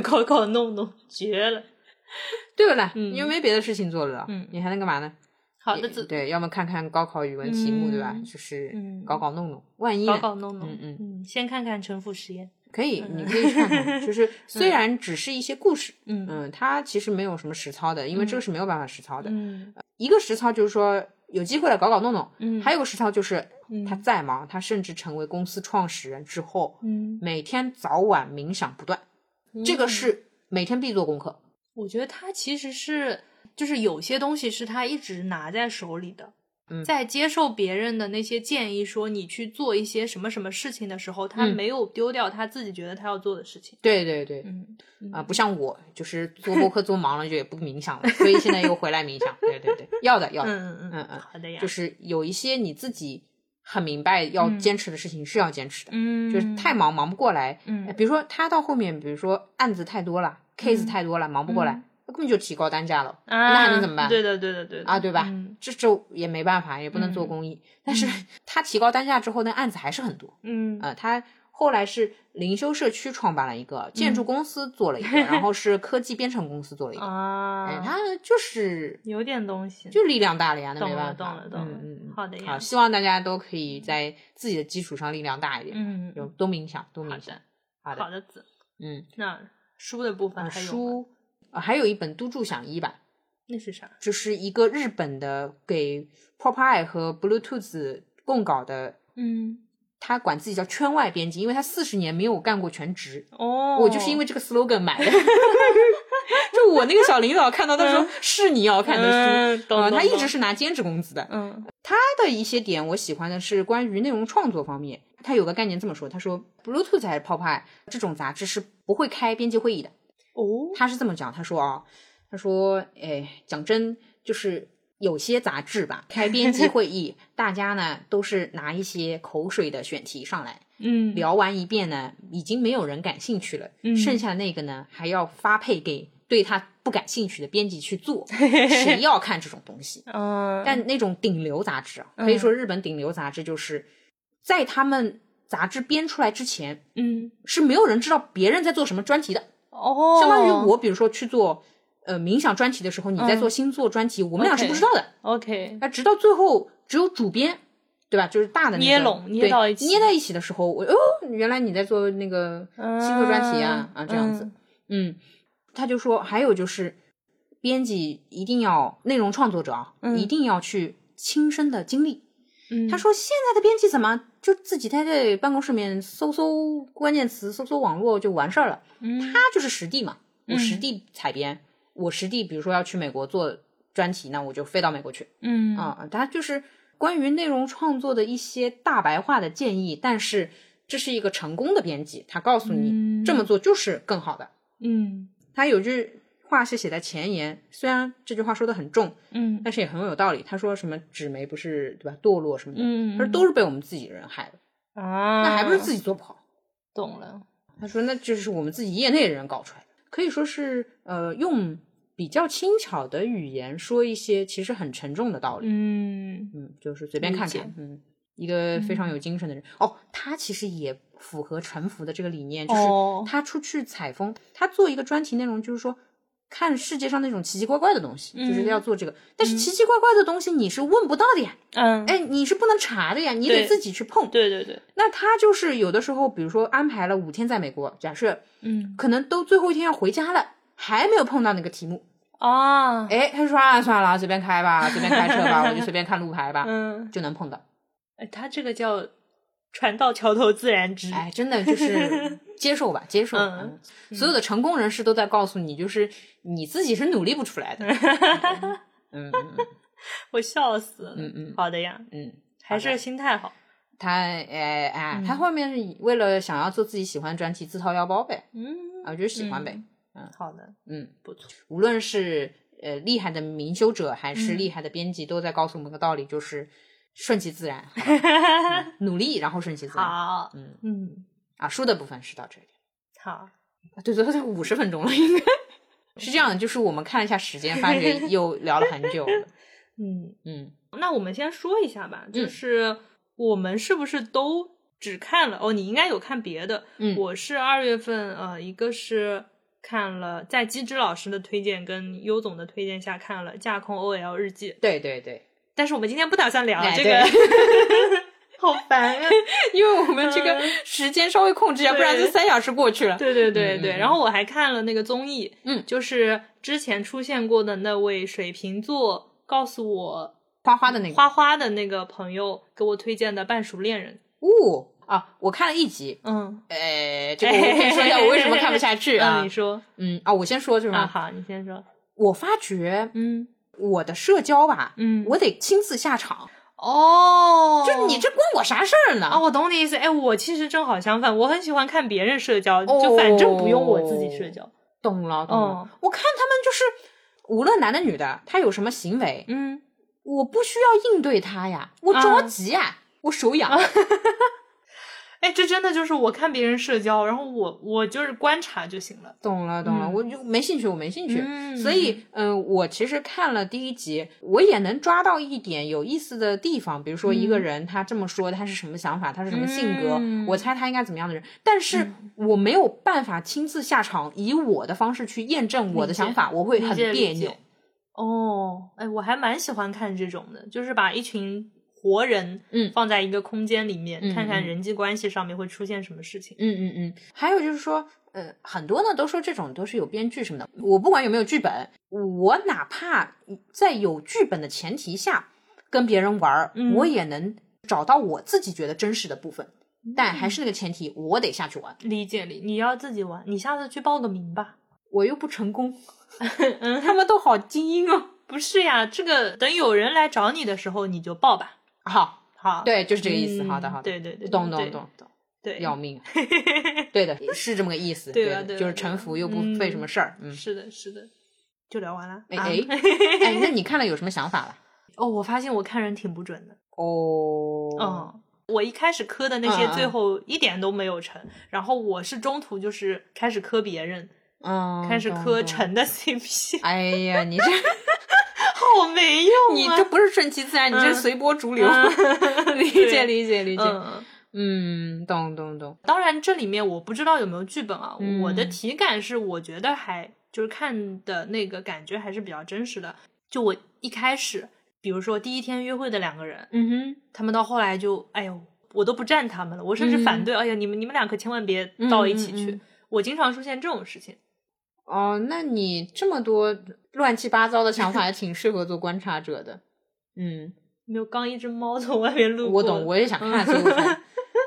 [SPEAKER 1] 搞搞弄弄，绝了。
[SPEAKER 2] 对不啦？
[SPEAKER 1] 嗯
[SPEAKER 2] 因为没别的事情做了，
[SPEAKER 1] 嗯
[SPEAKER 2] 你还能干嘛呢？
[SPEAKER 1] 好的，
[SPEAKER 2] 也
[SPEAKER 1] 自
[SPEAKER 2] 对，要么看看高考语文题目，对吧
[SPEAKER 1] 嗯？
[SPEAKER 2] 就是
[SPEAKER 1] 嗯
[SPEAKER 2] 搞搞弄弄，万一呢
[SPEAKER 1] 搞嗯搞弄弄，
[SPEAKER 2] 嗯嗯
[SPEAKER 1] 嗯，先看看沉浮实验，
[SPEAKER 2] 可以，你可以去看
[SPEAKER 1] [LAUGHS]
[SPEAKER 2] 看，就是虽然只是一些故事，
[SPEAKER 1] 嗯
[SPEAKER 2] 嗯，它其实没有什么实操的，因为这个是没有办法实操的。
[SPEAKER 1] 嗯
[SPEAKER 2] 一个实操就是说有机会了搞搞弄弄，
[SPEAKER 1] 嗯，
[SPEAKER 2] 呃还有个实操就是
[SPEAKER 1] 嗯
[SPEAKER 2] 他再忙，他甚至成为公司创始人之后，
[SPEAKER 1] 嗯，
[SPEAKER 2] 每天早晚冥想不断，这个
[SPEAKER 1] 嗯，
[SPEAKER 2] 是每天必做功课。
[SPEAKER 1] 我觉得他其实是就是有些东西是他一直拿在手里的。
[SPEAKER 2] 嗯
[SPEAKER 1] 在接受别人的那些建议，说你去做一些什么什么事情的时候，他
[SPEAKER 2] 嗯
[SPEAKER 1] 没有丢掉他自己觉得他要做的事情。
[SPEAKER 2] 对对对，
[SPEAKER 1] 嗯，
[SPEAKER 2] 啊，不像我，就是做播客做忙了就也不冥想了，所以现在又回来冥想。对对对，要的要的，
[SPEAKER 1] 嗯嗯
[SPEAKER 2] 嗯嗯
[SPEAKER 1] 好的呀，
[SPEAKER 2] 就是有一些你自己很明白要坚持的事情是要坚持的，
[SPEAKER 1] 嗯，
[SPEAKER 2] 就是太忙忙不过来。哎
[SPEAKER 1] 嗯
[SPEAKER 2] 比如说他到后面，比如说案子太多了，case
[SPEAKER 1] 嗯
[SPEAKER 2] 太多了，忙不过来，那根本就提高单价了。
[SPEAKER 1] 啊，
[SPEAKER 2] 那还能怎么办
[SPEAKER 1] 对的，对的，对的
[SPEAKER 2] 啊，对吧？
[SPEAKER 1] 嗯
[SPEAKER 2] 这这也没办法，也不能做公益。但是 [LAUGHS] 他提高单价之后，那案子还是很多。
[SPEAKER 1] 嗯
[SPEAKER 2] 呃，他后来是灵修社区创办了一个，建筑公司做了一个，然后是科技编程公司做了一个。哎，
[SPEAKER 1] 嗯 [LAUGHS] 啊，
[SPEAKER 2] 他就是
[SPEAKER 1] 有点东西，
[SPEAKER 2] 就力量大了呀，那
[SPEAKER 1] 懂
[SPEAKER 2] 没
[SPEAKER 1] 了
[SPEAKER 2] 办
[SPEAKER 1] 懂
[SPEAKER 2] 法。
[SPEAKER 1] 了懂了
[SPEAKER 2] 嗯嗯嗯。
[SPEAKER 1] 好的呀
[SPEAKER 2] 好，希望大家都可以在自己的基础上力量大一点，
[SPEAKER 1] 嗯，
[SPEAKER 2] 就多冥想，多
[SPEAKER 1] 好
[SPEAKER 2] 冥想
[SPEAKER 1] 的。
[SPEAKER 2] 好的，
[SPEAKER 1] 好的子，
[SPEAKER 2] 嗯，
[SPEAKER 1] 那书的部啊分还有吗
[SPEAKER 2] 啊书呃还有一本都筑响一版，
[SPEAKER 1] 那是啥？
[SPEAKER 2] 就是一个日本的给 Popeye 和 Bluetooth 供稿的
[SPEAKER 1] 嗯，
[SPEAKER 2] 他管自己叫圈外编辑，因为他四十年没有干过全职。
[SPEAKER 1] 哦，
[SPEAKER 2] 我就是因为这个 slogan 买的， [LAUGHS] 就我那个小领导看到他说、是你要看的书，
[SPEAKER 1] 嗯懂
[SPEAKER 2] 呃
[SPEAKER 1] 懂
[SPEAKER 2] 他一
[SPEAKER 1] 懂
[SPEAKER 2] 直是拿兼职工资的。
[SPEAKER 1] 嗯
[SPEAKER 2] 他的一些点我喜欢的是关于内容创作方面，他有个概念这么说，他说 Bluetooth 还是 Popeye 这种杂志是不会开编辑会议的，
[SPEAKER 1] 哦，
[SPEAKER 2] 他是这么讲，他说啊，他说，哎，讲真，就是有些杂志吧，开编辑会议，大家呢都是拿一些口水的选题上来
[SPEAKER 1] 嗯，
[SPEAKER 2] 聊完一遍呢，已经没有人感兴趣了，
[SPEAKER 1] 嗯
[SPEAKER 2] 剩下那个呢还要发配给对他不感兴趣的编辑去做，谁要看这种东西？
[SPEAKER 1] 嗯，
[SPEAKER 2] 但那种顶流杂志啊，可以说日本顶流杂志就是在他们杂志编出来之前。
[SPEAKER 1] 嗯
[SPEAKER 2] 是没有人知道别人在做什么专题的，
[SPEAKER 1] 哦，
[SPEAKER 2] 相当于我，比如说去做呃冥想专题的时候，你在做星座专题，我们俩是
[SPEAKER 1] OK
[SPEAKER 2] 不知道的。
[SPEAKER 1] OK，
[SPEAKER 2] 那直到最后，只有主编，对吧？就是大的那个
[SPEAKER 1] 捏拢捏
[SPEAKER 2] 对
[SPEAKER 1] 到一起
[SPEAKER 2] 捏在一起的时候，我哦，原来你在做那个
[SPEAKER 1] 嗯
[SPEAKER 2] 星座专题啊、啊这样子。嗯，他就说，还有就是，编辑一定要内容创作者啊，一定要去亲身的经历。
[SPEAKER 1] 嗯，
[SPEAKER 2] 他说现在的编辑怎么就自己待在办公室里面搜搜关键词、搜搜网络就完事儿了？
[SPEAKER 1] 嗯
[SPEAKER 2] 他就是实地嘛，我实地采编，我实地比如说要去美国做专题，那我就飞到美国去
[SPEAKER 1] 嗯
[SPEAKER 2] 啊、他就是关于内容创作的一些大白话的建议，但是这是一个成功的编辑，他告诉你、
[SPEAKER 1] 嗯
[SPEAKER 2] 这么做就是更好的。
[SPEAKER 1] 嗯
[SPEAKER 2] 他有句话是写在前言，虽然这句话说的很重，
[SPEAKER 1] 嗯
[SPEAKER 2] 但是也很有道理。他说什么纸媒不是对吧堕落什么的，
[SPEAKER 1] 嗯，
[SPEAKER 2] 他说都是被我们自己人害的，
[SPEAKER 1] 啊，
[SPEAKER 2] 那还不是自己做不好。
[SPEAKER 1] 懂了，
[SPEAKER 2] 他说那就是我们自己业内人搞出来的，可以说是呃用比较轻巧的语言说一些其实很沉重的道理。
[SPEAKER 1] 嗯
[SPEAKER 2] 嗯，就是随便
[SPEAKER 1] 理
[SPEAKER 2] 看
[SPEAKER 1] 解嗯
[SPEAKER 2] 看，嗯，一个非常有精神的人。哦，他其实也符合沉浮的这个理念，就是
[SPEAKER 1] 哦
[SPEAKER 2] 他出去采风，他做一个专题内容，就是说看世界上那种奇奇怪怪的东西，就是
[SPEAKER 1] 嗯
[SPEAKER 2] 要做这个。但是奇奇怪怪的东西你是问不到的呀，
[SPEAKER 1] 嗯，
[SPEAKER 2] 哎，你是不能查的呀，你得
[SPEAKER 1] 对
[SPEAKER 2] 自己去碰。
[SPEAKER 1] 对对对，
[SPEAKER 2] 那他就是有的时候，比如说安排了五天在美国，假设
[SPEAKER 1] 嗯
[SPEAKER 2] 可能都最后一天要回家了。还没有碰到那个题目，
[SPEAKER 1] 啊，
[SPEAKER 2] 哎，他就说啊，算了，随便开吧，随便开车吧，我就随便看路牌吧，
[SPEAKER 1] [LAUGHS] 嗯，
[SPEAKER 2] 就能碰到。
[SPEAKER 1] 哎，他这个叫船到桥头自然直，
[SPEAKER 2] 哎，真的就是
[SPEAKER 1] [LAUGHS]
[SPEAKER 2] 接受吧，接受。
[SPEAKER 1] 嗯
[SPEAKER 2] 嗯所有的成功人士都在告诉你，就是你自己是努力不出来的。嗯嗯
[SPEAKER 1] 我笑死了。
[SPEAKER 2] 嗯嗯
[SPEAKER 1] 好的呀，
[SPEAKER 2] 嗯，
[SPEAKER 1] 还是心态好。
[SPEAKER 2] 他哎哎，
[SPEAKER 1] 嗯
[SPEAKER 2] 他后面是为了想要做自己喜欢的专题，自掏腰包呗，
[SPEAKER 1] 嗯，
[SPEAKER 2] 啊，我觉得喜欢呗。
[SPEAKER 1] 好的，
[SPEAKER 2] 嗯，
[SPEAKER 1] 不错。
[SPEAKER 2] 无论是呃厉害的明修者还是
[SPEAKER 1] 嗯
[SPEAKER 2] 厉害的编辑，都在告诉我们个道理，就是顺其自然，
[SPEAKER 1] [LAUGHS]
[SPEAKER 2] 好吧嗯努力然后顺其自然。
[SPEAKER 1] 好，
[SPEAKER 2] 嗯
[SPEAKER 1] 嗯，
[SPEAKER 2] 啊，书的部分是到这里。
[SPEAKER 1] 好，
[SPEAKER 2] 啊对对对，五十分钟了，应该 [LAUGHS] 是这样的。就是我们看了一下时间，发觉又聊了很久了。
[SPEAKER 1] 嗯，
[SPEAKER 2] 嗯，
[SPEAKER 1] 那我们先说一下吧，就
[SPEAKER 2] 嗯
[SPEAKER 1] 是我们是不是都只看了？哦，你应该有看别的。
[SPEAKER 2] 嗯
[SPEAKER 1] 我是二月份，呃，一个是。看了，在机智老师的推荐跟优总的推荐下看了《架空 OL 日记》，
[SPEAKER 2] 对对对，
[SPEAKER 1] 但是我们今天不打算聊
[SPEAKER 2] 哎
[SPEAKER 1] 这
[SPEAKER 2] 对
[SPEAKER 1] 个， [LAUGHS] 好烦啊！
[SPEAKER 2] [LAUGHS] 因为我们这个时间稍微控制一下，不然就
[SPEAKER 1] 对
[SPEAKER 2] 三小时过去
[SPEAKER 1] [LAUGHS]
[SPEAKER 2] 了。
[SPEAKER 1] 对对对对，
[SPEAKER 2] 嗯嗯嗯
[SPEAKER 1] 然后我还看了那个综艺，
[SPEAKER 2] 嗯
[SPEAKER 1] 就是之前出现过的那位水瓶座告诉我
[SPEAKER 2] 花花的那个，
[SPEAKER 1] 花花的那个朋友给我推荐的《半熟恋人》。
[SPEAKER 2] 哦啊，我看了一集。
[SPEAKER 1] 嗯，
[SPEAKER 2] 呃，这个我可以说一下我为什么看不下去
[SPEAKER 1] 那
[SPEAKER 2] 啊
[SPEAKER 1] 你？说
[SPEAKER 2] [LAUGHS] 嗯啊，我先说就是
[SPEAKER 1] 啊，
[SPEAKER 2] 吧，
[SPEAKER 1] 好，你先说。
[SPEAKER 2] 我发觉
[SPEAKER 1] 嗯
[SPEAKER 2] 我的社交吧，
[SPEAKER 1] 嗯，
[SPEAKER 2] 我得亲自下场，
[SPEAKER 1] 哦，
[SPEAKER 2] 就是你这关我啥事儿
[SPEAKER 1] 啊，
[SPEAKER 2] 呢？
[SPEAKER 1] 我懂你意思。哎，我其实正好相反，我很喜欢看别人社交，
[SPEAKER 2] 哦
[SPEAKER 1] 就反正不用我自己社交。
[SPEAKER 2] 懂了懂了
[SPEAKER 1] 哦，
[SPEAKER 2] 我看他们就是无论男的女的，他有什么行为，
[SPEAKER 1] 嗯，
[SPEAKER 2] 我不需要应对他呀，我着急呀，我手痒。
[SPEAKER 1] 哎，这真的就是我看别人社交，然后我我就是观察就行了。
[SPEAKER 2] 懂了，懂了，
[SPEAKER 1] 嗯
[SPEAKER 2] 我就没兴趣，我没兴趣。
[SPEAKER 1] 嗯
[SPEAKER 2] 所以，嗯、我其实看了第一集，我也能抓到一点有意思的地方，比如说一个人他这么说，他是什么想法，他是什么性格，
[SPEAKER 1] 嗯
[SPEAKER 2] 我猜他应该怎么样的人，但是我没有办法亲自下场，以我的方式去验证我的
[SPEAKER 1] 理解
[SPEAKER 2] 想法，我会
[SPEAKER 1] 理
[SPEAKER 2] 很
[SPEAKER 1] 解
[SPEAKER 2] 别
[SPEAKER 1] 理解
[SPEAKER 2] 扭。
[SPEAKER 1] 哦，哎，我还蛮喜欢看这种的，就是把一群活人
[SPEAKER 2] 嗯
[SPEAKER 1] 放在一个空间里面，
[SPEAKER 2] 嗯
[SPEAKER 1] 看看
[SPEAKER 2] 嗯
[SPEAKER 1] 人际关系上面会出现什么事情。
[SPEAKER 2] 嗯嗯嗯，还有就是说，呃，很多呢都说这种都是有编剧什么的。我不管有没有剧本，我哪怕在有剧本的前提下跟别人玩儿，
[SPEAKER 1] 嗯
[SPEAKER 2] 我也能找到我自己觉得真实的部分。
[SPEAKER 1] 嗯
[SPEAKER 2] 但还是那个前提，我得下去玩，
[SPEAKER 1] 理解理，你要自己玩，你下次去报个名吧。
[SPEAKER 2] 我又不成功。
[SPEAKER 1] 嗯
[SPEAKER 2] [LAUGHS] 他们都好精英哦。
[SPEAKER 1] 不是呀，这个等有人来找你的时候你就报吧。
[SPEAKER 2] 好，
[SPEAKER 1] 好，
[SPEAKER 2] 对，就是这个意思。
[SPEAKER 1] 嗯
[SPEAKER 2] 好的，好的，
[SPEAKER 1] 对对对，
[SPEAKER 2] 懂
[SPEAKER 1] 对
[SPEAKER 2] 懂懂懂，
[SPEAKER 1] 对，
[SPEAKER 2] 要命啊。对的，是这么个意思。
[SPEAKER 1] 对
[SPEAKER 2] 的
[SPEAKER 1] 吧对吧
[SPEAKER 2] 就是
[SPEAKER 1] 对
[SPEAKER 2] 臣
[SPEAKER 1] 吧
[SPEAKER 2] 服又不
[SPEAKER 1] 嗯
[SPEAKER 2] 费什么事儿。
[SPEAKER 1] [LAUGHS]
[SPEAKER 2] 嗯，
[SPEAKER 1] 是的，是的，就聊完了。
[SPEAKER 2] 哎
[SPEAKER 1] 啊
[SPEAKER 2] 哎
[SPEAKER 1] [LAUGHS]
[SPEAKER 2] 哎，那你看了有什么想法了？
[SPEAKER 1] 哦，我发现我看人挺不准的。
[SPEAKER 2] 哦，
[SPEAKER 1] 嗯，我一开始磕的那些
[SPEAKER 2] 嗯嗯
[SPEAKER 1] 最后一点都没有成，然后我是中途就是开始磕别人，
[SPEAKER 2] 嗯，
[SPEAKER 1] 开始
[SPEAKER 2] 懂
[SPEAKER 1] 磕。
[SPEAKER 2] 懂
[SPEAKER 1] 陈的 CP，
[SPEAKER 2] 哎
[SPEAKER 1] [LAUGHS]
[SPEAKER 2] 呀，你这
[SPEAKER 1] 好没用啊！
[SPEAKER 2] 你这不是顺其自然，你这
[SPEAKER 1] 嗯
[SPEAKER 2] 是随波逐流。理解
[SPEAKER 1] 对
[SPEAKER 2] 理解理解，
[SPEAKER 1] 嗯，
[SPEAKER 2] 嗯，懂懂懂。
[SPEAKER 1] 当然这里面我不知道有没有剧本啊，
[SPEAKER 2] 嗯
[SPEAKER 1] 我的体感是我觉得还就是看的那个感觉还是比较真实的。就我一开始，比如说第一天约会的两个人，
[SPEAKER 2] 嗯哼，
[SPEAKER 1] 他们到后来就，哎呦，我都不站他们了，我甚至反对，哎呀，你们你们俩可千万别到一起去。
[SPEAKER 2] 嗯嗯嗯嗯
[SPEAKER 1] 我经常出现这种事情。
[SPEAKER 2] 哦，那你这么多乱七八糟的想法，还挺适合做观察者的。嗯，
[SPEAKER 1] 没有，刚一只猫从外面路过。
[SPEAKER 2] 我懂，我也想
[SPEAKER 1] 嗯
[SPEAKER 2] 看，所以我
[SPEAKER 1] [LAUGHS]
[SPEAKER 2] 才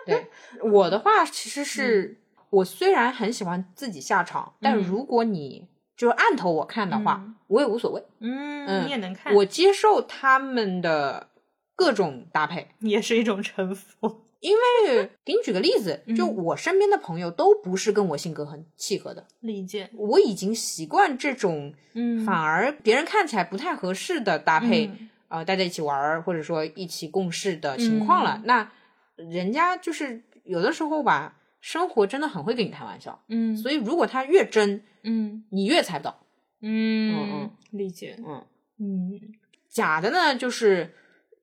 [SPEAKER 2] 对我的话，其实是我虽然很喜欢自己下场，但
[SPEAKER 1] 嗯
[SPEAKER 2] 如果你就是按头我看的话
[SPEAKER 1] 嗯，
[SPEAKER 2] 我也无所谓。
[SPEAKER 1] 嗯，
[SPEAKER 2] 嗯
[SPEAKER 1] 你也能看。
[SPEAKER 2] 我接受他们的各种搭配。
[SPEAKER 1] 也是一种臣服。
[SPEAKER 2] 因为给你举个例子，就
[SPEAKER 1] 嗯
[SPEAKER 2] 我身边的朋友都不是跟我性格很契合的，
[SPEAKER 1] 理解，
[SPEAKER 2] 我已经习惯这种
[SPEAKER 1] 嗯，
[SPEAKER 2] 反而别人看起来不太合适的搭配，
[SPEAKER 1] 嗯
[SPEAKER 2] 呃，大家一起玩儿或者说一起共事的情况了。
[SPEAKER 1] 嗯
[SPEAKER 2] 那人家就是有的时候吧，生活真的很会跟你开玩笑，
[SPEAKER 1] 嗯，
[SPEAKER 2] 所以如果他越真，
[SPEAKER 1] 嗯
[SPEAKER 2] 你越猜不到。
[SPEAKER 1] 嗯
[SPEAKER 2] 嗯，
[SPEAKER 1] 理解，
[SPEAKER 2] 嗯，
[SPEAKER 1] 嗯
[SPEAKER 2] 假的呢就是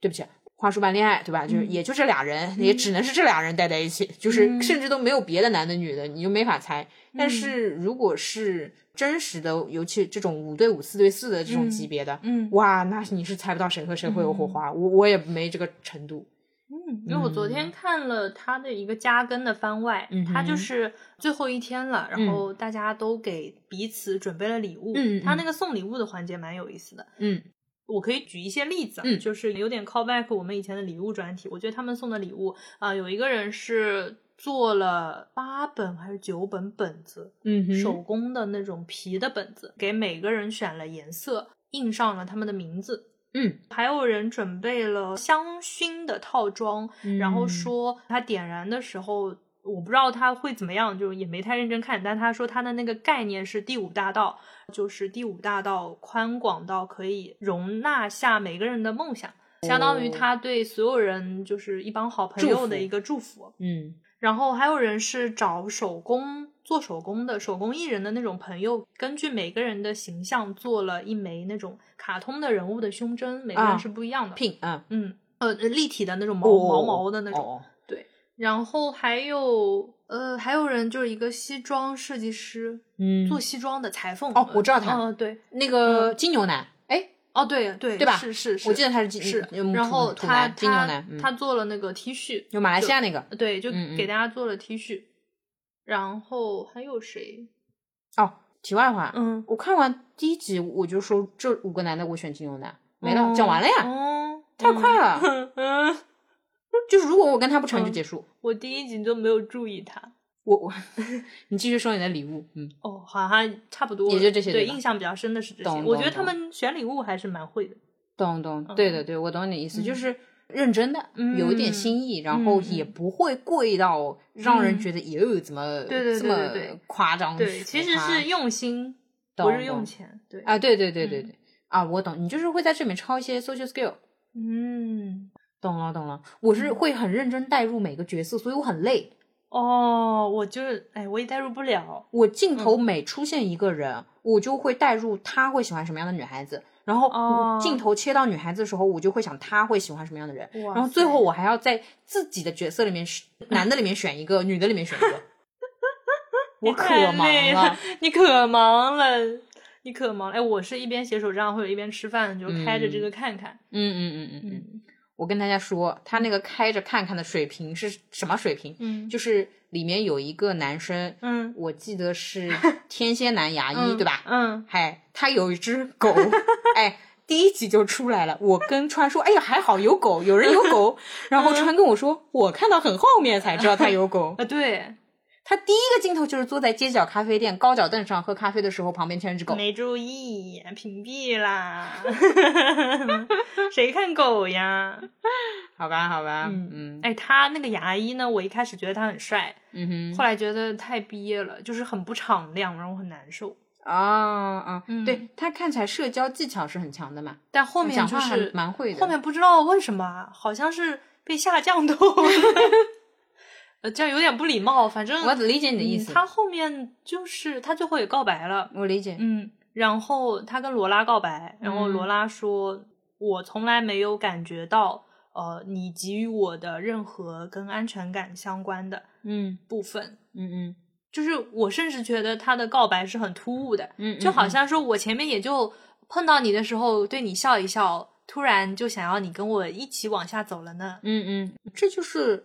[SPEAKER 2] 对不起。花束般恋爱，对吧？就是也就这俩人，也只能是这俩人待在一起，就是
[SPEAKER 1] 嗯
[SPEAKER 2] 甚至都没有别的男的女的，你就没法猜。但是如果是真实的，尤其这种五对五、四对四的这种
[SPEAKER 1] 嗯
[SPEAKER 2] 级别的，
[SPEAKER 1] 嗯
[SPEAKER 2] 哇，那你是猜不到谁和谁会有火花，我我也没这个程度。
[SPEAKER 1] 嗯，因为我昨天看了他的一个加更的番外，
[SPEAKER 2] 嗯哼嗯
[SPEAKER 1] 他就是最后一天了，然后大家都给彼此准备了礼物，
[SPEAKER 2] 嗯嗯
[SPEAKER 1] 他那个送礼物的环节蛮有意思的。
[SPEAKER 2] 嗯
[SPEAKER 1] 我可以举一些例子啊，
[SPEAKER 2] 嗯
[SPEAKER 1] 就是有点 callback 我们以前的礼物专题。我觉得他们送的礼物啊、有一个人是做了八本还是九本本子，
[SPEAKER 2] 嗯
[SPEAKER 1] 手工的那种皮的本子，给每个人选了颜色，印上了他们的名字。
[SPEAKER 2] 嗯，
[SPEAKER 1] 还有人准备了香薰的套装，
[SPEAKER 2] 嗯
[SPEAKER 1] 然后说他点燃的时候，我不知道他会怎么样，就也没太认真看。但他说他的那个概念是第五大道，就是第五大道宽广到可以容纳下每个人的梦想，相当于
[SPEAKER 2] 哦
[SPEAKER 1] 他对所有人就是一帮好朋
[SPEAKER 2] 祝
[SPEAKER 1] 友的
[SPEAKER 2] 福
[SPEAKER 1] 一个祝福。
[SPEAKER 2] 嗯
[SPEAKER 1] 然后还有人是找手工做手工的手工艺人的那种朋友，根据每个人的形象做了一枚那种卡通的人物的胸针，每个
[SPEAKER 2] 啊
[SPEAKER 1] 人是不一样的。
[SPEAKER 2] 拼啊
[SPEAKER 1] 嗯，呃，立体的那种毛、毛
[SPEAKER 2] 哦
[SPEAKER 1] 毛的那种。
[SPEAKER 2] 哦
[SPEAKER 1] 然后还有呃，还有人就是一个西装设计师，
[SPEAKER 2] 嗯
[SPEAKER 1] 做西装的裁缝。
[SPEAKER 2] 哦我知道他
[SPEAKER 1] 嗯、对，
[SPEAKER 2] 那个金牛男，哎，
[SPEAKER 1] 哦，对对，
[SPEAKER 2] 对吧
[SPEAKER 1] 是是是，
[SPEAKER 2] 我记得他是金
[SPEAKER 1] 是。
[SPEAKER 2] 嗯
[SPEAKER 1] 然
[SPEAKER 2] 土
[SPEAKER 1] 后
[SPEAKER 2] 土
[SPEAKER 1] 他
[SPEAKER 2] 男金牛
[SPEAKER 1] 他
[SPEAKER 2] 男，嗯
[SPEAKER 1] 他做了那个 T 恤，
[SPEAKER 2] 有马来西亚那个
[SPEAKER 1] 对，就
[SPEAKER 2] 嗯嗯
[SPEAKER 1] 给大家做了 T 恤。然后还有谁？
[SPEAKER 2] 哦。题外话，
[SPEAKER 1] 嗯，
[SPEAKER 2] 我看完第一集我就说这五个男的我选金牛男，没了，讲完了呀，
[SPEAKER 1] 哦，
[SPEAKER 2] 太快了。
[SPEAKER 1] 嗯。嗯，
[SPEAKER 2] 就是如果我跟他不成就
[SPEAKER 1] 嗯
[SPEAKER 2] 结束，
[SPEAKER 1] 我第一集都没有注意他。
[SPEAKER 2] 我我你继续说你的礼物，嗯
[SPEAKER 1] 哦，好像差不多了，
[SPEAKER 2] 也就这些
[SPEAKER 1] 对，
[SPEAKER 2] 对吧
[SPEAKER 1] 印象比较深的是这些。
[SPEAKER 2] 懂
[SPEAKER 1] 我
[SPEAKER 2] 懂
[SPEAKER 1] 觉得他
[SPEAKER 2] 懂
[SPEAKER 1] 们选礼物还是蛮会的。
[SPEAKER 2] 懂懂，
[SPEAKER 1] 嗯
[SPEAKER 2] 对的对，我懂你的意思，就
[SPEAKER 1] 嗯
[SPEAKER 2] 是认真的，有一点
[SPEAKER 1] 嗯
[SPEAKER 2] 新意，然后也
[SPEAKER 1] 嗯
[SPEAKER 2] 不会贵到让人觉得也有怎么、
[SPEAKER 1] 对对
[SPEAKER 2] 这
[SPEAKER 1] 对
[SPEAKER 2] 么
[SPEAKER 1] 对对
[SPEAKER 2] 夸张浮夸。
[SPEAKER 1] 对，其实是用心，不
[SPEAKER 2] 懂
[SPEAKER 1] 是用
[SPEAKER 2] 懂
[SPEAKER 1] 钱。对，
[SPEAKER 2] 啊，对对对对
[SPEAKER 1] 嗯
[SPEAKER 2] 对、啊，我懂，你就是会在这里面抄一些 social skill。
[SPEAKER 1] 嗯，
[SPEAKER 2] 懂了懂了，我是
[SPEAKER 1] 嗯
[SPEAKER 2] 会很认真带入每个角色，所以我很累。
[SPEAKER 1] 哦，我就是，哎，我也代入不了。
[SPEAKER 2] 我镜头
[SPEAKER 1] 嗯
[SPEAKER 2] 每出现一个人，我就会带入他会喜欢什么样的女孩子，然后
[SPEAKER 1] 哦
[SPEAKER 2] 我镜头切到女孩子的时候，我就会想他会喜欢什么样的人，
[SPEAKER 1] 哇
[SPEAKER 2] 然后最
[SPEAKER 1] 塞
[SPEAKER 2] 后我还要在自己的角色里面选，男的里面选一个，女的里面选
[SPEAKER 1] [LAUGHS]
[SPEAKER 2] 一个，我
[SPEAKER 1] 你
[SPEAKER 2] 可
[SPEAKER 1] 太累
[SPEAKER 2] 忙了。
[SPEAKER 1] 你可忙了，你可忙了。哎，我是一边写手账或者一边吃饭，就开着这个看看。
[SPEAKER 2] 嗯嗯嗯嗯嗯，
[SPEAKER 1] 嗯
[SPEAKER 2] 我跟大家说，他那个开着看看的水平是什么水平？
[SPEAKER 1] 嗯
[SPEAKER 2] 就是里面有一个男生，
[SPEAKER 1] 嗯
[SPEAKER 2] 我记
[SPEAKER 1] [LAUGHS]
[SPEAKER 2] 得是天蝎男牙医，对吧？
[SPEAKER 1] 嗯，
[SPEAKER 2] 嗨，哎他有一只狗， [LAUGHS] 哎，第一集就出来了。我跟川说，哎呀，还好有狗，有人有狗。
[SPEAKER 1] 嗯
[SPEAKER 2] 然后川跟我说，我看到很后面才知道他有狗。
[SPEAKER 1] 啊对，
[SPEAKER 2] 他第一个镜头就是坐在街角咖啡店高脚凳上喝咖啡的时候，旁边全是只狗。
[SPEAKER 1] 没注意，屏蔽啦。 [LAUGHS] 谁看狗呀？
[SPEAKER 2] 好吧，好吧，
[SPEAKER 1] 嗯
[SPEAKER 2] 嗯
[SPEAKER 1] 哎，他那个牙医呢？我一开始觉得他很帅，
[SPEAKER 2] 嗯
[SPEAKER 1] 后来觉得太憋了，就是很不敞亮，让我很难受。
[SPEAKER 2] 哼，啊啊，
[SPEAKER 1] 嗯
[SPEAKER 2] 对他看起来社交技巧是很强的嘛，
[SPEAKER 1] 但后面
[SPEAKER 2] 讲
[SPEAKER 1] 就
[SPEAKER 2] 话还
[SPEAKER 1] 是
[SPEAKER 2] 蛮会的。
[SPEAKER 1] 后面不知道为什么啊，好像是被下降头了。 [LAUGHS] 呃，这样有点不礼貌，反正
[SPEAKER 2] 我理解你的
[SPEAKER 1] 嗯
[SPEAKER 2] 意思，
[SPEAKER 1] 他后面就是他最后也告白了，
[SPEAKER 2] 我理解。
[SPEAKER 1] 嗯，然后他跟罗拉告白，然后
[SPEAKER 2] 嗯
[SPEAKER 1] 罗拉说：“我从来没有感觉到，呃，你给予我的任何跟安全感相关的
[SPEAKER 2] 嗯
[SPEAKER 1] 部分。”
[SPEAKER 2] 嗯嗯
[SPEAKER 1] 就是我甚至觉得他的告白是很突兀的，
[SPEAKER 2] 嗯，
[SPEAKER 1] 就好
[SPEAKER 2] 嗯
[SPEAKER 1] 像说我前面也就碰到你的时候对你笑一笑，突然就想要你跟我一起往下走了呢。
[SPEAKER 2] 嗯嗯，这就是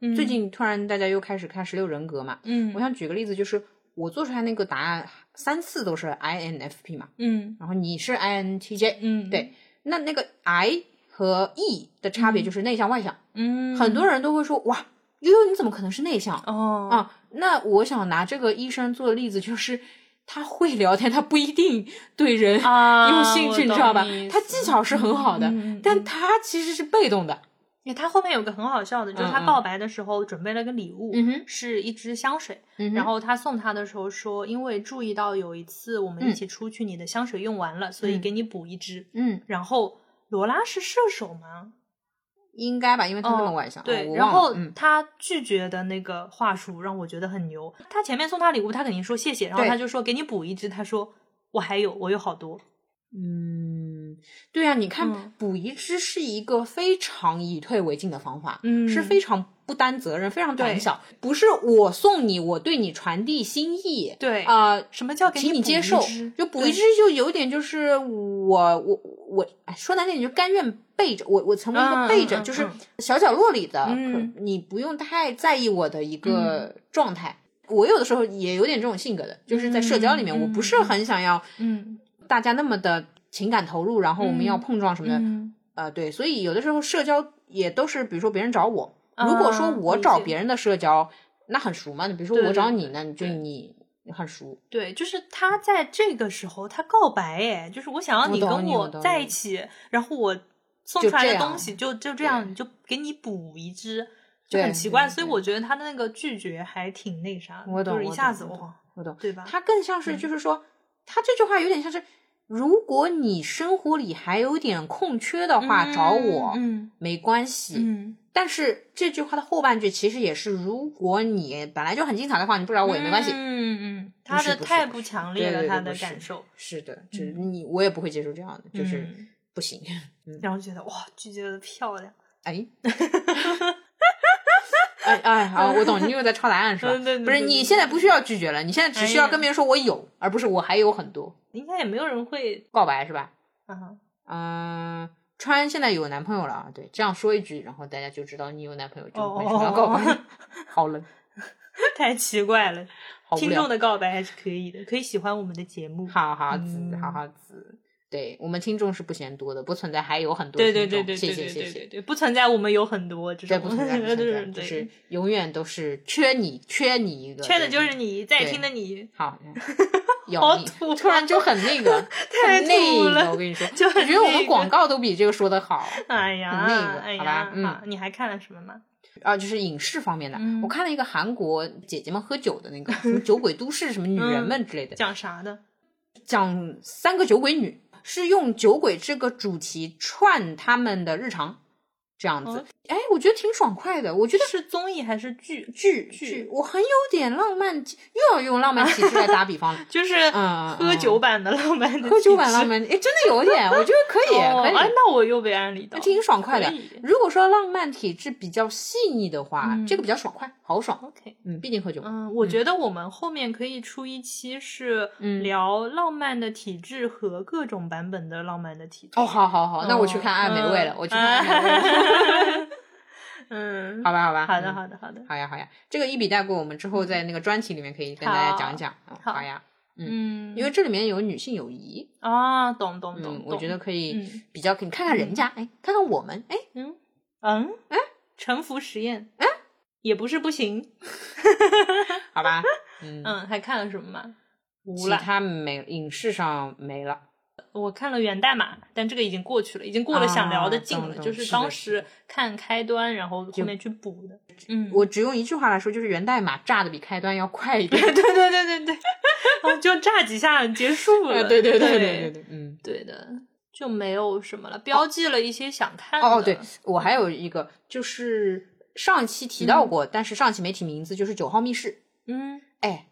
[SPEAKER 1] 嗯
[SPEAKER 2] 最，近突然大家又开始看十六人格嘛，
[SPEAKER 1] 嗯，
[SPEAKER 2] 我想举个例子，就是我做出来那个答案三次都是 INFP 嘛，
[SPEAKER 1] 嗯
[SPEAKER 2] 然后你是 INTJ，、
[SPEAKER 1] 嗯，
[SPEAKER 2] 对，那那个 I 和 E 的差别就是内向外向，
[SPEAKER 1] 嗯，
[SPEAKER 2] 很多人都会说哇，悠悠你怎么可能是内向、
[SPEAKER 1] 哦，
[SPEAKER 2] 啊？那我想拿这个医生做例子，就是他会聊天，他不一定对人
[SPEAKER 1] 啊
[SPEAKER 2] 有兴趣，
[SPEAKER 1] 我
[SPEAKER 2] 你知道吧
[SPEAKER 1] 懂意？思
[SPEAKER 2] 他技巧是很好的，
[SPEAKER 1] 嗯嗯嗯
[SPEAKER 2] 但他其实是被动的。
[SPEAKER 1] 因为他后面有个很好笑的，就是他告白的时候准备了个礼物，
[SPEAKER 2] 嗯哼
[SPEAKER 1] 是一支香水。
[SPEAKER 2] 嗯
[SPEAKER 1] 然后他送他的时候说，因为注意到有一次我们一起出去，你的香水用完了，所以
[SPEAKER 2] 嗯
[SPEAKER 1] 给你补一支。
[SPEAKER 2] 嗯，
[SPEAKER 1] 然后罗拉是射手吗？
[SPEAKER 2] 应该吧，因为他那么
[SPEAKER 1] 哦
[SPEAKER 2] 外向，
[SPEAKER 1] 对，
[SPEAKER 2] 我
[SPEAKER 1] 然
[SPEAKER 2] 忘了
[SPEAKER 1] 后
[SPEAKER 2] 嗯，
[SPEAKER 1] 他拒绝的那个话术让我觉得很牛。他前面送他礼物，他肯定说谢谢，然后
[SPEAKER 2] 对
[SPEAKER 1] 他就说给你补一支，他说我还有，我有好多。
[SPEAKER 2] 嗯，对啊，你看
[SPEAKER 1] 嗯
[SPEAKER 2] 补一支是一个非常以退为进的方法，
[SPEAKER 1] 嗯
[SPEAKER 2] 是非常不担责任、非常
[SPEAKER 1] 对
[SPEAKER 2] 胆小，不是我送你，我对你传递心意，
[SPEAKER 1] 对
[SPEAKER 2] 啊、
[SPEAKER 1] 什么叫给
[SPEAKER 2] 请
[SPEAKER 1] 你
[SPEAKER 2] 你
[SPEAKER 1] 补
[SPEAKER 2] 接
[SPEAKER 1] 一
[SPEAKER 2] 受
[SPEAKER 1] 支，
[SPEAKER 2] 就补
[SPEAKER 1] 对
[SPEAKER 2] 一支就有点就是我我我，哎，说难听点就甘愿背着我，我成为一
[SPEAKER 1] 嗯
[SPEAKER 2] 个
[SPEAKER 1] 嗯
[SPEAKER 2] 背着，
[SPEAKER 1] 嗯
[SPEAKER 2] 就是
[SPEAKER 1] 嗯
[SPEAKER 2] 小角落里的，
[SPEAKER 1] 嗯
[SPEAKER 2] 可你不用太在意我的一个状态。我有的时候也有点这种性格的，就是在社交里面，
[SPEAKER 1] 嗯嗯
[SPEAKER 2] 我不是很想要
[SPEAKER 1] 嗯
[SPEAKER 2] 大家那么的情感投入，然后我们要
[SPEAKER 1] 嗯
[SPEAKER 2] 碰撞什么的，
[SPEAKER 1] 嗯，
[SPEAKER 2] 啊，对，所以有的时候社交也都是，比如说别人找我，如果说
[SPEAKER 1] 啊
[SPEAKER 2] 我
[SPEAKER 1] 理
[SPEAKER 2] 找
[SPEAKER 1] 解
[SPEAKER 2] 别人的社交，那很熟嘛。你比如说
[SPEAKER 1] 对
[SPEAKER 2] 我
[SPEAKER 1] 对
[SPEAKER 2] 找
[SPEAKER 1] 对
[SPEAKER 2] 你，那你就
[SPEAKER 1] 对
[SPEAKER 2] 你很熟，
[SPEAKER 1] 对，就是他在这个时候他告白，哎，就是我想要
[SPEAKER 2] 我
[SPEAKER 1] 你
[SPEAKER 2] 懂
[SPEAKER 1] 跟
[SPEAKER 2] 你我
[SPEAKER 1] 我
[SPEAKER 2] 懂
[SPEAKER 1] 在
[SPEAKER 2] 你
[SPEAKER 1] 一起，然后我送
[SPEAKER 2] 就
[SPEAKER 1] 出来
[SPEAKER 2] 这
[SPEAKER 1] 的
[SPEAKER 2] 样
[SPEAKER 1] 东西就就这
[SPEAKER 2] 对
[SPEAKER 1] 样，你就给你补一支，就
[SPEAKER 2] 对
[SPEAKER 1] 很奇怪。
[SPEAKER 2] 对
[SPEAKER 1] 所以
[SPEAKER 2] 对
[SPEAKER 1] 我觉得他的那个拒绝还挺那啥的，
[SPEAKER 2] 我懂
[SPEAKER 1] 就是一
[SPEAKER 2] 我
[SPEAKER 1] 下
[SPEAKER 2] 懂
[SPEAKER 1] 子
[SPEAKER 2] 我懂
[SPEAKER 1] 哇，
[SPEAKER 2] 我懂。
[SPEAKER 1] 对吧？
[SPEAKER 2] 他更像是
[SPEAKER 1] 嗯
[SPEAKER 2] 就是说，他这句话有点像是，如果你生活里还有点空缺的话，找我、
[SPEAKER 1] 嗯
[SPEAKER 2] 没关系。
[SPEAKER 1] 嗯，
[SPEAKER 2] 但是这句话的后半句其实也是，如果你本来就很精彩的话，你不找我也没关系。
[SPEAKER 1] 嗯嗯，他
[SPEAKER 2] 是
[SPEAKER 1] 的
[SPEAKER 2] 不是
[SPEAKER 1] 太
[SPEAKER 2] 不
[SPEAKER 1] 不
[SPEAKER 2] 是
[SPEAKER 1] 强
[SPEAKER 2] 对
[SPEAKER 1] 烈
[SPEAKER 2] 对
[SPEAKER 1] 了，
[SPEAKER 2] 对
[SPEAKER 1] 他
[SPEAKER 2] 不
[SPEAKER 1] 的
[SPEAKER 2] 是
[SPEAKER 1] 感受
[SPEAKER 2] 是的，就是你我也不会接受这样的，就是
[SPEAKER 1] 嗯
[SPEAKER 2] 不行。
[SPEAKER 1] 然后觉得哇，拒绝的漂亮， [LAUGHS]
[SPEAKER 2] 哎，哎哎，好，我懂，你又在抄答案是吧？
[SPEAKER 1] 嗯对对
[SPEAKER 2] 不是，
[SPEAKER 1] 对
[SPEAKER 2] 你
[SPEAKER 1] 对
[SPEAKER 2] 现在不需要拒绝了，你现在只需要
[SPEAKER 1] 哎呀
[SPEAKER 2] 跟别人说我有，而不是我还有很多
[SPEAKER 1] 应该也没有人会
[SPEAKER 2] 告白是吧？
[SPEAKER 1] 啊，
[SPEAKER 2] 嗯、川现在有男朋友了啊，对，这样说一句，然后大家就知道你有男朋友，就
[SPEAKER 1] 哦
[SPEAKER 2] 没什么要告白。 [LAUGHS] 好冷，
[SPEAKER 1] 太奇怪了。
[SPEAKER 2] 好无
[SPEAKER 1] 听众
[SPEAKER 2] 聊。
[SPEAKER 1] 的告白还是可以的，可以喜欢我们的节目。
[SPEAKER 2] 好好子，
[SPEAKER 1] 嗯
[SPEAKER 2] 好好子，对我们听众是不嫌多的，不存在还有很多
[SPEAKER 1] 对
[SPEAKER 2] 听众。
[SPEAKER 1] 对对对
[SPEAKER 2] 谢
[SPEAKER 1] 对
[SPEAKER 2] 谢
[SPEAKER 1] 对
[SPEAKER 2] 谢
[SPEAKER 1] 对
[SPEAKER 2] 谢
[SPEAKER 1] 对。对，不存在我们有很多这
[SPEAKER 2] 这
[SPEAKER 1] 种，
[SPEAKER 2] 不存在，
[SPEAKER 1] [LAUGHS]
[SPEAKER 2] 不
[SPEAKER 1] 就
[SPEAKER 2] 存
[SPEAKER 1] 是
[SPEAKER 2] 在，就
[SPEAKER 1] 对
[SPEAKER 2] 是永远都是缺你，缺你一个，
[SPEAKER 1] 缺的就
[SPEAKER 2] 对
[SPEAKER 1] 是你，在
[SPEAKER 2] 对
[SPEAKER 1] 听的你，
[SPEAKER 2] 好，有
[SPEAKER 1] 嗯好
[SPEAKER 2] 你
[SPEAKER 1] 土啊
[SPEAKER 2] 突然就很那个，
[SPEAKER 1] [LAUGHS] 太
[SPEAKER 2] 很那
[SPEAKER 1] 土
[SPEAKER 2] 个
[SPEAKER 1] 了
[SPEAKER 2] 我跟你说，
[SPEAKER 1] 就
[SPEAKER 2] 我
[SPEAKER 1] 很
[SPEAKER 2] 觉得我
[SPEAKER 1] 那
[SPEAKER 2] 们
[SPEAKER 1] 个
[SPEAKER 2] 广告都比这个说的好
[SPEAKER 1] 哎
[SPEAKER 2] 很那个
[SPEAKER 1] 呀，哎
[SPEAKER 2] 好吧
[SPEAKER 1] 呀，
[SPEAKER 2] 嗯
[SPEAKER 1] 好你还看了什么吗？
[SPEAKER 2] 啊，就是影视方面的。
[SPEAKER 1] 嗯
[SPEAKER 2] 我看了一个韩国姐姐们喝酒的那
[SPEAKER 1] [LAUGHS]
[SPEAKER 2] 个什么酒鬼都市，什么女人
[SPEAKER 1] 嗯
[SPEAKER 2] 们之类的，
[SPEAKER 1] 讲啥的？
[SPEAKER 2] 讲三个酒鬼女，是用酒鬼这个主题串他们的日常，这样子
[SPEAKER 1] 哦。
[SPEAKER 2] 哎，我觉得挺爽快的，我觉得。
[SPEAKER 1] 是综艺还是剧？
[SPEAKER 2] 剧
[SPEAKER 1] 剧。
[SPEAKER 2] 剧，我很有点浪漫，又要用浪漫体质来打比方了
[SPEAKER 1] [LAUGHS] 就是
[SPEAKER 2] 嗯嗯
[SPEAKER 1] 喝酒版的浪漫的
[SPEAKER 2] 喝酒版
[SPEAKER 1] 体质
[SPEAKER 2] 浪漫，哎，真的有点，我觉得可以，
[SPEAKER 1] 哦
[SPEAKER 2] 可以。
[SPEAKER 1] 哎，那我又被安利到了，
[SPEAKER 2] 挺爽快的
[SPEAKER 1] 可以。
[SPEAKER 2] 如果说浪漫体质比较细腻的话，
[SPEAKER 1] 嗯
[SPEAKER 2] 这个比较爽快，豪爽。
[SPEAKER 1] OK，
[SPEAKER 2] 嗯，毕竟喝酒。
[SPEAKER 1] 嗯，我觉得我们后面可以出一期是
[SPEAKER 2] 嗯
[SPEAKER 1] 聊浪漫的体质和各种版本的浪漫的体质。
[SPEAKER 2] 哦，好好好，那我去看《爱美味》了，我去看《爱美味》了。
[SPEAKER 1] 味。嗯，
[SPEAKER 2] 好吧，好吧。
[SPEAKER 1] 好的，
[SPEAKER 2] 嗯
[SPEAKER 1] 好的，好的。
[SPEAKER 2] 好呀，好呀。这个一笔带过，我们之后在那个专题里面可以跟大家讲一讲。啊
[SPEAKER 1] 好
[SPEAKER 2] 好呀，
[SPEAKER 1] 嗯，
[SPEAKER 2] 因为这里面有女性友谊，
[SPEAKER 1] 啊，懂懂懂
[SPEAKER 2] 嗯，
[SPEAKER 1] 懂，
[SPEAKER 2] 我觉得可以
[SPEAKER 1] 嗯
[SPEAKER 2] 比较，你看看人家，哎，看看我们，哎，
[SPEAKER 1] 嗯嗯哎，沉浮实验
[SPEAKER 2] 哎
[SPEAKER 1] 也不是不行。
[SPEAKER 2] 好吧，嗯，
[SPEAKER 1] 嗯，还看了什么吗？无
[SPEAKER 2] 其
[SPEAKER 1] 了，
[SPEAKER 2] 他没影视上没了。
[SPEAKER 1] 我看了源代码，但这个已经过去了，已经过了想聊的
[SPEAKER 2] 啊
[SPEAKER 1] 劲
[SPEAKER 2] 懂
[SPEAKER 1] 了，
[SPEAKER 2] 懂
[SPEAKER 1] 就是
[SPEAKER 2] 的
[SPEAKER 1] 当
[SPEAKER 2] 是
[SPEAKER 1] 时看开端，然后后面去补的。嗯， [LAUGHS]
[SPEAKER 2] 我只用一句话来说，就是源代码炸的比开端要快一点。
[SPEAKER 1] 对对对对 [LAUGHS] 对对，啊就炸几下结束了。
[SPEAKER 2] 啊对对
[SPEAKER 1] 对
[SPEAKER 2] 对对对，嗯。
[SPEAKER 1] 对的，就没有什么了，标记了一些想看的。
[SPEAKER 2] 哦哦哦，对，我还有一个就是上一期提到过，但是上一期没提名字，就是《九号密室》。
[SPEAKER 1] 嗯，
[SPEAKER 2] 哎，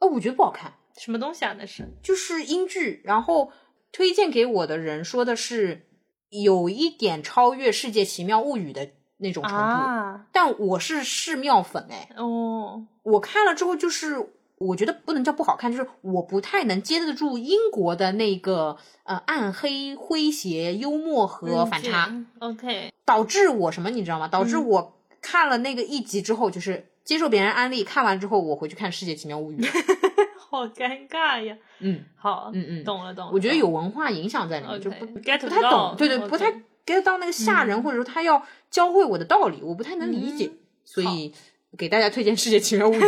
[SPEAKER 2] 哦，我觉得不好看，
[SPEAKER 1] 什么东西啊？那是
[SPEAKER 2] 就是英剧。然后推荐给我的人说的是有一点超越《世界奇妙物语》的那种程度，
[SPEAKER 1] 啊，
[SPEAKER 2] 但我是世妙粉哎，
[SPEAKER 1] 哦，
[SPEAKER 2] 我看了之后就是。我觉得不能叫不好看，就是我不太能接得住英国的那个呃暗黑、诙谐、幽默和反差。
[SPEAKER 1] 嗯这 OK，
[SPEAKER 2] 导致我什么你知道吗？导致
[SPEAKER 1] 嗯
[SPEAKER 2] 我看了那个一集之后，就是接受别人安利，看完之后我回去看《世界奇妙物语》。
[SPEAKER 1] [LAUGHS] 好尴尬呀。
[SPEAKER 2] 嗯
[SPEAKER 1] 好，
[SPEAKER 2] 嗯嗯，
[SPEAKER 1] 懂了懂了。
[SPEAKER 2] 我觉得有
[SPEAKER 1] 懂
[SPEAKER 2] 文化影响在里
[SPEAKER 1] 了
[SPEAKER 2] 面，就
[SPEAKER 1] OK，
[SPEAKER 2] 不
[SPEAKER 1] get
[SPEAKER 2] 不太
[SPEAKER 1] 到
[SPEAKER 2] 懂，对对，不太
[SPEAKER 1] OK 嗯
[SPEAKER 2] get 到那个吓人，或者说他要教会我的道理，我不太能理解
[SPEAKER 1] 嗯， [LAUGHS]
[SPEAKER 2] 所以给大家推荐《世界奇妙物语》。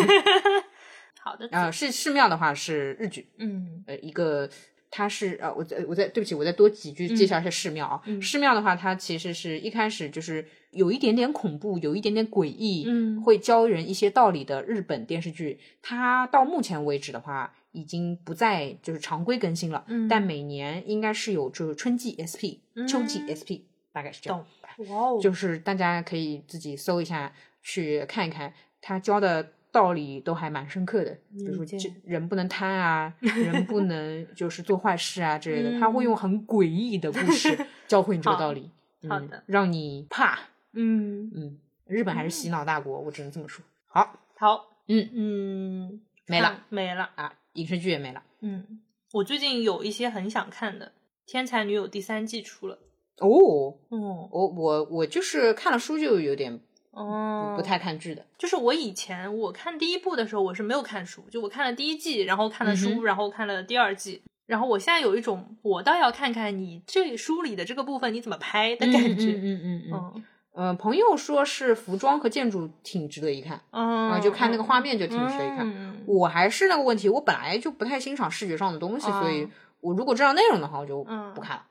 [SPEAKER 1] 好的，
[SPEAKER 2] 啊、是寺庙的话是日剧，
[SPEAKER 1] 嗯
[SPEAKER 2] 呃，一个它是呃，我再我再对不起，我再多几句
[SPEAKER 1] 嗯
[SPEAKER 2] 介绍一下寺庙啊。寺庙的话，它其实是一开始就是有一点点恐怖，有一点点诡异，
[SPEAKER 1] 嗯
[SPEAKER 2] 会教人一些道理的日本电视剧。它到目前为止的话，已经不再就是常规更新了，
[SPEAKER 1] 嗯
[SPEAKER 2] 但每年应该是有就是春季 SP、秋季
[SPEAKER 1] 嗯
[SPEAKER 2] SP，大概是这样。
[SPEAKER 1] 哇哦，
[SPEAKER 2] 就是大家可以自己搜一下去看一看，他教的道理都还蛮深刻的，比如说
[SPEAKER 1] 理解
[SPEAKER 2] 这人不能
[SPEAKER 1] [LAUGHS]
[SPEAKER 2] 贪啊，人不能就是做坏事啊之类的，他会
[SPEAKER 1] 嗯
[SPEAKER 2] 用很诡异的故
[SPEAKER 1] [LAUGHS]
[SPEAKER 2] 事教会你这个
[SPEAKER 1] 好
[SPEAKER 2] 道理，嗯、
[SPEAKER 1] 好的，
[SPEAKER 2] 让你怕，
[SPEAKER 1] 嗯，
[SPEAKER 2] 嗯，日本还是洗脑大国，我只能这么说。好
[SPEAKER 1] 好，
[SPEAKER 2] 嗯
[SPEAKER 1] 嗯，
[SPEAKER 2] 没了
[SPEAKER 1] 看没了，
[SPEAKER 2] 啊，影视剧也没了
[SPEAKER 1] 嗯，我最近有一些很想看的，《天才女友》第三季出了，
[SPEAKER 2] 哦，我
[SPEAKER 1] 哦
[SPEAKER 2] 我我就是看了书就有点
[SPEAKER 1] 哦
[SPEAKER 2] 不，不太看剧的，
[SPEAKER 1] 就是我以前我看第一部的时候，我是没有看书，就我看了第一季，然后看了书，
[SPEAKER 2] 嗯哼
[SPEAKER 1] 然后看了第二季，然后我现在有一种我倒要看看你这书里的这个部分你怎么拍的感
[SPEAKER 2] 嗯
[SPEAKER 1] 觉，
[SPEAKER 2] 嗯嗯嗯嗯，
[SPEAKER 1] 嗯
[SPEAKER 2] 呃，朋友说是服装和建筑挺值得一看。
[SPEAKER 1] 嗯
[SPEAKER 2] 啊，就看那个画面就挺
[SPEAKER 1] 挺
[SPEAKER 2] 值得一看。
[SPEAKER 1] 嗯、
[SPEAKER 2] 我还是那个问题，我本来就不太欣赏视觉上的东西，所以
[SPEAKER 1] 啊
[SPEAKER 2] 我如果知道内容的话，我就
[SPEAKER 1] 嗯
[SPEAKER 2] 不看了。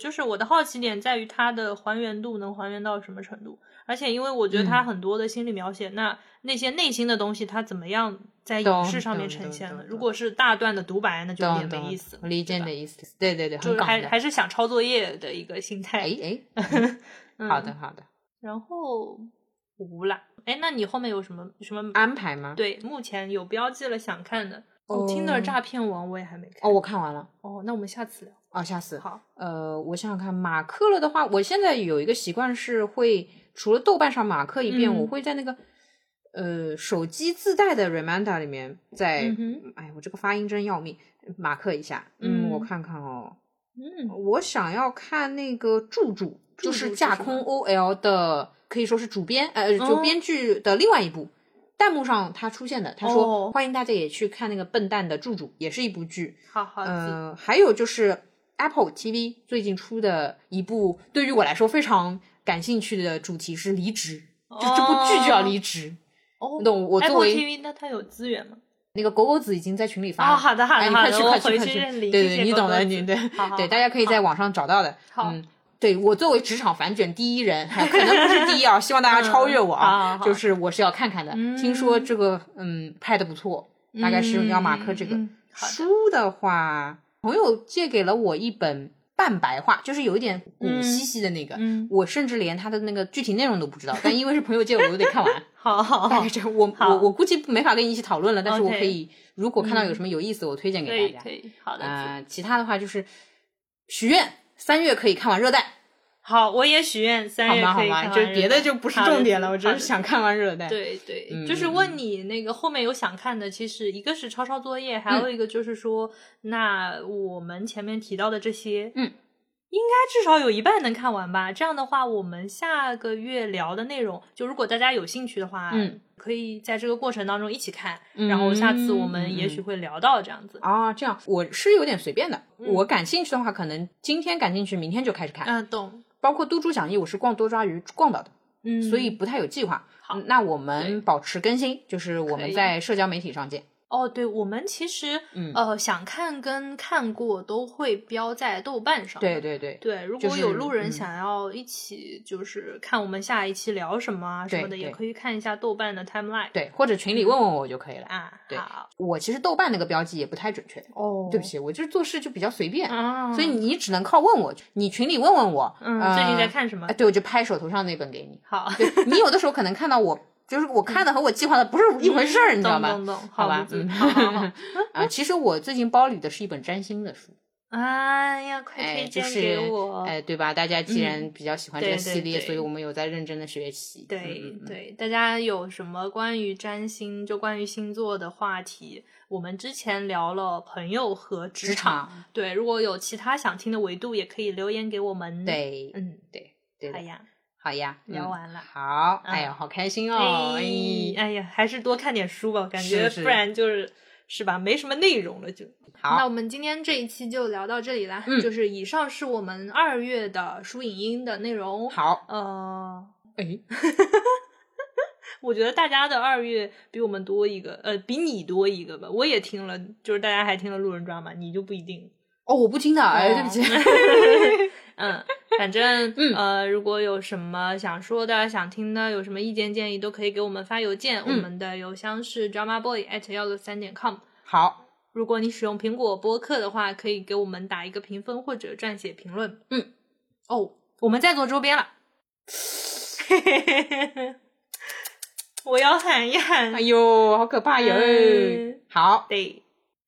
[SPEAKER 1] 就是我的好奇点在于它的还原度能还原到什么程度，而且因为我觉得它
[SPEAKER 2] 嗯
[SPEAKER 1] 很多的心理描写，那那些内心的东西它怎么样在影
[SPEAKER 2] 懂
[SPEAKER 1] 视上面
[SPEAKER 2] 懂
[SPEAKER 1] 呈
[SPEAKER 2] 懂
[SPEAKER 1] 现
[SPEAKER 2] 懂
[SPEAKER 1] 了？
[SPEAKER 2] 懂
[SPEAKER 1] 如果是大段的独白，那就有
[SPEAKER 2] 懂
[SPEAKER 1] 点
[SPEAKER 2] 懂
[SPEAKER 1] 没意思了，
[SPEAKER 2] 我理解
[SPEAKER 1] 对
[SPEAKER 2] 你
[SPEAKER 1] 吧
[SPEAKER 2] 的意思。对对对，
[SPEAKER 1] 就
[SPEAKER 2] 很
[SPEAKER 1] 是
[SPEAKER 2] 港
[SPEAKER 1] 还
[SPEAKER 2] 的。
[SPEAKER 1] 还是想抄作业的一个心态。
[SPEAKER 2] 哎哎，
[SPEAKER 1] 嗯
[SPEAKER 2] 好的好的，
[SPEAKER 1] 然后无啦，哎，那你后面有什么什么？
[SPEAKER 2] 安排吗？
[SPEAKER 1] 对，目前有标记了想看的。
[SPEAKER 2] 哦
[SPEAKER 1] 哦，听的诈骗王我也还没看。
[SPEAKER 2] 哦，我看完了。
[SPEAKER 1] 哦，那我们下次聊。
[SPEAKER 2] 哦，下次
[SPEAKER 1] 好，
[SPEAKER 2] 呃，我想想看，马克了的话，我现在有一个习惯是会除了豆瓣上马克一遍，
[SPEAKER 1] 嗯
[SPEAKER 2] 我会在那个呃手机自带的 Remanda 里面再，
[SPEAKER 1] 嗯哼
[SPEAKER 2] 哎，我这个发音真要命，马克一下。
[SPEAKER 1] 嗯
[SPEAKER 2] 我看看哦，
[SPEAKER 1] 嗯
[SPEAKER 2] 我想要看那个柱柱，
[SPEAKER 1] 柱
[SPEAKER 2] 就
[SPEAKER 1] 柱
[SPEAKER 2] 是
[SPEAKER 1] 是
[SPEAKER 2] 架
[SPEAKER 1] 什
[SPEAKER 2] 空
[SPEAKER 1] 么
[SPEAKER 2] OL 的，可以说是主编呃，就
[SPEAKER 1] 哦
[SPEAKER 2] 编剧的另外一部。弹幕上他出现的，他说、
[SPEAKER 1] 哦
[SPEAKER 2] 欢迎大家也去看那个笨蛋的柱柱，也是一部剧。
[SPEAKER 1] 好好，记
[SPEAKER 2] 呃，还有就是 Apple TV 最近出的一部对于我来说非常感兴趣的主题是离职，就这部剧就要离职。
[SPEAKER 1] 哦
[SPEAKER 2] 你，懂我作
[SPEAKER 1] Apple
[SPEAKER 2] 为
[SPEAKER 1] TV 那它有资源吗？
[SPEAKER 2] 那个狗狗子已经在群里发
[SPEAKER 1] 哦，
[SPEAKER 2] 了，
[SPEAKER 1] 好的好
[SPEAKER 2] 哎，
[SPEAKER 1] 的
[SPEAKER 2] 你
[SPEAKER 1] 好
[SPEAKER 2] 快
[SPEAKER 1] 的，
[SPEAKER 2] 去
[SPEAKER 1] 我
[SPEAKER 2] 快去
[SPEAKER 1] 回
[SPEAKER 2] 快
[SPEAKER 1] 去
[SPEAKER 2] 去，
[SPEAKER 1] 认领。
[SPEAKER 2] 对
[SPEAKER 1] 谢
[SPEAKER 2] 对，
[SPEAKER 1] 谢
[SPEAKER 2] 你
[SPEAKER 1] 狗
[SPEAKER 2] 懂
[SPEAKER 1] 狗
[SPEAKER 2] 的，
[SPEAKER 1] 子
[SPEAKER 2] 你对
[SPEAKER 1] 好好
[SPEAKER 2] 对，大家可以在网上找到的。
[SPEAKER 1] 好
[SPEAKER 2] 嗯，对我作为职场反卷第一人， [LAUGHS] 哎可能不是第一啊，希望大家超越我
[SPEAKER 1] 嗯好
[SPEAKER 2] 啊
[SPEAKER 1] 好。好
[SPEAKER 2] 就是我是要看看的，听说这个嗯拍的不错，大概是要马克这个。
[SPEAKER 1] 嗯嗯嗯好的，
[SPEAKER 2] 书的话，朋友借给了我一本半白话，就是有一点古兮兮的那个。 [LAUGHS]
[SPEAKER 1] 嗯，
[SPEAKER 2] 我甚至连它的那个具体内容都不知道，但因为是朋友借我，我得看完。
[SPEAKER 1] 好好
[SPEAKER 2] 大
[SPEAKER 1] 好
[SPEAKER 2] 概，这样，我
[SPEAKER 1] 哦好
[SPEAKER 2] 我我估计没法跟你一起讨论了，但是我
[SPEAKER 1] OK 嗯
[SPEAKER 2] 可以，如果看到有什么有意思，我推荐
[SPEAKER 1] 可
[SPEAKER 2] 给
[SPEAKER 1] 以
[SPEAKER 2] 大
[SPEAKER 1] 可
[SPEAKER 2] 家。
[SPEAKER 1] 以，好的，
[SPEAKER 2] 啊，其他的话就是许愿，三月可以看完《热带》，
[SPEAKER 1] 好，我也许愿
[SPEAKER 2] 好
[SPEAKER 1] 三月
[SPEAKER 2] 吗？好
[SPEAKER 1] 可以
[SPEAKER 2] 吗？
[SPEAKER 1] 看完
[SPEAKER 2] 就
[SPEAKER 1] 热
[SPEAKER 2] 别的
[SPEAKER 1] 带
[SPEAKER 2] 就不是
[SPEAKER 1] 好的
[SPEAKER 2] 重点了，我只
[SPEAKER 1] 好
[SPEAKER 2] 是
[SPEAKER 1] 的
[SPEAKER 2] 想看完《热带》。
[SPEAKER 1] 对对，
[SPEAKER 2] 嗯
[SPEAKER 1] 就是
[SPEAKER 2] 嗯
[SPEAKER 1] 问你那个后面有想看的，其实一个是抄抄作业，
[SPEAKER 2] 嗯
[SPEAKER 1] 还有一个就是说，那我们前面提到的这些，
[SPEAKER 2] 嗯，
[SPEAKER 1] 应该至少有一半能看完吧。这样的话，我们下个月聊的内容，就如果大家有兴趣的话，
[SPEAKER 2] 嗯，
[SPEAKER 1] 可以在这个过程当中一起看，然后下次我们也许会聊到这样子。
[SPEAKER 2] 啊，嗯这样我是有点随便的。我感兴趣的话，可能今天感兴趣，明天就开始看。
[SPEAKER 1] 嗯，懂，
[SPEAKER 2] 包括都珠讲义，我是逛多抓鱼逛到的，
[SPEAKER 1] 嗯，
[SPEAKER 2] 所以不太有计划。
[SPEAKER 1] 好
[SPEAKER 2] 嗯那我们
[SPEAKER 1] 对
[SPEAKER 2] 保持更新，就是我
[SPEAKER 1] 可
[SPEAKER 2] 们
[SPEAKER 1] 以
[SPEAKER 2] 在社交媒体上见。
[SPEAKER 1] 哦，对，我们其实、
[SPEAKER 2] 嗯
[SPEAKER 1] 呃想看跟看过都会标在豆瓣上的，
[SPEAKER 2] 对对对，
[SPEAKER 1] 对，如
[SPEAKER 2] 就
[SPEAKER 1] 果有
[SPEAKER 2] 是
[SPEAKER 1] 路人
[SPEAKER 2] 嗯
[SPEAKER 1] 想要一起，就是看我们下一期聊什么啊什么
[SPEAKER 2] 对
[SPEAKER 1] 的，也
[SPEAKER 2] 对
[SPEAKER 1] 可以看一下豆瓣的 timeline。
[SPEAKER 2] 对，或者群里
[SPEAKER 1] 嗯
[SPEAKER 2] 问问我就可以了。
[SPEAKER 1] 啊，
[SPEAKER 2] 对
[SPEAKER 1] 好
[SPEAKER 2] 我其实豆瓣那个标记也不太准确，
[SPEAKER 1] 哦
[SPEAKER 2] 对不，起，我就是做事就比较随便，
[SPEAKER 1] 啊，
[SPEAKER 2] 所以你只能靠问我，你群里问问我，
[SPEAKER 1] 嗯，
[SPEAKER 2] 呃
[SPEAKER 1] 最近在看什
[SPEAKER 2] [LAUGHS]
[SPEAKER 1] 么
[SPEAKER 2] 哎？对，我就拍手头上那本给你。
[SPEAKER 1] 好，
[SPEAKER 2] 对你有的时候可能看到我，就是我看的和我计划的不是一回事 [LAUGHS] 儿，你知道
[SPEAKER 1] 懂
[SPEAKER 2] 吗
[SPEAKER 1] 懂？懂，
[SPEAKER 2] 好
[SPEAKER 1] 吧
[SPEAKER 2] 吧，，
[SPEAKER 1] 嗯
[SPEAKER 2] 嗯，
[SPEAKER 1] 好好
[SPEAKER 2] [LAUGHS]
[SPEAKER 1] 好
[SPEAKER 2] 啊，其实我最近包里的是一本占星的书，
[SPEAKER 1] 哎呀，快
[SPEAKER 2] 哎，
[SPEAKER 1] 推
[SPEAKER 2] 就
[SPEAKER 1] 荐
[SPEAKER 2] 是
[SPEAKER 1] 给我。嗯
[SPEAKER 2] 哎，对吧？大家既然比较喜欢这
[SPEAKER 1] 对
[SPEAKER 2] 个
[SPEAKER 1] 对
[SPEAKER 2] 系列，
[SPEAKER 1] 对
[SPEAKER 2] 所以我们有在认真的学习。
[SPEAKER 1] 对
[SPEAKER 2] 嗯嗯嗯
[SPEAKER 1] 对，大家有什么关于占星，就关于星座的话题，我们之前聊了朋友和
[SPEAKER 2] 职
[SPEAKER 1] 职场。
[SPEAKER 2] 场
[SPEAKER 1] 对，如果有其他想听的维度，也可以留言给我们。，
[SPEAKER 2] 对
[SPEAKER 1] 嗯，
[SPEAKER 2] 对对
[SPEAKER 1] 好
[SPEAKER 2] 的，
[SPEAKER 1] 呀，
[SPEAKER 2] 好呀，
[SPEAKER 1] 聊
[SPEAKER 2] 嗯
[SPEAKER 1] 完了
[SPEAKER 2] 好，
[SPEAKER 1] 嗯
[SPEAKER 2] 哎呀，好开心哦，
[SPEAKER 1] 哎
[SPEAKER 2] 哎，
[SPEAKER 1] 哎呀，还是多看点书吧，感觉
[SPEAKER 2] 是是
[SPEAKER 1] 不然就是是吧，没什么内容了就。嗯那
[SPEAKER 2] 好
[SPEAKER 1] 我，们今天这一期就聊到这里啦，
[SPEAKER 2] 嗯
[SPEAKER 1] 就是以上是我们二月的书影音的内容。，
[SPEAKER 2] 好，
[SPEAKER 1] 呃，
[SPEAKER 2] 哎，
[SPEAKER 1] 我觉得大家的二月比我们多一个，呃，比你多一个吧。我也听了，就是大家还听了路人抓嘛，你就不一定。
[SPEAKER 2] 哦，我不听的，哎，
[SPEAKER 1] 哦
[SPEAKER 2] 对不起。 [LAUGHS]
[SPEAKER 1] [LAUGHS]
[SPEAKER 2] 嗯
[SPEAKER 1] 嗯，反正呃，如果有什么想说的、想听的，有什么意见建议，都可以给我们发邮件。
[SPEAKER 2] 嗯
[SPEAKER 1] 我们的邮箱是 drama boy at 幺六三点 com。
[SPEAKER 2] 好，
[SPEAKER 1] 如果你使用苹果播客的话，可以给我们打一个评分或者撰写评论。
[SPEAKER 2] 嗯，
[SPEAKER 1] 哦，我们在做周边了， [LAUGHS] 我要喊一喊
[SPEAKER 2] 哎。呦，好可怕哟！
[SPEAKER 1] 嗯
[SPEAKER 2] 好，
[SPEAKER 1] 对，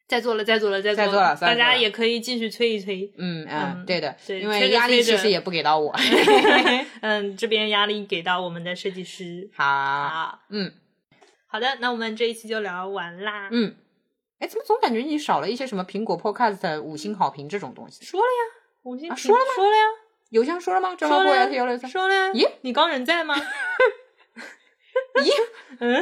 [SPEAKER 1] 在做了，在做了，在
[SPEAKER 2] 在做了在
[SPEAKER 1] 大
[SPEAKER 2] 做
[SPEAKER 1] 家
[SPEAKER 2] 了
[SPEAKER 1] 也可以继续催一催。
[SPEAKER 2] 嗯嗯，
[SPEAKER 1] 嗯
[SPEAKER 2] 对的，
[SPEAKER 1] 对
[SPEAKER 2] 因
[SPEAKER 1] 吹
[SPEAKER 2] 为
[SPEAKER 1] 着
[SPEAKER 2] 压力
[SPEAKER 1] 吹
[SPEAKER 2] 其
[SPEAKER 1] 着
[SPEAKER 2] 实也不给到
[SPEAKER 1] [LAUGHS]
[SPEAKER 2] 我。
[SPEAKER 1] 嗯，这边压力给到我们的设计师。
[SPEAKER 2] 好，
[SPEAKER 1] 好，
[SPEAKER 2] 嗯
[SPEAKER 1] 好的，那我们这一期就聊完啦。
[SPEAKER 2] 嗯，哎，怎么总感觉你少了一些什么苹果 Podcast 五星好评这种东西？
[SPEAKER 1] 说了呀，我先
[SPEAKER 2] 啊
[SPEAKER 1] 评
[SPEAKER 2] 说了吗
[SPEAKER 1] 说了呀，
[SPEAKER 2] 邮箱说了吗？正
[SPEAKER 1] 说
[SPEAKER 2] 好过
[SPEAKER 1] 了
[SPEAKER 2] F 幺六三。
[SPEAKER 1] 说了呀。
[SPEAKER 2] 咦，嗯
[SPEAKER 1] 你刚人在吗？
[SPEAKER 2] 咦，
[SPEAKER 1] 嗯，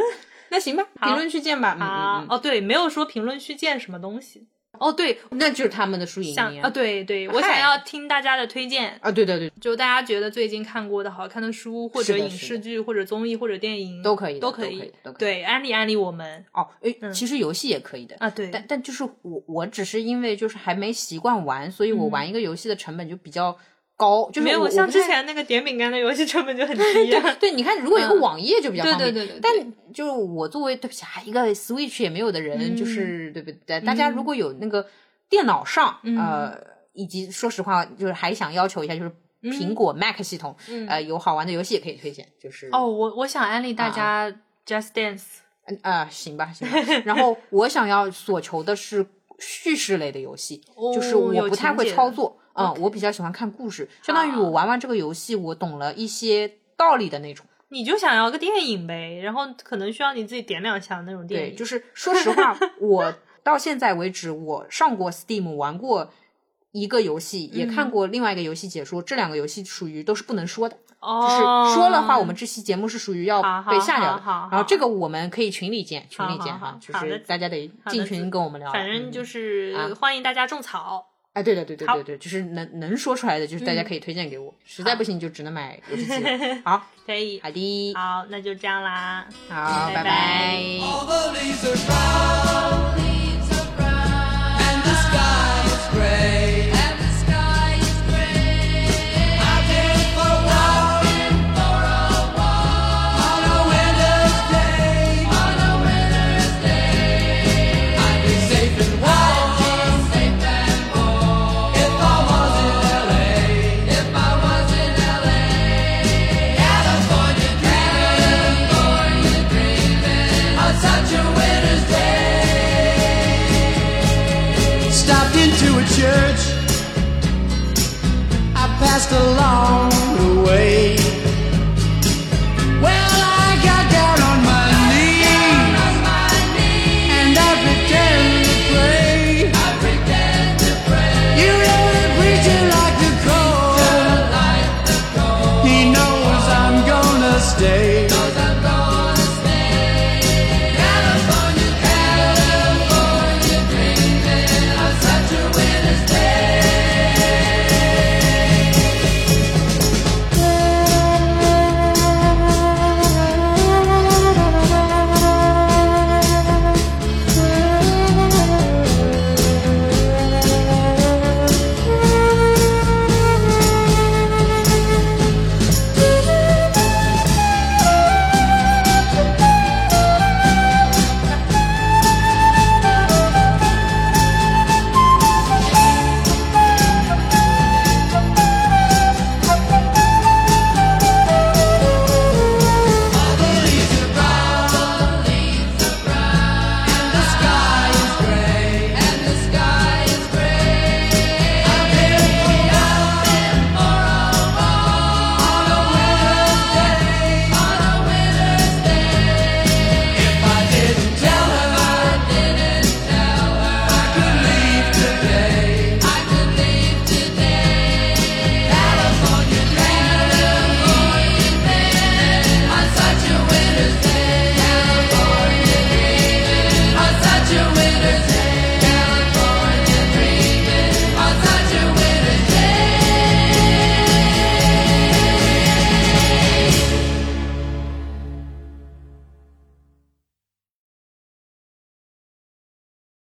[SPEAKER 2] 那行吧，
[SPEAKER 1] 好
[SPEAKER 2] 评论区见吧。嗯
[SPEAKER 1] 好
[SPEAKER 2] 嗯。嗯
[SPEAKER 1] 哦，对，没有说评论区见什么东西。
[SPEAKER 2] 哦，对，那就是他们的输赢
[SPEAKER 1] 想啊，
[SPEAKER 2] 面
[SPEAKER 1] 对对，我想
[SPEAKER 2] 嗨
[SPEAKER 1] 要听大家的推荐，
[SPEAKER 2] 啊，对对对，
[SPEAKER 1] 就大家觉得最近看过的好看的书，或
[SPEAKER 2] 是
[SPEAKER 1] 者
[SPEAKER 2] 的
[SPEAKER 1] 影
[SPEAKER 2] 是
[SPEAKER 1] 视
[SPEAKER 2] 的
[SPEAKER 1] 剧，或者综艺，或者电影，
[SPEAKER 2] 都可以的
[SPEAKER 1] 都
[SPEAKER 2] 都可以
[SPEAKER 1] 以
[SPEAKER 2] 都可以，
[SPEAKER 1] 对，安利安利我们
[SPEAKER 2] 哦，哎，
[SPEAKER 1] 嗯
[SPEAKER 2] 其实游戏也可以的。
[SPEAKER 1] 啊，对，
[SPEAKER 2] 但但就是我，我只是因为就是还没习惯玩，所以我
[SPEAKER 1] 嗯
[SPEAKER 2] 玩一个游戏的成本就比较高，就是
[SPEAKER 1] 没有
[SPEAKER 2] 我
[SPEAKER 1] 像之。
[SPEAKER 2] 我
[SPEAKER 1] 前那个点饼干的游戏成本就很低、
[SPEAKER 2] 不
[SPEAKER 1] 啊
[SPEAKER 2] 太， [LAUGHS] 对，你看，如果有个
[SPEAKER 1] 嗯
[SPEAKER 2] 网页就比较
[SPEAKER 1] 对
[SPEAKER 2] 方便。
[SPEAKER 1] 对对对
[SPEAKER 2] 但就是我作为对不起啊，一个 Switch 也没有的人，
[SPEAKER 1] 嗯
[SPEAKER 2] 就是对不对？大家如果有那个电脑上，
[SPEAKER 1] 嗯
[SPEAKER 2] 呃，以及说实话，就是还想要求一下，就是苹果 Mac 系统，
[SPEAKER 1] 嗯
[SPEAKER 2] 呃，有好玩的游戏也可以推荐，就是
[SPEAKER 1] 哦，我我想安利
[SPEAKER 2] 啊
[SPEAKER 1] 大家 Just Dance，
[SPEAKER 2] 嗯啊，行吧，行吧。然后我想要所求的是叙事类的游戏，就是
[SPEAKER 1] 哦
[SPEAKER 2] 我
[SPEAKER 1] 有
[SPEAKER 2] 不太
[SPEAKER 1] 情
[SPEAKER 2] 会
[SPEAKER 1] 节的
[SPEAKER 2] 操作，嗯
[SPEAKER 1] OK 啊
[SPEAKER 2] 我比较喜欢看故事，相当于我
[SPEAKER 1] 好
[SPEAKER 2] 玩完这个游戏，我懂了一些道理的那种。
[SPEAKER 1] 你就想要个电影呗，然后可能需要你自己点两下那种电
[SPEAKER 2] 对，
[SPEAKER 1] 影，
[SPEAKER 2] 就是说
[SPEAKER 1] [LAUGHS]
[SPEAKER 2] 实话，我到现在为止，我上过 Steam 玩过一个游戏，也
[SPEAKER 1] 嗯
[SPEAKER 2] 看过另外一个游戏解说，这两个游戏属于都是不能说的，
[SPEAKER 1] 哦，
[SPEAKER 2] 就是说了话，我们这期节目是属于要
[SPEAKER 1] 好好
[SPEAKER 2] 被下掉
[SPEAKER 1] 好
[SPEAKER 2] 的。
[SPEAKER 1] 好
[SPEAKER 2] 然后这
[SPEAKER 1] 好
[SPEAKER 2] 个我们可以群里见，群
[SPEAKER 1] 好
[SPEAKER 2] 里
[SPEAKER 1] 好
[SPEAKER 2] 见
[SPEAKER 1] 好
[SPEAKER 2] 哈，就
[SPEAKER 1] 好的
[SPEAKER 2] 是大家得
[SPEAKER 1] 好
[SPEAKER 2] 进
[SPEAKER 1] 的
[SPEAKER 2] 群跟我们聊了。。
[SPEAKER 1] 反正就是是
[SPEAKER 2] 嗯啊
[SPEAKER 1] 欢迎大家种草。
[SPEAKER 2] 哎，对的，对对
[SPEAKER 1] 好嗯
[SPEAKER 2] 对对，就是能能说出来的，就是大家可以推荐给我，实在不行就只能买游戏机了。好，
[SPEAKER 1] 可以，
[SPEAKER 2] 好
[SPEAKER 1] [LAUGHS]
[SPEAKER 2] 的，
[SPEAKER 1] 好，那就这样啦。
[SPEAKER 2] 好，
[SPEAKER 1] 拜拜
[SPEAKER 2] 拜拜
[SPEAKER 3] All the leaves are brown, and the sky is gray. Out in for a walk, on a winter's day. I'd be safe and warm if I was in LA. California dreaming on such a winter's day. Stopped into a church. I passed along